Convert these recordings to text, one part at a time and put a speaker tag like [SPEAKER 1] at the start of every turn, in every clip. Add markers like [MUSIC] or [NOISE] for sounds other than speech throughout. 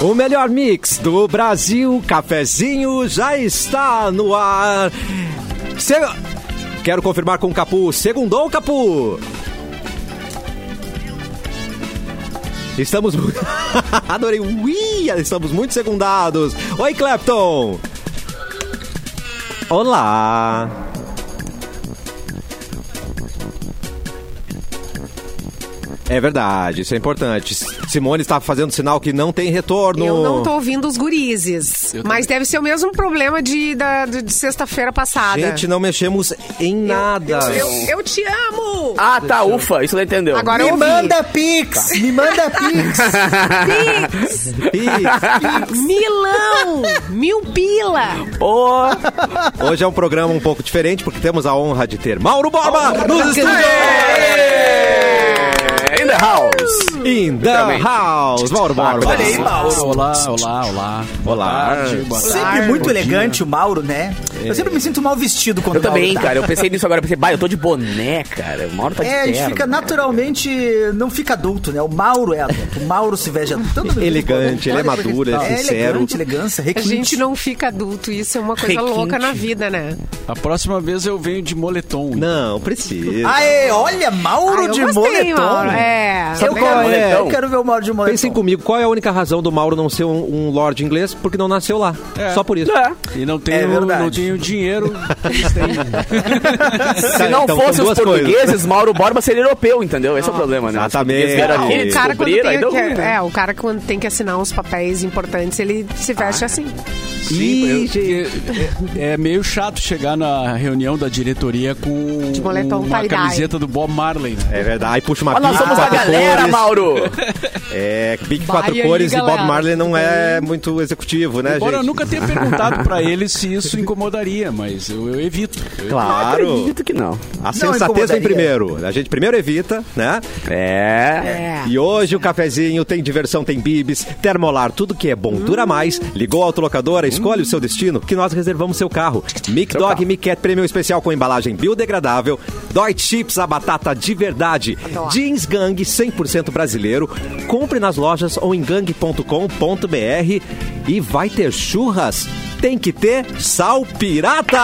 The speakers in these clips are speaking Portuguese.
[SPEAKER 1] O melhor mix do Brasil, cafezinho, já está no ar. Se- Quero confirmar com o Capu. Segundou, Capu? Estamos. mu- [LAUGHS] Adorei. Ui, estamos muito secundados. Oi, Clapton. Olá. É verdade, isso é importante. Simone está fazendo sinal que não tem retorno.
[SPEAKER 2] Eu não tô ouvindo os gurizes.
[SPEAKER 3] Eu
[SPEAKER 2] Mas deve ser o mesmo problema de, da- de- de sexta-feira passada.
[SPEAKER 1] Gente, não mexemos em nada.
[SPEAKER 2] eu, eu te amo!
[SPEAKER 3] Ah, tá, ufa, isso não entendeu.
[SPEAKER 2] Agora
[SPEAKER 4] Me
[SPEAKER 2] eu ouvi.
[SPEAKER 4] manda pix, Tá. me manda pix. [LAUGHS]
[SPEAKER 2] Pix,
[SPEAKER 1] Ih,
[SPEAKER 2] Milão! Mil pila!
[SPEAKER 3] Ô,
[SPEAKER 1] Hoje é um programa um pouco diferente, porque temos a honra de ter Mauro Borba nos estúdios!
[SPEAKER 3] in the house.
[SPEAKER 1] In the
[SPEAKER 3] Literalmente.
[SPEAKER 1] house! Mauro Borba!
[SPEAKER 3] Olha aí, Mauro.
[SPEAKER 5] Olá, olá, olá.
[SPEAKER 1] Olá.
[SPEAKER 5] boa
[SPEAKER 4] Sempre muito elegante o Mauro, né? Eu sempre me sinto mal vestido quando
[SPEAKER 3] Eu
[SPEAKER 4] o Mauro
[SPEAKER 3] também,
[SPEAKER 4] tá.
[SPEAKER 3] cara, eu pensei nisso agora, eu pensei, bah, eu tô de boné, cara, o Mauro tá de
[SPEAKER 4] É, a gente
[SPEAKER 3] terno.
[SPEAKER 4] fica naturalmente. Não fica adulto, né? O Mauro é adulto. O Mauro se veja adulto. Tanto no livro
[SPEAKER 1] Elegante,
[SPEAKER 4] quanto
[SPEAKER 1] ele é
[SPEAKER 4] fora,
[SPEAKER 1] maduro, ele é sincero.
[SPEAKER 4] elegante, elegância,
[SPEAKER 2] A
[SPEAKER 4] requinte.
[SPEAKER 2] gente não fica adulto, isso é uma coisa
[SPEAKER 3] Requinte.
[SPEAKER 2] louca na vida, né?
[SPEAKER 5] A próxima vez eu venho de moletom.
[SPEAKER 1] Não, precisa.
[SPEAKER 4] Aê, olha, Mauro
[SPEAKER 2] Ah, eu
[SPEAKER 4] de
[SPEAKER 2] gostei,
[SPEAKER 4] moletom.
[SPEAKER 2] Mauro,
[SPEAKER 3] né?
[SPEAKER 2] é.
[SPEAKER 4] Eu,
[SPEAKER 2] Sabe
[SPEAKER 4] quero-
[SPEAKER 1] qual é?
[SPEAKER 4] eu quero ver o Mauro de moletom.
[SPEAKER 1] Pensem comigo, qual é a única razão do Mauro não ser um, um lord inglês? Porque não nasceu lá.
[SPEAKER 5] É.
[SPEAKER 1] Só por isso.
[SPEAKER 5] E não
[SPEAKER 4] É
[SPEAKER 5] tenho,
[SPEAKER 4] verdade.
[SPEAKER 5] não tenho dinheiro.
[SPEAKER 3] Se não
[SPEAKER 1] Então, são
[SPEAKER 3] fossem os
[SPEAKER 1] duas coisas.
[SPEAKER 3] portugueses, Mauro Borba seria europeu, entendeu? Esse é o problema, né? Os
[SPEAKER 1] Exatamente.
[SPEAKER 3] portugueses vieram aqui,
[SPEAKER 1] Ah,
[SPEAKER 2] O cara, quando
[SPEAKER 3] descobriram, aí
[SPEAKER 2] tem
[SPEAKER 3] deu
[SPEAKER 2] que,
[SPEAKER 3] ruim, né?
[SPEAKER 2] é, o cara quando tem que assinar uns papéis importantes, ele se
[SPEAKER 3] Ah.
[SPEAKER 2] veste assim.
[SPEAKER 1] Ih,
[SPEAKER 5] Porque é, é meio chato chegar na reunião da diretoria com
[SPEAKER 2] De moletom
[SPEAKER 5] uma
[SPEAKER 2] tie-dye.
[SPEAKER 5] camiseta do Bob Marley. né?
[SPEAKER 1] É verdade. Aí puxa uma
[SPEAKER 3] Mas nós
[SPEAKER 1] pique,
[SPEAKER 3] somos a
[SPEAKER 1] quatro
[SPEAKER 3] galera,
[SPEAKER 1] cores.
[SPEAKER 3] Mauro.
[SPEAKER 1] É, Big
[SPEAKER 2] Vai
[SPEAKER 1] Quatro
[SPEAKER 2] aí,
[SPEAKER 1] Cores e
[SPEAKER 2] galera.
[SPEAKER 1] Bob Marley não é muito executivo, né,
[SPEAKER 5] Embora eu
[SPEAKER 1] gente?
[SPEAKER 5] nunca tenha perguntado pra ele se isso incomodaria, mas eu, eu evito. Eu-
[SPEAKER 1] Claro.
[SPEAKER 3] Acredito que não.
[SPEAKER 1] A sensatez vem
[SPEAKER 4] incomodaria.
[SPEAKER 1] primeiro. A gente primeiro evita, né?
[SPEAKER 3] É.
[SPEAKER 2] É.
[SPEAKER 1] E hoje o cafezinho tem diversão, tem bibis, termolar, tudo que é bom dura mais. Ligou a autolocadora, escolhe o seu destino, que nós reservamos seu carro. Mic Dog Mic Cat Prêmio Especial com embalagem biodegradável, Dói Chips, a batata de verdade, Jeans Gang 100% brasileiro. Compre nas lojas ou em gang.com.br e vai ter churras. Tem que ter sal pirata!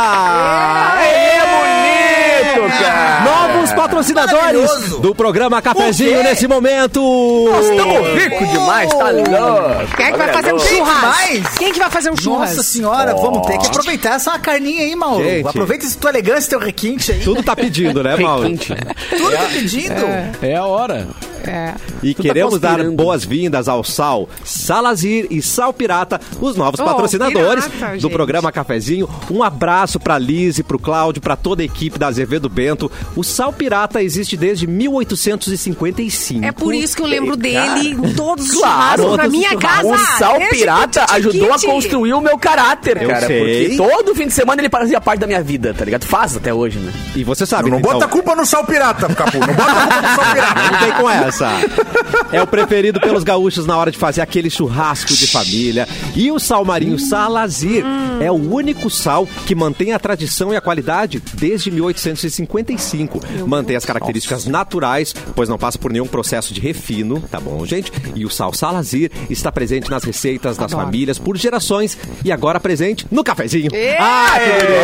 [SPEAKER 3] É bonito,
[SPEAKER 2] Ah,
[SPEAKER 3] cara.
[SPEAKER 1] Novos patrocinadores
[SPEAKER 4] Maravilhoso.
[SPEAKER 1] do programa Cafezinho
[SPEAKER 4] quê?
[SPEAKER 1] nesse momento.
[SPEAKER 3] Nós estamos ricos demais, tá louco.
[SPEAKER 2] Quem é que vai
[SPEAKER 3] Olha,
[SPEAKER 2] fazer um
[SPEAKER 3] louco.
[SPEAKER 2] churrasco?
[SPEAKER 4] demais.
[SPEAKER 2] Quem que vai fazer um churrasco?
[SPEAKER 4] Nossa senhora, vamos ter que aproveitar essa carninha aí, Mauro.
[SPEAKER 1] Gente.
[SPEAKER 4] Aproveita esse tua elegância, teu requinte aí.
[SPEAKER 1] Tudo tá pedindo,
[SPEAKER 2] [LAUGHS]
[SPEAKER 1] né, Mauro?
[SPEAKER 3] Requinte.
[SPEAKER 4] Tudo tá pedindo.
[SPEAKER 5] É a hora.
[SPEAKER 2] É.
[SPEAKER 1] E
[SPEAKER 3] tá
[SPEAKER 1] queremos dar
[SPEAKER 3] conspirando.
[SPEAKER 1] boas-vindas ao Sal, Salazir e Sal Pirata, os novos
[SPEAKER 2] Oh,
[SPEAKER 1] patrocinadores
[SPEAKER 2] pirata,
[SPEAKER 1] do
[SPEAKER 2] gente.
[SPEAKER 1] programa Cafezinho. Um abraço pra Liz e pro Cláudio, pra toda a equipe da Azevedo Bento. O Sal Pirata existe desde 1855.
[SPEAKER 2] É por isso que eu lembro dele em todos os
[SPEAKER 3] [LAUGHS] Claro.
[SPEAKER 2] churrascos na minha casa. tipo
[SPEAKER 3] O sal
[SPEAKER 2] Desde
[SPEAKER 3] pirata
[SPEAKER 2] Kitty
[SPEAKER 3] ajudou a
[SPEAKER 2] Kitty.
[SPEAKER 3] construir o meu caráter,
[SPEAKER 1] Eu
[SPEAKER 3] cara.
[SPEAKER 1] sei.
[SPEAKER 3] Porque todo fim de semana ele fazia parte da minha vida, tá ligado? Faz até hoje, né?
[SPEAKER 1] E você sabe,
[SPEAKER 6] Não
[SPEAKER 1] né,
[SPEAKER 6] bota a
[SPEAKER 1] então,
[SPEAKER 6] culpa no sal pirata, Capu. Não bota a culpa no sal pirata.
[SPEAKER 1] Não tem com essa. É o preferido pelos gaúchos na hora de fazer aquele churrasco de família. E o sal marinho Salazir é o único sal que mantém a tradição e a qualidade desde 1855. Mantém as características naturais, pois não passa por nenhum processo de refino, tá bom, gente? E o sal Salazir está presente nas receitas das famílias por gerações e agora presente no cafezinho. Ah, que legal.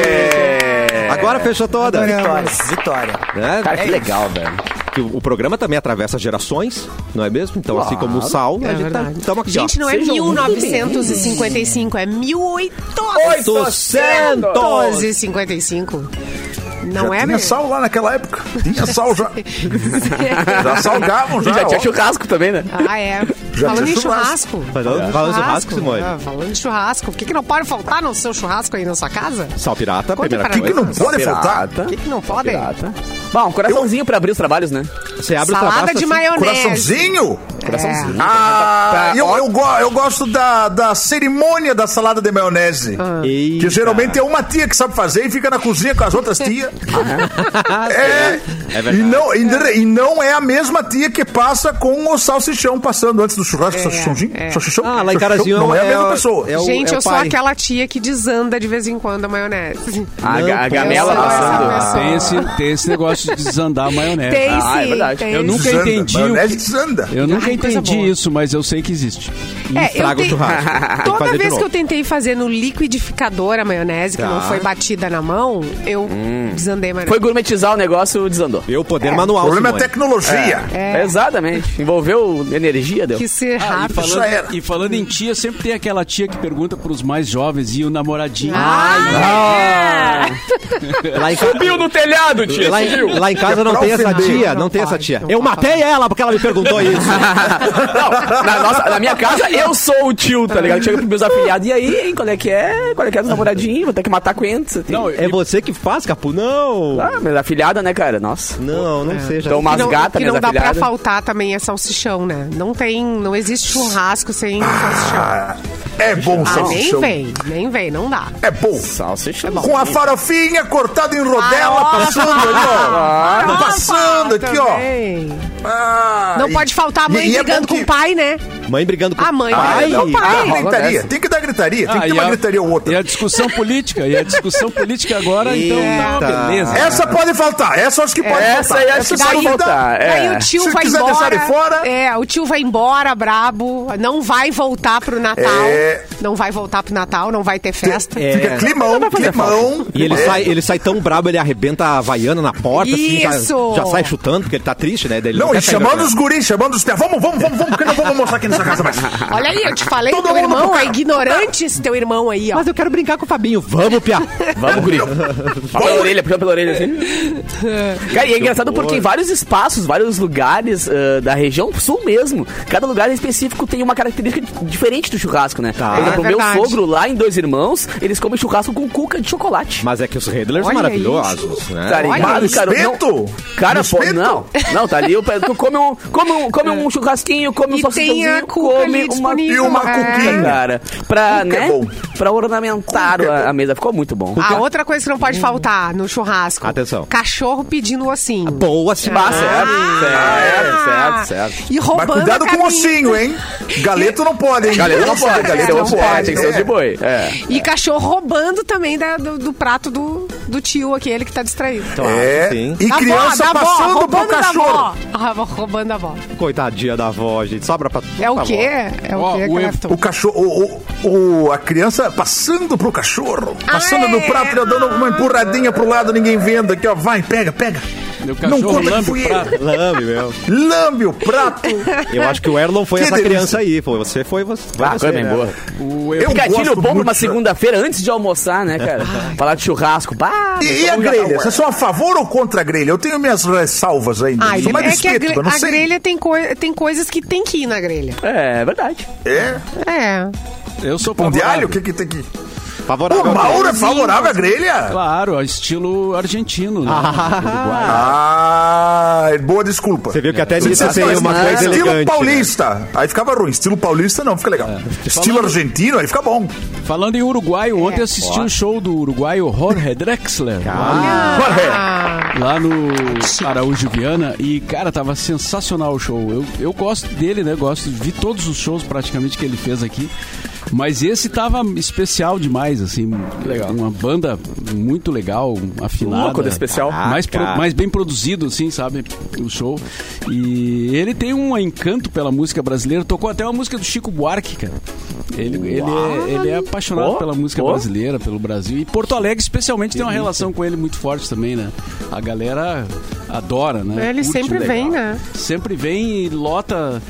[SPEAKER 1] Agora fechou toda.
[SPEAKER 4] Vitórias, vitória.
[SPEAKER 1] Né?
[SPEAKER 3] Cara, É que
[SPEAKER 4] isso.
[SPEAKER 3] legal, velho.
[SPEAKER 1] Que o, o programa também atravessa gerações, não é mesmo? Então, assim como o sal, a gente tá, tamo aqui,
[SPEAKER 2] É Gente, não é
[SPEAKER 3] Sejam muito
[SPEAKER 2] 1955, é 1855. Não
[SPEAKER 6] Já
[SPEAKER 2] é
[SPEAKER 6] tinha
[SPEAKER 2] mesmo?
[SPEAKER 6] sal lá naquela época. Tinha sal
[SPEAKER 2] [LAUGHS]
[SPEAKER 6] já. Já salgavam
[SPEAKER 3] E
[SPEAKER 6] já.
[SPEAKER 3] já
[SPEAKER 6] ó.
[SPEAKER 3] tinha churrasco também, né?
[SPEAKER 2] Ah, é.
[SPEAKER 6] Já
[SPEAKER 2] falando
[SPEAKER 6] tinha
[SPEAKER 2] em churrasco.
[SPEAKER 1] Falando- falando em churrasco, Simone.
[SPEAKER 2] ah, falando em churrasco. Por que, que não pode faltar no seu churrasco aí na sua casa?
[SPEAKER 1] Sal pirata,
[SPEAKER 2] Conta
[SPEAKER 1] primeira
[SPEAKER 2] pra
[SPEAKER 1] coisa.
[SPEAKER 6] Que não pode faltar.
[SPEAKER 2] Por que, que não podem?
[SPEAKER 3] Pirata. Bom, um coraçãozinho pra abrir os trabalhos, né?
[SPEAKER 1] Você abre o
[SPEAKER 2] Salada
[SPEAKER 1] trabalho. assim,
[SPEAKER 2] de maionese. É.
[SPEAKER 6] Coraçãozinho?
[SPEAKER 3] Coraçãozinho.
[SPEAKER 6] Ah, eu, eu, go- eu gosto da, da cerimônia da salada de maionese.
[SPEAKER 1] Ah, tá.
[SPEAKER 6] Que geralmente é uma tia que sabe fazer e fica na cozinha com as outras tias. é, e, não, e não- e não é a mesma tia que passa com o salsichão passando antes do churrasco. salsichãozinho, salsichão,
[SPEAKER 1] Ah, lá em
[SPEAKER 6] salsichão.
[SPEAKER 1] Carazinho
[SPEAKER 6] Não é a mesma
[SPEAKER 1] o-
[SPEAKER 6] pessoa.
[SPEAKER 1] é o-
[SPEAKER 2] Gente,
[SPEAKER 1] é o
[SPEAKER 2] eu sou
[SPEAKER 1] pai.
[SPEAKER 2] aquela tia que desanda de vez em quando a maionese.
[SPEAKER 3] A,
[SPEAKER 1] Não,
[SPEAKER 3] ga- a
[SPEAKER 1] pô.
[SPEAKER 3] gamela
[SPEAKER 2] Eu sou essa
[SPEAKER 3] passando.
[SPEAKER 2] pessoa.
[SPEAKER 5] Tem esse, tem esse negócio de desandar a maionese.
[SPEAKER 2] Ah. Tem
[SPEAKER 3] Ah, é
[SPEAKER 2] sim.
[SPEAKER 3] verdade.
[SPEAKER 2] tem
[SPEAKER 5] Eu
[SPEAKER 2] sim.
[SPEAKER 5] nunca
[SPEAKER 6] Desanda,
[SPEAKER 5] entendi o
[SPEAKER 6] Maionese
[SPEAKER 5] que-
[SPEAKER 6] desanda.
[SPEAKER 5] Eu nunca
[SPEAKER 2] coisa
[SPEAKER 5] entendi
[SPEAKER 2] boa.
[SPEAKER 5] isso, mas eu sei que existe.
[SPEAKER 2] É, eu
[SPEAKER 1] estraga o
[SPEAKER 2] te- [LAUGHS]
[SPEAKER 1] churrasco. Tem que fazer
[SPEAKER 2] Toda
[SPEAKER 1] de
[SPEAKER 2] vez que
[SPEAKER 1] novo.
[SPEAKER 2] eu tentei fazer no liquidificador a maionese, que
[SPEAKER 1] Tá.
[SPEAKER 2] não foi batida na mão, eu desandei a
[SPEAKER 3] Foi
[SPEAKER 2] maionese.
[SPEAKER 3] gourmetizar o negócio, desandou.
[SPEAKER 1] Eu poder
[SPEAKER 6] O
[SPEAKER 1] manual.
[SPEAKER 6] problema é
[SPEAKER 1] Simone.
[SPEAKER 6] tecnologia.
[SPEAKER 2] É.
[SPEAKER 3] Exatamente. Envolveu energia, deu.
[SPEAKER 2] Que ser
[SPEAKER 5] Ah, e,
[SPEAKER 2] rápido.
[SPEAKER 6] Já era.
[SPEAKER 5] falando, e falando em tia, sempre tem aquela tia que pergunta pros mais jovens e o namoradinho.
[SPEAKER 6] Ah,
[SPEAKER 2] Ah,
[SPEAKER 1] Lá em, ca-
[SPEAKER 3] Subiu no telhado, tio.
[SPEAKER 1] lá em- lá em casa não tem essa
[SPEAKER 6] ofender.
[SPEAKER 1] tia, não
[SPEAKER 2] Não
[SPEAKER 1] tem essa
[SPEAKER 2] pode,
[SPEAKER 1] tia.
[SPEAKER 2] não
[SPEAKER 1] Eu
[SPEAKER 2] pode.
[SPEAKER 1] matei ela porque ela me perguntou isso.
[SPEAKER 3] Não, na, nossa- na minha casa eu sou o tio, tá ligado? Chega pros meus afiliados, e aí, hein, qual é que é? Qual é que é do namoradinho? Vou ter que matar quantos?
[SPEAKER 5] Não,
[SPEAKER 1] É você que faz, Capu? Não.
[SPEAKER 6] Tá.
[SPEAKER 3] Ah, mas afiliada, né, cara? Nossa.
[SPEAKER 1] Não, não seja. assim.
[SPEAKER 3] Então,
[SPEAKER 2] é.
[SPEAKER 3] mas-
[SPEAKER 2] Não,
[SPEAKER 3] gata,
[SPEAKER 2] que não
[SPEAKER 3] minhas
[SPEAKER 2] dá pra
[SPEAKER 3] afilhadas.
[SPEAKER 2] faltar também é salsichão, né? Não tem, não existe churrasco sem salsichão.
[SPEAKER 6] Ah, É bom o
[SPEAKER 2] Ah, nem
[SPEAKER 6] salsichão.
[SPEAKER 2] vem, nem vem, não dá.
[SPEAKER 6] É bom.
[SPEAKER 3] Salsicha.
[SPEAKER 6] Com a farofinha cortada em rodela, tá passando
[SPEAKER 2] Ah,
[SPEAKER 6] ali, ó. Passando aqui, ó.
[SPEAKER 2] ó.
[SPEAKER 6] Ah,
[SPEAKER 2] Não
[SPEAKER 6] e-
[SPEAKER 2] pode faltar a mãe
[SPEAKER 6] e- e é
[SPEAKER 2] brigando
[SPEAKER 6] bom
[SPEAKER 2] com
[SPEAKER 6] que-
[SPEAKER 2] o pai, né?
[SPEAKER 1] Mãe brigando com
[SPEAKER 2] A mãe
[SPEAKER 6] Ah,
[SPEAKER 2] brigando
[SPEAKER 6] não,
[SPEAKER 2] com o
[SPEAKER 6] tem que
[SPEAKER 2] pai.
[SPEAKER 6] dar gritaria,
[SPEAKER 3] dessa.
[SPEAKER 6] tem que dar gritaria, tem
[SPEAKER 5] Ah,
[SPEAKER 6] que ter
[SPEAKER 5] e
[SPEAKER 6] uma
[SPEAKER 3] é-
[SPEAKER 5] a-
[SPEAKER 6] gritaria ou
[SPEAKER 5] E a
[SPEAKER 6] outra.
[SPEAKER 5] discussão política, e a discussão política agora, então tá
[SPEAKER 1] Eita.
[SPEAKER 5] uma beleza.
[SPEAKER 6] Essa pode faltar, É, essa eu acho que pode faltar.
[SPEAKER 3] Essa aí acho que
[SPEAKER 6] se
[SPEAKER 3] pode
[SPEAKER 6] não dá-
[SPEAKER 3] faltar.
[SPEAKER 2] É então, Daí
[SPEAKER 3] É.
[SPEAKER 2] o tio
[SPEAKER 6] Se
[SPEAKER 2] vai
[SPEAKER 6] quiser
[SPEAKER 2] embora.
[SPEAKER 6] deixar ele fora-
[SPEAKER 2] É, o tio vai embora brabo, não vai voltar pro Natal.
[SPEAKER 6] É.
[SPEAKER 2] Não vai voltar pro Natal, não vai ter festa.
[SPEAKER 1] É.
[SPEAKER 6] Fica climão, climão.
[SPEAKER 1] E ele,
[SPEAKER 6] É.
[SPEAKER 1] sai, ele sai tão brabo, ele arrebenta a Havaiana na porta, assim,
[SPEAKER 2] Isso.
[SPEAKER 1] já, já sai chutando, porque ele tá triste, né? Daí ele
[SPEAKER 6] Não,
[SPEAKER 1] quer
[SPEAKER 6] e
[SPEAKER 1] sair
[SPEAKER 6] chamando
[SPEAKER 1] da-
[SPEAKER 6] os guris, chamando os pés. Vamos, vamos, vamos, vamos, porque não vamos mostrar aqui nessa casa
[SPEAKER 2] [LAUGHS]
[SPEAKER 6] mais.
[SPEAKER 2] Olha aí, eu te falei,
[SPEAKER 6] Todo
[SPEAKER 2] teu
[SPEAKER 6] mundo pro
[SPEAKER 2] irmão é
[SPEAKER 6] cara.
[SPEAKER 2] ignorante esse teu irmão aí, ó.
[SPEAKER 1] Mas eu quero brincar com o Fabinho. Vamos,
[SPEAKER 6] [LAUGHS]
[SPEAKER 1] Pia.
[SPEAKER 3] Vamos, guri. Pela orelha, puxa pela
[SPEAKER 2] [LAUGHS]
[SPEAKER 3] orelha assim. Cara, e é engraçado porque em vários espaços, vários lugares ah, da região sul mesmo, cada lugar em específico tem uma característica di- diferente do churrasco, né? Por exemplo,
[SPEAKER 2] É
[SPEAKER 3] o meu
[SPEAKER 2] verdade.
[SPEAKER 3] sogro lá em Dois Irmãos, eles comem churrasco com cuca de chocolate.
[SPEAKER 1] Mas é que os Riddlers são
[SPEAKER 2] Olha
[SPEAKER 1] maravilhosos, né?
[SPEAKER 3] Tá ligado,
[SPEAKER 6] isso.
[SPEAKER 3] cara? Não,
[SPEAKER 6] Espeto?
[SPEAKER 3] cara,
[SPEAKER 6] No
[SPEAKER 3] pô,
[SPEAKER 6] espeto?
[SPEAKER 3] não. Não, tá ali. o pe- Tu come um, come um, come um churrasquinho, come um
[SPEAKER 2] É. E tem a
[SPEAKER 3] salsichãozinho,
[SPEAKER 2] cuca
[SPEAKER 3] come
[SPEAKER 2] ali
[SPEAKER 3] uma
[SPEAKER 2] disponível.
[SPEAKER 6] e uma
[SPEAKER 3] cuca,
[SPEAKER 6] cuquinha.
[SPEAKER 2] é.
[SPEAKER 3] cara. Pra,
[SPEAKER 6] Cuca é
[SPEAKER 3] né?
[SPEAKER 6] bom.
[SPEAKER 3] pra ornamentar
[SPEAKER 6] Cuca é
[SPEAKER 3] a,
[SPEAKER 6] bom.
[SPEAKER 3] a mesa. Ficou muito bom.
[SPEAKER 2] A Ah, outra coisa que não pode faltar no churrasco.
[SPEAKER 1] Atenção.
[SPEAKER 2] Cachorro pedindo ossinho. Ah,
[SPEAKER 1] Boa, é. Simone.
[SPEAKER 3] Ah, certo,
[SPEAKER 6] É.
[SPEAKER 3] certo, certo, certo.
[SPEAKER 2] E
[SPEAKER 6] Mas
[SPEAKER 2] roubando
[SPEAKER 6] cuidado
[SPEAKER 2] a
[SPEAKER 6] com o
[SPEAKER 2] carninha.
[SPEAKER 6] ossinho, hein? Galeto não pode, hein?
[SPEAKER 3] Galera, não pode,
[SPEAKER 2] galera,
[SPEAKER 3] galera,
[SPEAKER 2] não
[SPEAKER 3] não pode.
[SPEAKER 2] pode,
[SPEAKER 3] Tem que ser os de boi. É.
[SPEAKER 2] E cachorro roubando também da- do, do prato do, do tio, aquele que tá distraído.
[SPEAKER 6] É,
[SPEAKER 1] Sim.
[SPEAKER 6] e
[SPEAKER 2] Da avó,
[SPEAKER 6] criança
[SPEAKER 2] da avó,
[SPEAKER 6] passando pro
[SPEAKER 2] roubando da
[SPEAKER 6] cachorro.
[SPEAKER 2] avó. Ah, vou roubando a avó.
[SPEAKER 1] Coitadinha da avó, gente. Sobra pra
[SPEAKER 2] É o
[SPEAKER 1] pra
[SPEAKER 2] quê?
[SPEAKER 1] avó.
[SPEAKER 2] É o
[SPEAKER 5] Ó,
[SPEAKER 2] quê,
[SPEAKER 5] o
[SPEAKER 2] Clepton?
[SPEAKER 6] O cachorro, o- o- o- a criança passando pro cachorro, passando
[SPEAKER 2] Ah,
[SPEAKER 6] no
[SPEAKER 2] é?
[SPEAKER 6] prato, ele dando uma empurradinha pro lado, ninguém vendo aqui, ó, vai, pega, pega.
[SPEAKER 5] Meu
[SPEAKER 6] É? Não
[SPEAKER 5] cachorro
[SPEAKER 6] conta que
[SPEAKER 5] lambe
[SPEAKER 6] fui
[SPEAKER 5] o
[SPEAKER 6] eu.
[SPEAKER 5] prato.
[SPEAKER 1] Lambe, meu.
[SPEAKER 6] Lambe
[SPEAKER 3] [LAUGHS]
[SPEAKER 6] o prato.
[SPEAKER 1] Eu acho que o Erlon foi
[SPEAKER 6] Que
[SPEAKER 1] essa
[SPEAKER 6] delícia. Ah,
[SPEAKER 1] criança aí. Foi você, foi você. foi você, né?
[SPEAKER 5] O
[SPEAKER 6] Eu
[SPEAKER 3] Gatilho
[SPEAKER 6] gosto
[SPEAKER 3] bom pra
[SPEAKER 6] muito
[SPEAKER 3] uma
[SPEAKER 6] de-
[SPEAKER 3] segunda-feira antes de almoçar, né, cara? Falar de churrasco. Bah, tá
[SPEAKER 6] E, e a grelha? Vocês são a favor ou contra a grelha? Eu tenho minhas ressalvas ainda.
[SPEAKER 2] Ah,
[SPEAKER 6] Sou mais
[SPEAKER 2] é
[SPEAKER 6] do
[SPEAKER 2] que a,
[SPEAKER 6] espeto,
[SPEAKER 2] gre-
[SPEAKER 6] mas não
[SPEAKER 2] a
[SPEAKER 6] sei.
[SPEAKER 2] grelha tem, coi- tem coisas que tem que ir na grelha.
[SPEAKER 3] É, é verdade.
[SPEAKER 6] É?
[SPEAKER 2] É.
[SPEAKER 5] Eu sou
[SPEAKER 6] Pão de
[SPEAKER 5] favorável.
[SPEAKER 6] alho? O que que tem aqui?
[SPEAKER 3] Tá
[SPEAKER 1] Favorável.
[SPEAKER 6] O Mauro é favorável à grelha?
[SPEAKER 5] Claro, é estilo argentino, né? Uruguai.
[SPEAKER 6] Ah, boa desculpa.
[SPEAKER 1] Você viu que até nisso
[SPEAKER 6] Mas,
[SPEAKER 1] tem
[SPEAKER 6] mas,
[SPEAKER 1] uma
[SPEAKER 6] mas,
[SPEAKER 1] coisa
[SPEAKER 6] tá estilo
[SPEAKER 1] elegante. né? É,
[SPEAKER 6] paulista. Aí ficava ruim. Estilo paulista não, fica legal. Estilo
[SPEAKER 5] Falando-
[SPEAKER 6] argentino, aí fica bom.
[SPEAKER 5] Falando em Uruguai,
[SPEAKER 6] É.
[SPEAKER 5] ontem assisti um show do uruguaio Jorge Drexler.
[SPEAKER 3] é?
[SPEAKER 2] Ah,
[SPEAKER 5] lá no Araújo Viana e, cara, tava sensacional o show. Eu, eu gosto dele, né? Gosto, vi todos os shows praticamente que ele fez aqui. Mas esse tava especial demais, assim. Legal. Uma banda muito legal, afinada. Ah,
[SPEAKER 3] Louco do especial.
[SPEAKER 5] Mais, pro-
[SPEAKER 1] Caraca.
[SPEAKER 5] mais bem produzido, assim, sabe? O show. E ele tem um encanto pela música brasileira. Tocou até uma música do Chico Buarque, cara. Ele, ele, é, ele é apaixonado
[SPEAKER 3] Ó,
[SPEAKER 5] pela música
[SPEAKER 3] ó.
[SPEAKER 5] brasileira brasileira, pelo Brasil. E Porto Alegre, especialmente, tem uma relação com ele muito forte também, né? A galera adora, né?
[SPEAKER 2] Ele sempre vem, né?
[SPEAKER 5] Sempre vem e lota,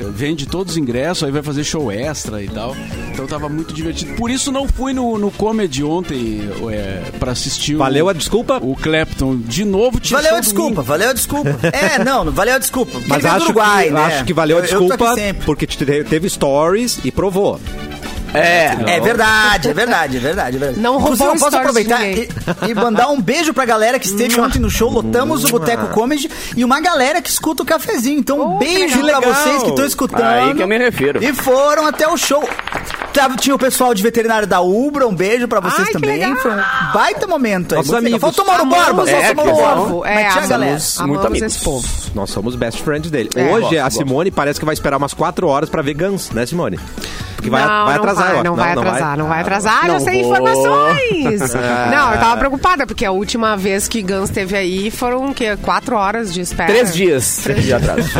[SPEAKER 5] eh, vende todos os ingressos, aí vai fazer show extra e tal. Então tava muito divertido. Por isso não fui no, no Comedy ontem é, para assistir o-
[SPEAKER 1] Valeu a desculpa.
[SPEAKER 5] o Clapton. De novo, tinha
[SPEAKER 4] Valeu
[SPEAKER 5] show
[SPEAKER 4] a desculpa,
[SPEAKER 5] domingo.
[SPEAKER 4] valeu a desculpa. É, não, não valeu a desculpa. Porque
[SPEAKER 1] Mas
[SPEAKER 2] tá
[SPEAKER 4] ele vem do
[SPEAKER 1] acho,
[SPEAKER 4] Uruguai,
[SPEAKER 1] que,
[SPEAKER 4] né?
[SPEAKER 1] acho que valeu a
[SPEAKER 4] Eu- eu tô aqui
[SPEAKER 1] desculpa,
[SPEAKER 4] sempre.
[SPEAKER 1] porque te- teve stories e provou.
[SPEAKER 3] É.
[SPEAKER 4] É verdade, é verdade, é verdade, é verdade.
[SPEAKER 2] Não roubou
[SPEAKER 4] Inclusive, eu
[SPEAKER 6] um
[SPEAKER 2] o
[SPEAKER 4] posso
[SPEAKER 2] stories de
[SPEAKER 4] aproveitar e, e mandar um beijo pra galera que esteve ontem no show. Lotamos o
[SPEAKER 6] Ah.
[SPEAKER 4] Boteco Comedy e uma galera que escuta o cafezinho. Então, um
[SPEAKER 2] Oh, que
[SPEAKER 4] beijo
[SPEAKER 2] legal.
[SPEAKER 4] Então, pra vocês que estão escutando.
[SPEAKER 3] Aí que eu me refiro.
[SPEAKER 4] E foram até o show. Tava, tinha o pessoal de veterinário da Ubra, um beijo pra vocês
[SPEAKER 2] Ai, que
[SPEAKER 4] também.
[SPEAKER 2] legal.
[SPEAKER 4] Foi um baita momento aí.
[SPEAKER 1] Nossos
[SPEAKER 4] muito legal.
[SPEAKER 1] amigos.
[SPEAKER 4] Faltou o Mauro Borba,
[SPEAKER 2] Amamos
[SPEAKER 4] faltou
[SPEAKER 3] é,
[SPEAKER 4] o Mauro
[SPEAKER 3] que
[SPEAKER 4] Borba.
[SPEAKER 2] povo. É,
[SPEAKER 4] Mas tinha a
[SPEAKER 2] amamos.
[SPEAKER 4] galera.
[SPEAKER 3] Muito
[SPEAKER 2] Amamos
[SPEAKER 3] amigos.
[SPEAKER 2] esse povo.
[SPEAKER 1] Nós somos best friends dele.
[SPEAKER 2] É.
[SPEAKER 1] Hoje
[SPEAKER 3] Gosto,
[SPEAKER 1] a
[SPEAKER 3] gosto.
[SPEAKER 1] Simone parece que vai esperar umas 4 horas pra ver Guns, né, Simone? Porque vai,
[SPEAKER 2] não,
[SPEAKER 1] vai Ah,
[SPEAKER 2] não
[SPEAKER 1] atrasar,
[SPEAKER 2] vai,
[SPEAKER 1] ó.
[SPEAKER 2] Não vai atrasar, não vai atrasar.
[SPEAKER 3] não
[SPEAKER 2] já sei
[SPEAKER 3] vou.
[SPEAKER 2] informações. não, eu tava preocupada, porque a última vez que Guns teve aí foram o quê? Quatro horas de espera.
[SPEAKER 3] Três dias de atraso.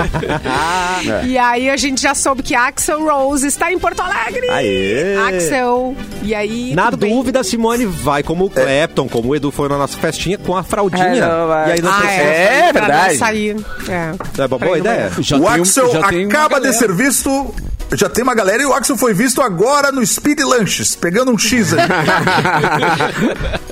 [SPEAKER 2] E aí a gente já soube que Axel Rose está em Porto Alegre.
[SPEAKER 1] Ah, Aê!
[SPEAKER 2] Axel. E aí.
[SPEAKER 1] Na
[SPEAKER 2] tudo bem?
[SPEAKER 1] dúvida, a Simone vai como o Clapton, como o Edu foi na nossa festinha com a fraldinha.
[SPEAKER 3] É, não, vai.
[SPEAKER 1] e aí não
[SPEAKER 2] Ah,
[SPEAKER 1] precisa.
[SPEAKER 2] é,
[SPEAKER 3] É
[SPEAKER 2] pra não
[SPEAKER 3] verdade.
[SPEAKER 2] sair.
[SPEAKER 1] É uma
[SPEAKER 2] Pra
[SPEAKER 1] boa
[SPEAKER 2] ir no
[SPEAKER 1] ideia.
[SPEAKER 2] banheiro.
[SPEAKER 5] Já
[SPEAKER 6] o
[SPEAKER 5] tem um-
[SPEAKER 6] Axel
[SPEAKER 5] já tem uma
[SPEAKER 6] acaba de
[SPEAKER 5] galera.
[SPEAKER 6] ser visto. Já tem uma galera e o Axel foi visto agora no Speed Lunches, pegando um
[SPEAKER 5] [LAUGHS]
[SPEAKER 6] X ali.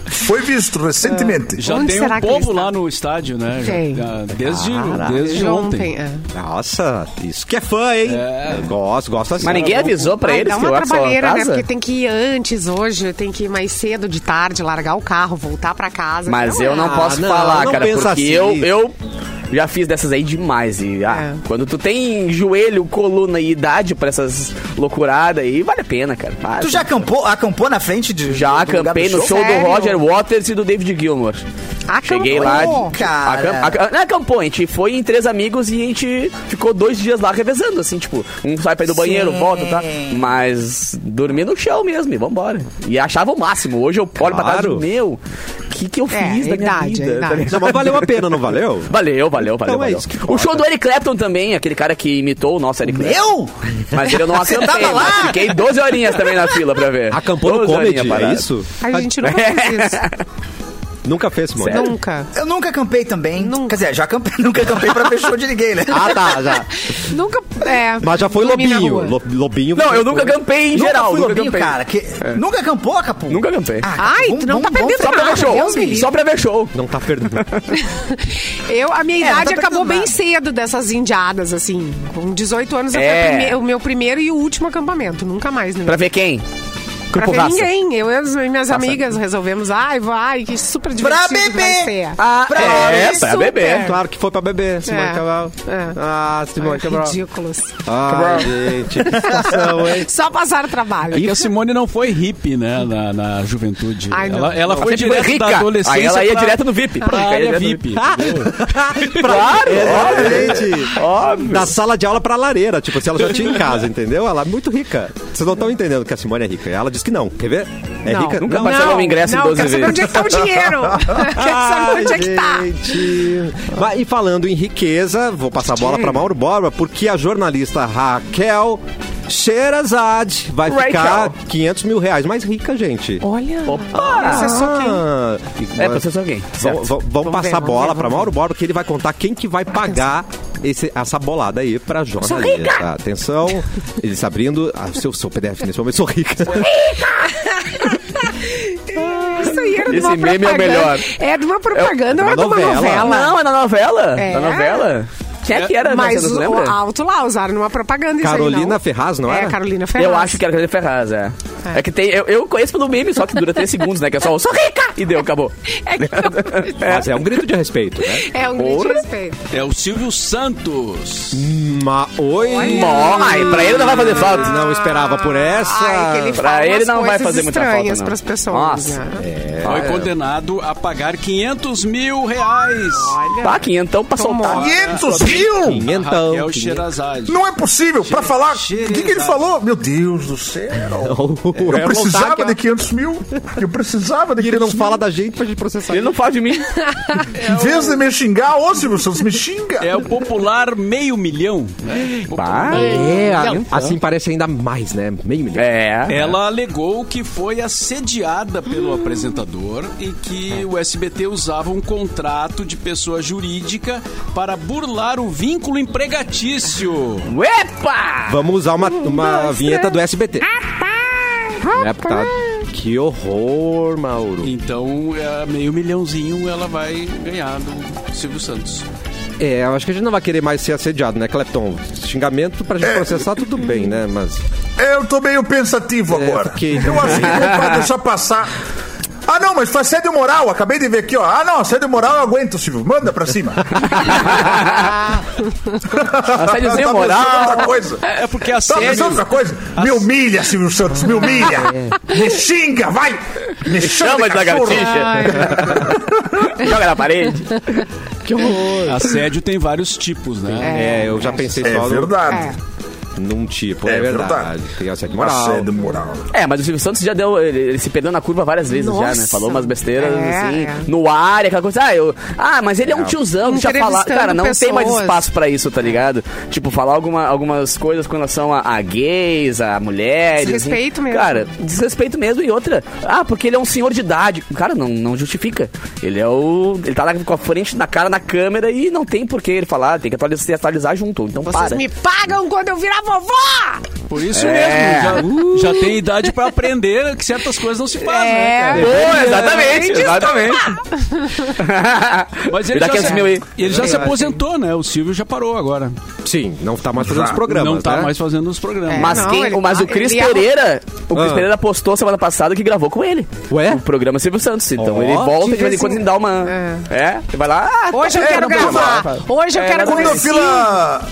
[SPEAKER 6] foi visto recentemente.
[SPEAKER 5] Já
[SPEAKER 2] Onde
[SPEAKER 5] tem
[SPEAKER 2] será
[SPEAKER 5] um
[SPEAKER 2] que ele
[SPEAKER 5] povo
[SPEAKER 2] está?
[SPEAKER 5] lá no estádio, né? Já-
[SPEAKER 2] Tem.
[SPEAKER 5] já- Desde, desde
[SPEAKER 2] De
[SPEAKER 5] ontem.
[SPEAKER 2] ontem. é.
[SPEAKER 1] Nossa, isso que é fã, hein?
[SPEAKER 5] É.
[SPEAKER 1] Eu Gosto, gosto assim.
[SPEAKER 3] Mas ninguém
[SPEAKER 2] é
[SPEAKER 1] Eu vou-
[SPEAKER 3] avisou pra
[SPEAKER 2] Ai,
[SPEAKER 3] eles
[SPEAKER 2] Ah, dá
[SPEAKER 3] que
[SPEAKER 2] uma
[SPEAKER 3] o Axel
[SPEAKER 2] trabalheira, né?
[SPEAKER 3] atrasa?
[SPEAKER 2] Porque tem que ir antes hoje, tem que ir mais cedo de tarde, largar o carro, voltar pra casa.
[SPEAKER 3] Mas eu não
[SPEAKER 2] é.
[SPEAKER 3] posso
[SPEAKER 1] não,
[SPEAKER 3] falar,
[SPEAKER 1] não
[SPEAKER 3] cara,
[SPEAKER 1] pensa
[SPEAKER 3] porque
[SPEAKER 1] assim.
[SPEAKER 3] eu, eu já fiz dessas aí demais. E ah,
[SPEAKER 2] É.
[SPEAKER 3] quando tu tem joelho, coluna e idade pra essas loucuradas aí, vale a pena, cara. Vale.
[SPEAKER 4] Tu já acampou, acampou na frente de.
[SPEAKER 3] Já
[SPEAKER 4] do lugar
[SPEAKER 3] acampei
[SPEAKER 4] do
[SPEAKER 3] no show do
[SPEAKER 2] Sério?
[SPEAKER 3] Roger Waters e do David Gilmour.
[SPEAKER 2] Acampou,
[SPEAKER 3] Cheguei lá.
[SPEAKER 4] cara.
[SPEAKER 3] acam- acam- não acampou, a gente foi em três amigos e a gente ficou dois dias lá revezando, assim, tipo, um sai pra ir do banheiro, volta, tá? Mas dormi no chão mesmo e vambora. E achava o máximo. Hoje eu olho pra trás e
[SPEAKER 1] Claro.
[SPEAKER 3] digo, meu, o que, que eu
[SPEAKER 2] É,
[SPEAKER 3] fiz da minha
[SPEAKER 2] idade, é
[SPEAKER 3] vida? tá
[SPEAKER 2] idade.
[SPEAKER 1] Não, mas valeu a pena, não
[SPEAKER 2] [LAUGHS]
[SPEAKER 1] valeu?
[SPEAKER 3] [LAUGHS] Valeu, valeu, valeu.
[SPEAKER 1] Então é
[SPEAKER 3] valeu.
[SPEAKER 1] isso que
[SPEAKER 3] o
[SPEAKER 1] importa.
[SPEAKER 3] show do Eric Clapton também, aquele cara que imitou o nosso Eric Clapton.
[SPEAKER 4] Eu?
[SPEAKER 3] Mas ele eu não
[SPEAKER 4] Você
[SPEAKER 3] acertei,
[SPEAKER 4] tava lá?
[SPEAKER 3] mas fiquei 12 horinhas também na fila pra ver.
[SPEAKER 1] Acampou no
[SPEAKER 3] 12 horinhas
[SPEAKER 1] comedy, é
[SPEAKER 3] parado.
[SPEAKER 1] isso?
[SPEAKER 2] A gente nunca fez isso.
[SPEAKER 3] [LAUGHS]
[SPEAKER 1] Nunca fez, Simone.
[SPEAKER 3] Sério?
[SPEAKER 2] Nunca.
[SPEAKER 4] Eu nunca acampei também.
[SPEAKER 2] Nunca.
[SPEAKER 4] Quer dizer, já acampei, [LAUGHS] nunca acampei pra ver show de ninguém, né?
[SPEAKER 1] Ah, tá, já.
[SPEAKER 2] Nunca. É,
[SPEAKER 1] Mas já foi
[SPEAKER 2] dormi na
[SPEAKER 1] Lobinho.
[SPEAKER 2] rua.
[SPEAKER 1] Lo- Lobinho.
[SPEAKER 3] [LAUGHS] Não, eu nunca acampei em
[SPEAKER 4] Nunca
[SPEAKER 3] geral.
[SPEAKER 4] fui
[SPEAKER 3] nunca
[SPEAKER 4] lobinho,
[SPEAKER 3] acampei. É.
[SPEAKER 4] cara. que- Nunca acampou, Ah, Capu?
[SPEAKER 3] Nunca acampei.
[SPEAKER 2] Ai, tu não tá perdendo
[SPEAKER 3] Só pra ver
[SPEAKER 4] um
[SPEAKER 2] nada,
[SPEAKER 3] show.
[SPEAKER 2] Deus me livre.
[SPEAKER 3] Só pra ver show.
[SPEAKER 1] Não tá perdendo.
[SPEAKER 2] Eu, a minha
[SPEAKER 4] É, não tá
[SPEAKER 2] idade acabou
[SPEAKER 4] perdendo
[SPEAKER 2] bem
[SPEAKER 4] nada.
[SPEAKER 2] cedo dessas indiadas, assim. Com 18 anos eu
[SPEAKER 3] É.
[SPEAKER 2] fui a prime- o meu primeiro e o último acampamento. Nunca mais, né?
[SPEAKER 3] Pra ver quem?
[SPEAKER 2] Pra
[SPEAKER 3] Grupo
[SPEAKER 2] ver
[SPEAKER 3] Raça.
[SPEAKER 2] ninguém. Eu e as minhas amigas resolvemos. Ai, vai, que super
[SPEAKER 4] Pra
[SPEAKER 2] divertido que vai
[SPEAKER 4] beber!
[SPEAKER 2] ser.
[SPEAKER 4] Ah, pra
[SPEAKER 3] [LAUGHS] É,
[SPEAKER 4] beber.
[SPEAKER 3] pra
[SPEAKER 2] super.
[SPEAKER 3] beber.
[SPEAKER 1] Claro que foi pra beber, Simone
[SPEAKER 2] É.
[SPEAKER 1] Cabral.
[SPEAKER 2] É.
[SPEAKER 1] Ah, Simone
[SPEAKER 2] Ai,
[SPEAKER 1] Cabral.
[SPEAKER 2] ridículos.
[SPEAKER 1] Ah, gente, que situação,
[SPEAKER 3] [LAUGHS]
[SPEAKER 1] hein?
[SPEAKER 2] Só passaram trabalho.
[SPEAKER 5] É que a Simone não foi hippie, né, na, na juventude.
[SPEAKER 2] Ai, não.
[SPEAKER 5] ela ela
[SPEAKER 3] Ela
[SPEAKER 5] foi
[SPEAKER 3] sempre foi
[SPEAKER 5] direto da
[SPEAKER 3] rica.
[SPEAKER 5] adolescência
[SPEAKER 3] tipo Aí ela ia
[SPEAKER 5] pra,
[SPEAKER 3] direto no VIP. Ela
[SPEAKER 5] pra
[SPEAKER 3] ia
[SPEAKER 5] área
[SPEAKER 3] direto no
[SPEAKER 5] VIP. entendeu?
[SPEAKER 3] Claro, óbvio.
[SPEAKER 1] Gente,
[SPEAKER 3] Óbvio.
[SPEAKER 1] da sala de aula pra lareira, tipo, se ela já tinha em casa, entendeu? Ela é muito rica. Vocês não estão entendendo que a Simone é rica. Ela disse que não. Quer ver? É
[SPEAKER 2] não,
[SPEAKER 1] rica?
[SPEAKER 3] nunca
[SPEAKER 1] não.
[SPEAKER 3] parcelou
[SPEAKER 2] não,
[SPEAKER 3] o ingresso em
[SPEAKER 2] não,
[SPEAKER 3] 12
[SPEAKER 2] quero saber
[SPEAKER 3] vezes.
[SPEAKER 2] onde é que tá o
[SPEAKER 3] [LAUGHS]
[SPEAKER 2] dinheiro. quero saber onde é que tá.
[SPEAKER 1] Ah, gente. Mas, e falando em riqueza, vou passar a bola para Mauro Borba, porque a jornalista Raquel Sherazade vai
[SPEAKER 3] Raquel.
[SPEAKER 1] ficar 500 mil reais mais rica, gente.
[SPEAKER 2] Olha,
[SPEAKER 3] Opa.
[SPEAKER 2] processou quem?
[SPEAKER 1] Ah,
[SPEAKER 3] É, processou alguém.
[SPEAKER 1] Vamos,
[SPEAKER 3] Certo.
[SPEAKER 1] vamos- vamos
[SPEAKER 2] Vamos ver,
[SPEAKER 1] passar a
[SPEAKER 2] vamos ver,
[SPEAKER 1] bola
[SPEAKER 2] vamos
[SPEAKER 1] para
[SPEAKER 2] ver.
[SPEAKER 1] Mauro Borba, que ele vai contar quem que vai pagar esse- essa bolada aí para jornalista. Atenção, ele está abrindo ah, seu, seu PDF nesse momento. Sou rica.
[SPEAKER 2] Isso aí era de uma
[SPEAKER 3] Esse meme é o
[SPEAKER 2] propaganda.
[SPEAKER 3] melhor.
[SPEAKER 2] É de uma propaganda ou
[SPEAKER 1] É
[SPEAKER 2] é
[SPEAKER 1] uma
[SPEAKER 2] de uma
[SPEAKER 1] novela.
[SPEAKER 2] novela?
[SPEAKER 3] Não, é na novela.
[SPEAKER 2] É.
[SPEAKER 3] Na novela. Quem é que era?
[SPEAKER 2] Mas
[SPEAKER 3] Marcelo, tu
[SPEAKER 2] o,
[SPEAKER 3] lembra?
[SPEAKER 2] o alto lá usaram numa propaganda isso aí,
[SPEAKER 1] Carolina
[SPEAKER 2] não?
[SPEAKER 1] Ferraz, não
[SPEAKER 2] é?
[SPEAKER 1] era?
[SPEAKER 2] Carolina Ferraz.
[SPEAKER 3] Eu acho que era Carolina Ferraz, é. É, que tem. Eu, eu conheço pelo meme, só que dura [LAUGHS] 3 segundos, né? Que é só o sou rica! E deu, acabou.
[SPEAKER 2] É, que-
[SPEAKER 3] [LAUGHS]
[SPEAKER 1] Mas é um grito de respeito, né?
[SPEAKER 2] é um grande
[SPEAKER 3] Porra.
[SPEAKER 2] respeito.
[SPEAKER 5] É o Silvio Santos.
[SPEAKER 1] Ma Oi!
[SPEAKER 3] Mó, ai, É. pra ele não vai fazer falta.
[SPEAKER 1] Não esperava por essa.
[SPEAKER 2] Ai, É que ele
[SPEAKER 3] Ah, Pra
[SPEAKER 2] fala
[SPEAKER 3] ele
[SPEAKER 2] umas
[SPEAKER 3] não vai
[SPEAKER 2] coisas
[SPEAKER 3] fazer muita
[SPEAKER 2] estranhas
[SPEAKER 3] falta, não.
[SPEAKER 2] pras pessoas,
[SPEAKER 3] Nossa. é,
[SPEAKER 2] né?
[SPEAKER 5] Foi condenado a pagar 500 mil reais.
[SPEAKER 3] Tá, quinhentão pra
[SPEAKER 5] Ah,
[SPEAKER 3] soltar.
[SPEAKER 6] 500 mil?
[SPEAKER 1] Quinhentão.
[SPEAKER 5] Raquel Sherazade.
[SPEAKER 6] Não é possível. Pra falar. O que, que ele falou? Meu Deus do céu.
[SPEAKER 1] Eu
[SPEAKER 6] Eu precisava de 500 mil. Eu precisava de 500
[SPEAKER 1] Ele não
[SPEAKER 6] mil.
[SPEAKER 1] fala da gente pra gente processar.
[SPEAKER 3] Ele não fala de mim.
[SPEAKER 6] Em vez de me xingar, ô Silvio Santos, me xinga.
[SPEAKER 5] É o popular meio milhão. né?
[SPEAKER 3] Bah,
[SPEAKER 1] É, a-
[SPEAKER 3] Então.
[SPEAKER 1] assim parece ainda mais, né? Meio milhão.
[SPEAKER 3] É.
[SPEAKER 5] Ela alegou que foi assediada pelo apresentador e que o SBT usava um contrato de pessoa jurídica para burlar o vínculo empregatício.
[SPEAKER 3] Epa!
[SPEAKER 1] Vamos usar uma, uma vinheta do SBT. Né, porque tá- Que horror, Mauro.
[SPEAKER 5] Então, é, meio milhãozinho ela vai ganhar do Silvio Santos.
[SPEAKER 1] É, eu acho que a gente não vai querer mais ser assediado, né, Clepton? Xingamento pra gente processar, tudo bem, né? Mas.
[SPEAKER 3] É,
[SPEAKER 6] Eu tô meio pensativo agora.
[SPEAKER 1] porque-
[SPEAKER 6] Eu acho que não vai deixar passar. Ah, não, mas tu assédio moral, acabei de ver aqui, ó. Ah, não, assédio moral eu aguento, Silvio. Manda
[SPEAKER 3] [LAUGHS]
[SPEAKER 6] pra cima.
[SPEAKER 3] Assédiozinho
[SPEAKER 6] Tá pensando
[SPEAKER 3] moral.
[SPEAKER 6] outra coisa.
[SPEAKER 5] É porque
[SPEAKER 6] Tá
[SPEAKER 5] assédio.
[SPEAKER 6] pensando outra coisa? Me humilha, Silvio Santos,
[SPEAKER 3] [LAUGHS]
[SPEAKER 6] me humilha. Me xinga, vai. Me
[SPEAKER 3] É. Chama
[SPEAKER 6] chama
[SPEAKER 3] de
[SPEAKER 6] de cachorro.
[SPEAKER 3] lagartixa. Joga na parede.
[SPEAKER 5] Assédio tem vários tipos, né?
[SPEAKER 1] É, eu já pensei
[SPEAKER 6] É
[SPEAKER 1] só no,
[SPEAKER 6] verdade.
[SPEAKER 1] num tipo. É,
[SPEAKER 6] É
[SPEAKER 1] verdade.
[SPEAKER 6] verdade.
[SPEAKER 1] Tem assédio moral.
[SPEAKER 6] Assédio moral.
[SPEAKER 3] É, mas o Silvio Santos já deu. Ele, ele se perdeu na curva várias vezes já, né?
[SPEAKER 2] Nossa.
[SPEAKER 3] Falou umas besteiras,
[SPEAKER 2] É,
[SPEAKER 3] assim,
[SPEAKER 2] é.
[SPEAKER 3] no ar, e aquela coisa. Ah, eu, ah mas ele é um tiozão, deixa eu falar.
[SPEAKER 2] Entrevistando
[SPEAKER 3] Cara, não tem mais
[SPEAKER 2] pessoas.
[SPEAKER 3] espaço pra isso, tá ligado? Tipo, falar alguma, algumas coisas com relação a, a gays, a mulheres.
[SPEAKER 2] Desrespeito
[SPEAKER 3] assim.
[SPEAKER 2] mesmo.
[SPEAKER 3] Cara, desrespeito mesmo. E outra, ah, porque ele é um senhor de idade. Cara, não, não justifica. Ele é o. Ele tá lá com a frente na cara na câmera e não tem por que ele falar, tem que atualizar, se atualizar junto. Então
[SPEAKER 2] Vocês
[SPEAKER 3] para.
[SPEAKER 2] me pagam quando eu virar vovó!
[SPEAKER 5] Por isso
[SPEAKER 3] É.
[SPEAKER 5] mesmo, já, já tem idade pra aprender que certas coisas não se fazem, né, cara?
[SPEAKER 3] Pô, exatamente, exatamente.
[SPEAKER 5] Mas
[SPEAKER 3] Me
[SPEAKER 5] ele
[SPEAKER 3] dá
[SPEAKER 5] já,
[SPEAKER 3] 500 mil aí.
[SPEAKER 5] se, ele já se aposentou, né? O Silvio já parou agora.
[SPEAKER 1] Sim, não tá mais fazendo os programas,
[SPEAKER 5] não tá
[SPEAKER 1] né?
[SPEAKER 5] mais fazendo os programas.
[SPEAKER 2] É,
[SPEAKER 3] Mas,
[SPEAKER 2] não,
[SPEAKER 3] quem-
[SPEAKER 2] ele-
[SPEAKER 3] mas o
[SPEAKER 2] ele
[SPEAKER 3] Cris
[SPEAKER 2] ia-
[SPEAKER 3] Pereira, o Cris
[SPEAKER 1] Ah.
[SPEAKER 3] Pereira postou semana passada que gravou com ele.
[SPEAKER 1] Ué?
[SPEAKER 3] O programa Silvio Santos. Então
[SPEAKER 1] Ó,
[SPEAKER 3] ele volta de vez em
[SPEAKER 1] tive
[SPEAKER 3] quando e dá uma. É, ele vai lá. ah,
[SPEAKER 2] Hoje eu
[SPEAKER 3] é,
[SPEAKER 2] quero
[SPEAKER 3] não precisa
[SPEAKER 2] gravar.
[SPEAKER 3] mais.
[SPEAKER 2] Hoje eu
[SPEAKER 3] É,
[SPEAKER 2] quero
[SPEAKER 3] não
[SPEAKER 6] Quando a
[SPEAKER 2] conhecer.
[SPEAKER 6] fila.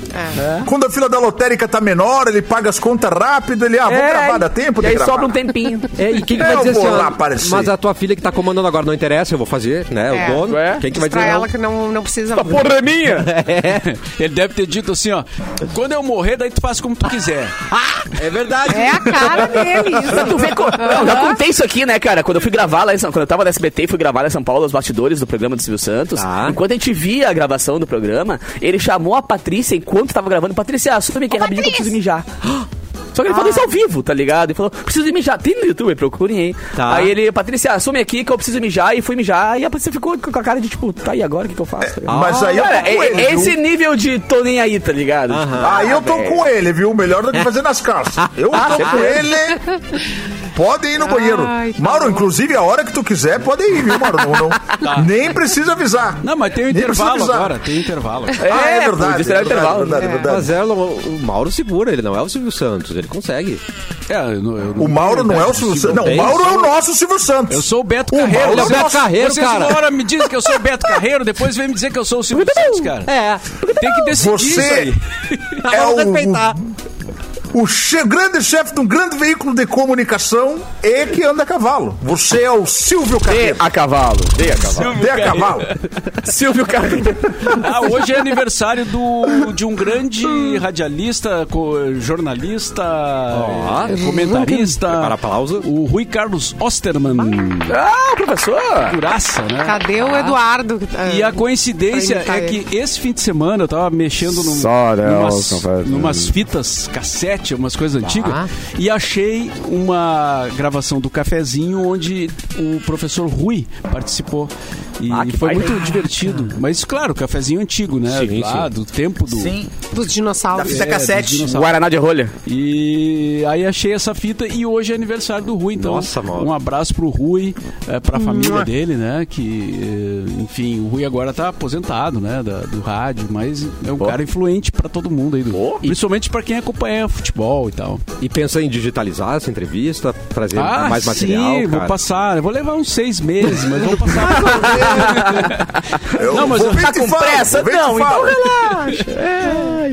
[SPEAKER 3] É.
[SPEAKER 6] Quando a fila da lotérica tá menor, ele paga as contas rápido, ele, ah, vou
[SPEAKER 3] É,
[SPEAKER 6] gravar, dá tempo
[SPEAKER 3] E
[SPEAKER 6] de
[SPEAKER 3] aí
[SPEAKER 6] gravar.
[SPEAKER 3] sobra um tempinho.
[SPEAKER 1] É, e quem que vai
[SPEAKER 6] Eu
[SPEAKER 1] dizer assim,
[SPEAKER 6] vou lá
[SPEAKER 1] ó,
[SPEAKER 6] aparecer.
[SPEAKER 1] mas a tua filha que tá comandando agora não interessa, eu vou fazer, né?
[SPEAKER 2] É.
[SPEAKER 1] O dono.
[SPEAKER 3] É.
[SPEAKER 1] Quem que vai
[SPEAKER 2] Diz pra
[SPEAKER 1] dizer
[SPEAKER 2] ela
[SPEAKER 1] não?
[SPEAKER 2] que não, não precisa.
[SPEAKER 3] Porra é minha!
[SPEAKER 5] Né? [LAUGHS] Ele deve ter dito assim, ó. Quando eu morrer, daí tu faz como tu quiser.
[SPEAKER 1] É verdade.
[SPEAKER 2] É a cara
[SPEAKER 3] [LAUGHS]
[SPEAKER 2] dele,
[SPEAKER 3] Pra tu
[SPEAKER 2] isso.
[SPEAKER 3] ver co- Não, já contei isso aqui, né, cara? Quando eu fui gravar lá em São Quando eu tava na SBT e fui gravar lá em São Paulo os bastidores do programa do Silvio Santos,
[SPEAKER 1] Tá.
[SPEAKER 3] enquanto a gente via a gravação do programa, ele chamou a Patrícia enquanto tava gravando. Patrícia, assume aqui rapidinho que eu preciso mijar. [GASPS] Só que ele falou isso ao vivo, tá ligado? Ele falou, preciso mijar. Tem no YouTube, procurem aí.
[SPEAKER 1] Tá.
[SPEAKER 3] Aí ele, Patrícia, assume aqui que eu preciso mijar. E fui mijar. E a Patrícia ficou com a cara de tipo, tá, e agora o que, que eu faço?
[SPEAKER 6] Mas aí eu tô
[SPEAKER 3] Cara,
[SPEAKER 6] com
[SPEAKER 3] é,
[SPEAKER 6] ele.
[SPEAKER 3] é
[SPEAKER 6] viu?
[SPEAKER 3] esse nível de tô nem aí, tá ligado? Tipo,
[SPEAKER 6] Ah, Aí eu tô
[SPEAKER 3] velho.
[SPEAKER 6] com ele, viu? Melhor do que fazer nas calças. Eu tô com ele. Pode ir no banheiro.
[SPEAKER 2] Ai, tá
[SPEAKER 6] Mauro,
[SPEAKER 2] bom.
[SPEAKER 6] inclusive, a hora que tu quiser, pode ir, viu, Mauro? Não, não- Nem precisa avisar.
[SPEAKER 5] Não, mas tem um
[SPEAKER 6] Nem precisa
[SPEAKER 5] intervalo
[SPEAKER 6] avisar.
[SPEAKER 5] agora. Tem um intervalo. né?
[SPEAKER 3] É,
[SPEAKER 6] Ah, é,
[SPEAKER 3] pô,
[SPEAKER 6] verdade.
[SPEAKER 3] isso é
[SPEAKER 6] verdade,
[SPEAKER 3] intervalo.
[SPEAKER 6] verdade, verdade.
[SPEAKER 1] Mas é, o o Mauro segura, ele não é o Silvio Santos, ele consegue.
[SPEAKER 5] É, eu não- eu
[SPEAKER 6] O Mauro não é o Silvio Santos. Não, o
[SPEAKER 1] bem,
[SPEAKER 6] Mauro é o nosso Silvio Santos.
[SPEAKER 5] Eu sou o Beto
[SPEAKER 6] O
[SPEAKER 5] Carreiro.
[SPEAKER 6] Mauro é o
[SPEAKER 5] Vocês-
[SPEAKER 6] Beto
[SPEAKER 1] Carreiro,
[SPEAKER 5] vocês
[SPEAKER 1] cara.
[SPEAKER 5] uma hora me dizem que eu sou o Beto Carreiro, depois vem me dizer que eu sou o Silvio Santos, cara.
[SPEAKER 1] É.
[SPEAKER 5] Tem que decidir
[SPEAKER 6] Você-
[SPEAKER 5] isso aí.
[SPEAKER 6] É
[SPEAKER 1] Vamos
[SPEAKER 6] o-
[SPEAKER 1] respeitar.
[SPEAKER 6] O che- grande chefe de um grande veículo de comunicação é que anda a cavalo. Você é o Silvio
[SPEAKER 3] Dê
[SPEAKER 6] Carreiro.
[SPEAKER 3] a cavalo. Dê a cavalo.
[SPEAKER 6] De a cavalo.
[SPEAKER 3] Silvio Carreiro.
[SPEAKER 5] Ah, hoje é aniversário do, de um grande radialista, co- jornalista, eh, comentarista.
[SPEAKER 1] Prepara a pausa.
[SPEAKER 5] O Rui Carlos Osterman.
[SPEAKER 3] Ah, professor!
[SPEAKER 5] Curaça, né?
[SPEAKER 2] Cadê o Eduardo?
[SPEAKER 5] E a
[SPEAKER 2] Ah, Pra
[SPEAKER 5] coincidência
[SPEAKER 2] imitar
[SPEAKER 5] é
[SPEAKER 2] ele.
[SPEAKER 5] que esse fim de semana eu tava mexendo num,
[SPEAKER 3] Só Deus
[SPEAKER 5] numas,
[SPEAKER 3] não faz- né?
[SPEAKER 5] numas fitas cassete, umas coisas antigas, e achei uma gravação do cafezinho onde o professor Rui participou. E
[SPEAKER 3] Ah, que
[SPEAKER 5] foi
[SPEAKER 3] baita.
[SPEAKER 5] muito divertido. Mas, claro, o cafezinho antigo, né?
[SPEAKER 1] Sim,
[SPEAKER 5] Lá
[SPEAKER 1] sim.
[SPEAKER 5] do tempo do. é,
[SPEAKER 4] Sim,
[SPEAKER 2] Dos
[SPEAKER 4] da
[SPEAKER 2] dinossauros.
[SPEAKER 4] fita
[SPEAKER 5] dos
[SPEAKER 4] cassete.
[SPEAKER 5] dinossauros.
[SPEAKER 3] Guaraná de rolha.
[SPEAKER 5] E aí achei essa fita e hoje é aniversário do Rui, então
[SPEAKER 1] Nossa, Mauro.
[SPEAKER 5] um abraço pro Rui, é, pra família dele, né, que eh, enfim, o Rui agora tá aposentado, né, da- do rádio, mas é um cara influente pra todo mundo aí, do, principalmente pra quem acompanha futebol e tal.
[SPEAKER 1] E pensa em digitalizar essa entrevista, trazer mais material.
[SPEAKER 5] Ah, sim, vou
[SPEAKER 1] cara.
[SPEAKER 5] passar, eu vou levar uns seis meses, mas vou passar.
[SPEAKER 6] Eu
[SPEAKER 5] Não, mas
[SPEAKER 6] vou
[SPEAKER 5] eu-
[SPEAKER 6] ver
[SPEAKER 3] Tá
[SPEAKER 6] te
[SPEAKER 3] com
[SPEAKER 6] falo,
[SPEAKER 3] pressa?
[SPEAKER 6] vou ver te
[SPEAKER 3] Não, então
[SPEAKER 6] falo.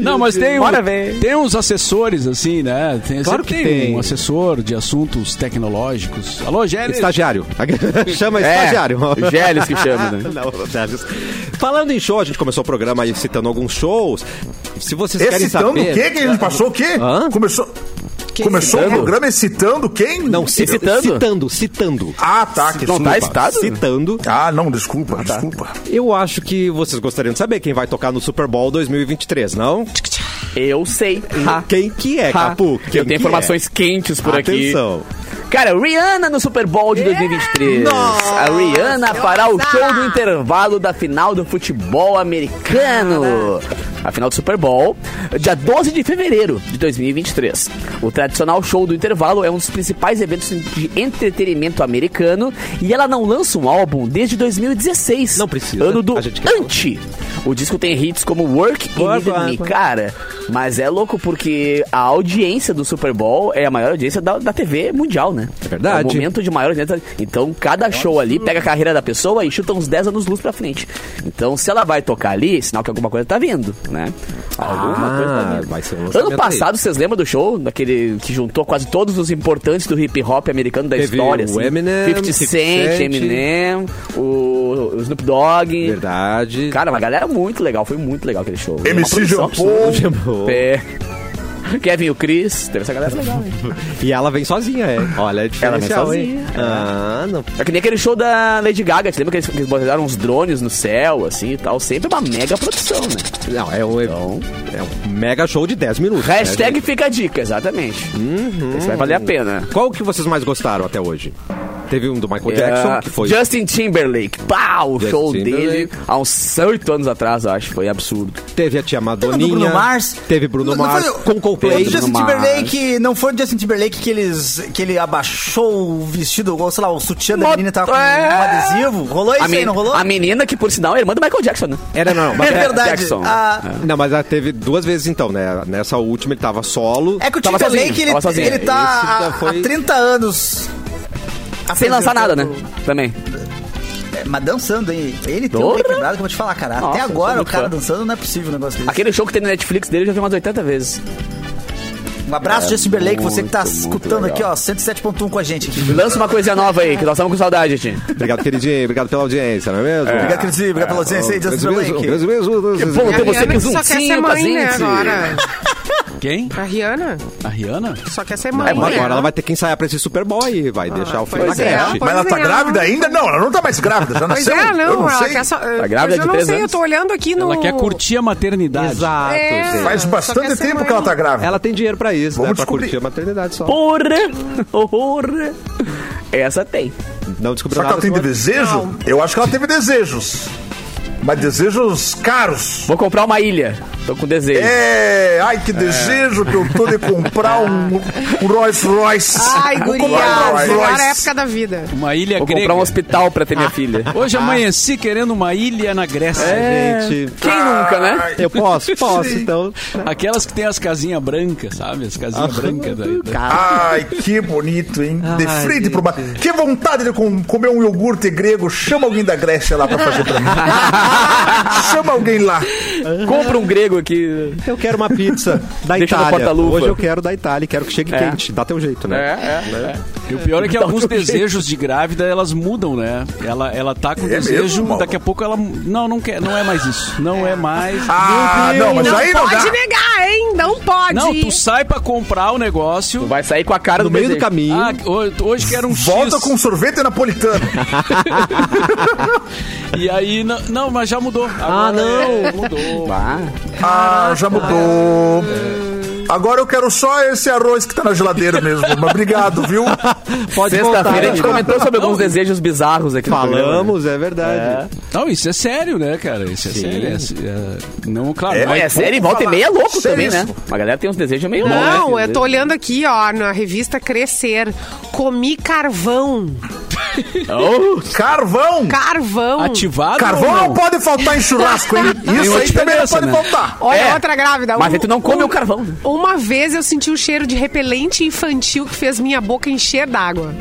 [SPEAKER 5] Não, mas tem, um-
[SPEAKER 3] Bora ver.
[SPEAKER 5] tem uns assessores, assim, né, tem,
[SPEAKER 1] Claro
[SPEAKER 5] sempre
[SPEAKER 1] que tem.
[SPEAKER 5] um assessor de assuntos tecnológicos. Alô, Gélis?
[SPEAKER 1] Estagiário. [LAUGHS] Chama
[SPEAKER 6] É,
[SPEAKER 1] É estagiário. [LAUGHS] Ah,
[SPEAKER 3] Gélis É, que chama, né?
[SPEAKER 1] Não, Sérgio. Falando em show, a gente começou o programa aí citando alguns shows. Se vocês querem
[SPEAKER 6] Excitando o
[SPEAKER 1] saber.
[SPEAKER 6] quê? Que a gente passou o quê?
[SPEAKER 1] Hã?
[SPEAKER 6] Começou. Começou o programa excitando quem?
[SPEAKER 1] Não, ci-
[SPEAKER 3] Excitando?
[SPEAKER 1] citando, citando.
[SPEAKER 6] Ah, tá. Que
[SPEAKER 3] Não tá
[SPEAKER 6] desculpa.
[SPEAKER 3] excitado?
[SPEAKER 1] Citando,
[SPEAKER 6] Ah, não, desculpa, desculpa.
[SPEAKER 1] eu acho que vocês gostariam de saber quem vai tocar no Super Bowl 2023, não?
[SPEAKER 3] Eu sei. Ha.
[SPEAKER 1] Quem que é,
[SPEAKER 3] Ha.
[SPEAKER 1] Capu? Quem
[SPEAKER 3] Eu tenho
[SPEAKER 1] que é?
[SPEAKER 3] informações quentes por
[SPEAKER 1] Atenção.
[SPEAKER 3] aqui. Cara, Rihanna no Super Bowl de 2023. a Rihanna fará o show do intervalo da final do futebol americano. A final do Super Bowl, dia 12 de fevereiro de 2023. O tradicional show do intervalo é um dos principais eventos de entretenimento americano e ela não lança um álbum desde 2016.
[SPEAKER 1] Não precisa.
[SPEAKER 3] Ano do
[SPEAKER 1] A gente quer-
[SPEAKER 3] Anti. O disco tem hits como Work e Needed Me. Cara, Mas é louco porque a audiência do Super Bowl é a maior audiência da, da TV mundial, né? É
[SPEAKER 1] verdade.
[SPEAKER 3] É o momento de maior audiência. Então, cada show ali pega a carreira da pessoa e chuta uns 10 anos luz pra frente. Então, se ela vai tocar ali, sinal que alguma coisa tá vindo, né? Alguma
[SPEAKER 1] Ah,
[SPEAKER 3] coisa tá vindo.
[SPEAKER 1] vai ser um
[SPEAKER 3] ano
[SPEAKER 1] lançamento
[SPEAKER 3] passado, vocês lembram do show? Daquele que juntou quase todos os importantes do hip hop americano da
[SPEAKER 1] Teve
[SPEAKER 3] história.
[SPEAKER 1] o Eminem,
[SPEAKER 3] 50 Cent,
[SPEAKER 1] 50 Cent.
[SPEAKER 3] Eminem, o, o Snoop Dogg.
[SPEAKER 1] Verdade. [LAUGHS]
[SPEAKER 3] Cara, uma galera muito legal, foi muito legal aquele show. Uma
[SPEAKER 6] MC
[SPEAKER 3] produção absurda.
[SPEAKER 6] Jean
[SPEAKER 1] Tipo,
[SPEAKER 3] É. Kevin e o Chris, teve essa galera legal, hein?
[SPEAKER 1] E ela vem sozinha, é. Olha, é
[SPEAKER 3] Ela vem
[SPEAKER 1] diferencial, hein?
[SPEAKER 3] sozinha,
[SPEAKER 1] Ah, não.
[SPEAKER 3] É que nem aquele show da Lady Gaga, te lembra que eles, que eles botaram uns drones no céu, assim e tal? Sempre uma mega produção, né?
[SPEAKER 1] Não, é um, é um mega show de 10 minutos. né,
[SPEAKER 3] Hashtag
[SPEAKER 1] gente?
[SPEAKER 3] fica a dica, exatamente.
[SPEAKER 1] Uhum.
[SPEAKER 3] Isso vai valer a pena.
[SPEAKER 1] Qual que vocês mais gostaram até hoje? Teve um do Michael Jackson,
[SPEAKER 3] É,
[SPEAKER 1] que foi...
[SPEAKER 3] Justin Timberlake. Pau, o
[SPEAKER 1] Justin
[SPEAKER 3] show dele
[SPEAKER 1] Timberlake.
[SPEAKER 3] há uns oito anos atrás, acho. Foi absurdo.
[SPEAKER 1] Teve a tia
[SPEAKER 4] Teve
[SPEAKER 1] Madoninha.
[SPEAKER 4] Bruno Mars.
[SPEAKER 1] Teve Bruno
[SPEAKER 4] Não- não
[SPEAKER 1] Mars
[SPEAKER 4] foi-
[SPEAKER 1] com Coldplay.
[SPEAKER 4] O Justin
[SPEAKER 3] Bruno Mars.
[SPEAKER 4] Timberlake, não foi o Justin Timberlake que, eles, que ele abaixou o vestido, ou sei lá, o sutiã da
[SPEAKER 3] Mo-
[SPEAKER 4] menina tava com
[SPEAKER 3] é.
[SPEAKER 4] um adesivo? Rolou isso
[SPEAKER 3] a,
[SPEAKER 4] aí,
[SPEAKER 3] men-
[SPEAKER 4] não rolou?
[SPEAKER 3] a menina que, por sinal, é irmã do Michael Jackson, né?
[SPEAKER 1] Era, não, não, mas
[SPEAKER 4] é verdade. Ah,
[SPEAKER 3] Jackson.
[SPEAKER 4] a-
[SPEAKER 1] Não, mas ela teve duas vezes então, né? Nessa última ele tava solo.
[SPEAKER 4] É que o
[SPEAKER 3] Tava
[SPEAKER 4] Timberlake,
[SPEAKER 3] sozinho,
[SPEAKER 4] ele,
[SPEAKER 3] tava sozinho.
[SPEAKER 4] ele
[SPEAKER 1] Esse já
[SPEAKER 4] tá há-
[SPEAKER 1] foi-
[SPEAKER 4] há 30 anos.
[SPEAKER 3] Sem lançar nada, né? Também.
[SPEAKER 4] É, Mas dançando, hein? Ele tem um
[SPEAKER 3] Porra!
[SPEAKER 4] peito dado que eu vou te falar, cara.
[SPEAKER 3] Nossa,
[SPEAKER 4] Até
[SPEAKER 3] eu sou
[SPEAKER 4] agora o
[SPEAKER 3] muito
[SPEAKER 4] cara
[SPEAKER 3] fã.
[SPEAKER 4] dançando não é possível um negócio desse.
[SPEAKER 3] Aquele show que tem no Netflix dele eu já vi umas 80 vezes.
[SPEAKER 4] Um abraço, Justin Timberlake, você que tá
[SPEAKER 3] É muito, muito
[SPEAKER 4] escutando
[SPEAKER 3] legal.
[SPEAKER 4] aqui, ó, 107.1 com a gente aqui.
[SPEAKER 3] Lança uma coisinha nova aí, que nós estamos com saudade, gente.
[SPEAKER 1] Obrigado, queridinho. Obrigado pela audiência, não é mesmo? Um
[SPEAKER 3] [LAUGHS]
[SPEAKER 4] Obrigado, Cris, obrigado pela audiência aí, Justin Timberlake.
[SPEAKER 3] Pô,
[SPEAKER 1] Timberlake.
[SPEAKER 3] tem
[SPEAKER 2] Rihanna
[SPEAKER 3] você que
[SPEAKER 2] que
[SPEAKER 3] usa um
[SPEAKER 2] só quer ser
[SPEAKER 3] cinto,
[SPEAKER 2] mãe, né,
[SPEAKER 3] assim,
[SPEAKER 2] agora.
[SPEAKER 5] Quem?
[SPEAKER 2] A Rihanna
[SPEAKER 5] A Rihanna?
[SPEAKER 2] só quer ser mãe, né?
[SPEAKER 1] Agora ela vai ter que ensaiar pra esse Superboy. Vai deixar o filho na
[SPEAKER 2] pois é,
[SPEAKER 1] creche.
[SPEAKER 2] pois
[SPEAKER 6] Mas ela tá
[SPEAKER 2] é.
[SPEAKER 6] grávida ainda? Não, ela não tá mais grávida, já
[SPEAKER 2] Pois
[SPEAKER 6] nasceu.
[SPEAKER 2] é,
[SPEAKER 6] um- Eu
[SPEAKER 2] não,
[SPEAKER 6] não
[SPEAKER 2] ela
[SPEAKER 6] sei.
[SPEAKER 2] quer só... Tá
[SPEAKER 3] grávida
[SPEAKER 2] eu
[SPEAKER 3] de
[SPEAKER 2] não
[SPEAKER 3] três
[SPEAKER 2] sei, eu
[SPEAKER 3] anos?
[SPEAKER 2] tô olhando aqui no...
[SPEAKER 5] Ela quer curtir a maternidade.
[SPEAKER 1] Exato,
[SPEAKER 2] É.
[SPEAKER 1] gente.
[SPEAKER 6] Faz
[SPEAKER 2] Só
[SPEAKER 6] bastante
[SPEAKER 2] quer ser
[SPEAKER 6] tempo
[SPEAKER 2] mãe.
[SPEAKER 6] que ela tá grávida.
[SPEAKER 1] Ela tem dinheiro pra isso,
[SPEAKER 6] Vamos
[SPEAKER 1] né? Pra
[SPEAKER 6] descobrir.
[SPEAKER 1] curtir a maternidade só.
[SPEAKER 3] Porra! Horror! Essa tem.
[SPEAKER 1] Não descobriu
[SPEAKER 6] Só
[SPEAKER 1] nada.
[SPEAKER 6] que ela tem
[SPEAKER 1] sobre-
[SPEAKER 6] desejo? Eu acho que ela teve desejos. Mas desejos caros.
[SPEAKER 3] Vou comprar uma ilha. Tô com desejo.
[SPEAKER 6] É, ai que desejo que eu tô de comprar um, um Rolls Royce.
[SPEAKER 2] Ai,
[SPEAKER 6] Vou
[SPEAKER 2] guria,
[SPEAKER 6] comprar um Rolls
[SPEAKER 2] melhor
[SPEAKER 6] Royce.
[SPEAKER 2] época da vida.
[SPEAKER 5] Uma ilha
[SPEAKER 3] Vou
[SPEAKER 5] grega.
[SPEAKER 3] comprar um hospital pra ter minha filha.
[SPEAKER 5] Hoje amanheci querendo uma ilha na Grécia.
[SPEAKER 1] É. Gente,
[SPEAKER 3] Quem nunca, né?
[SPEAKER 1] eu posso? Posso, então.
[SPEAKER 5] Aquelas que tem as casinhas brancas, sabe? As casinhas brancas. Da, da...
[SPEAKER 6] Ai, que bonito, hein? De frente pro mar. Que vontade de com- comer um iogurte grego. Chama alguém da Grécia lá pra fazer pra mim. Chama alguém lá.
[SPEAKER 3] Compra um grego aqui.
[SPEAKER 1] Eu quero uma pizza da
[SPEAKER 3] Deixa no
[SPEAKER 1] Itália.
[SPEAKER 3] porta-luva.
[SPEAKER 1] Hoje eu quero da Itália, quero que chegue
[SPEAKER 3] É.
[SPEAKER 1] quente. Dá teu jeito, né?
[SPEAKER 5] E o pior é que
[SPEAKER 3] Dá um
[SPEAKER 5] alguns
[SPEAKER 3] jeito.
[SPEAKER 5] desejos de grávida, elas mudam, né? Ela, ela tá com
[SPEAKER 6] É
[SPEAKER 5] desejo,
[SPEAKER 6] mesmo, Mauro?
[SPEAKER 5] daqui a pouco ela... Não, não, quer, não é mais isso. Não é mais...
[SPEAKER 6] Ah, não, mas
[SPEAKER 2] não
[SPEAKER 6] aí não
[SPEAKER 2] pode
[SPEAKER 6] dá.
[SPEAKER 2] negar, hein? Não pode.
[SPEAKER 5] Não, tu sai pra comprar o negócio...
[SPEAKER 3] Vai sair com a cara
[SPEAKER 1] No
[SPEAKER 3] do
[SPEAKER 1] meio do
[SPEAKER 3] desejo.
[SPEAKER 1] caminho.
[SPEAKER 5] Ah, hoje- hoje quero um
[SPEAKER 6] Volta
[SPEAKER 5] X.
[SPEAKER 6] com sorvete napolitano.
[SPEAKER 5] E aí... Não, não, mas já mudou. Agora
[SPEAKER 1] não.
[SPEAKER 5] é, Mudou.
[SPEAKER 6] Ah, já mudou. Agora eu quero só esse arroz que tá na geladeira mesmo. Mas obrigado, viu?
[SPEAKER 1] Pode
[SPEAKER 3] Sexta-feira a gente
[SPEAKER 1] voltar.
[SPEAKER 3] comentou sobre alguns desejos bizarros aqui no programa, né?
[SPEAKER 1] Falamos, é verdade.
[SPEAKER 5] Não, isso é sério, né, cara? Isso é sério. é- é- não, claro.
[SPEAKER 6] É,
[SPEAKER 5] não
[SPEAKER 3] É,
[SPEAKER 6] é
[SPEAKER 3] sério, e
[SPEAKER 6] Vamos
[SPEAKER 3] volta e
[SPEAKER 6] falar.
[SPEAKER 3] meia é louco também,
[SPEAKER 6] Sério
[SPEAKER 3] né?
[SPEAKER 6] isso.
[SPEAKER 3] A galera tem uns desejos meio loucos. né?
[SPEAKER 5] é,
[SPEAKER 2] Não, eu tô olhando aqui, ó, na revista Crescer. Comi carvão.
[SPEAKER 6] Carvão!
[SPEAKER 5] Hum, Ah,
[SPEAKER 2] Carvão.
[SPEAKER 5] Ativado
[SPEAKER 6] Carvão
[SPEAKER 5] ou
[SPEAKER 6] não pode faltar em churrasco, hein? Isso
[SPEAKER 5] uma
[SPEAKER 6] aí também não
[SPEAKER 5] diferença,
[SPEAKER 6] pode
[SPEAKER 5] né?
[SPEAKER 6] faltar.
[SPEAKER 2] Olha,
[SPEAKER 3] É,
[SPEAKER 2] outra grávida.
[SPEAKER 3] Mas
[SPEAKER 2] Um-
[SPEAKER 3] aí tu não come
[SPEAKER 2] um-
[SPEAKER 3] o carvão, né?
[SPEAKER 2] Uma vez eu senti o cheiro de repelente infantil que fez minha boca encher d'água.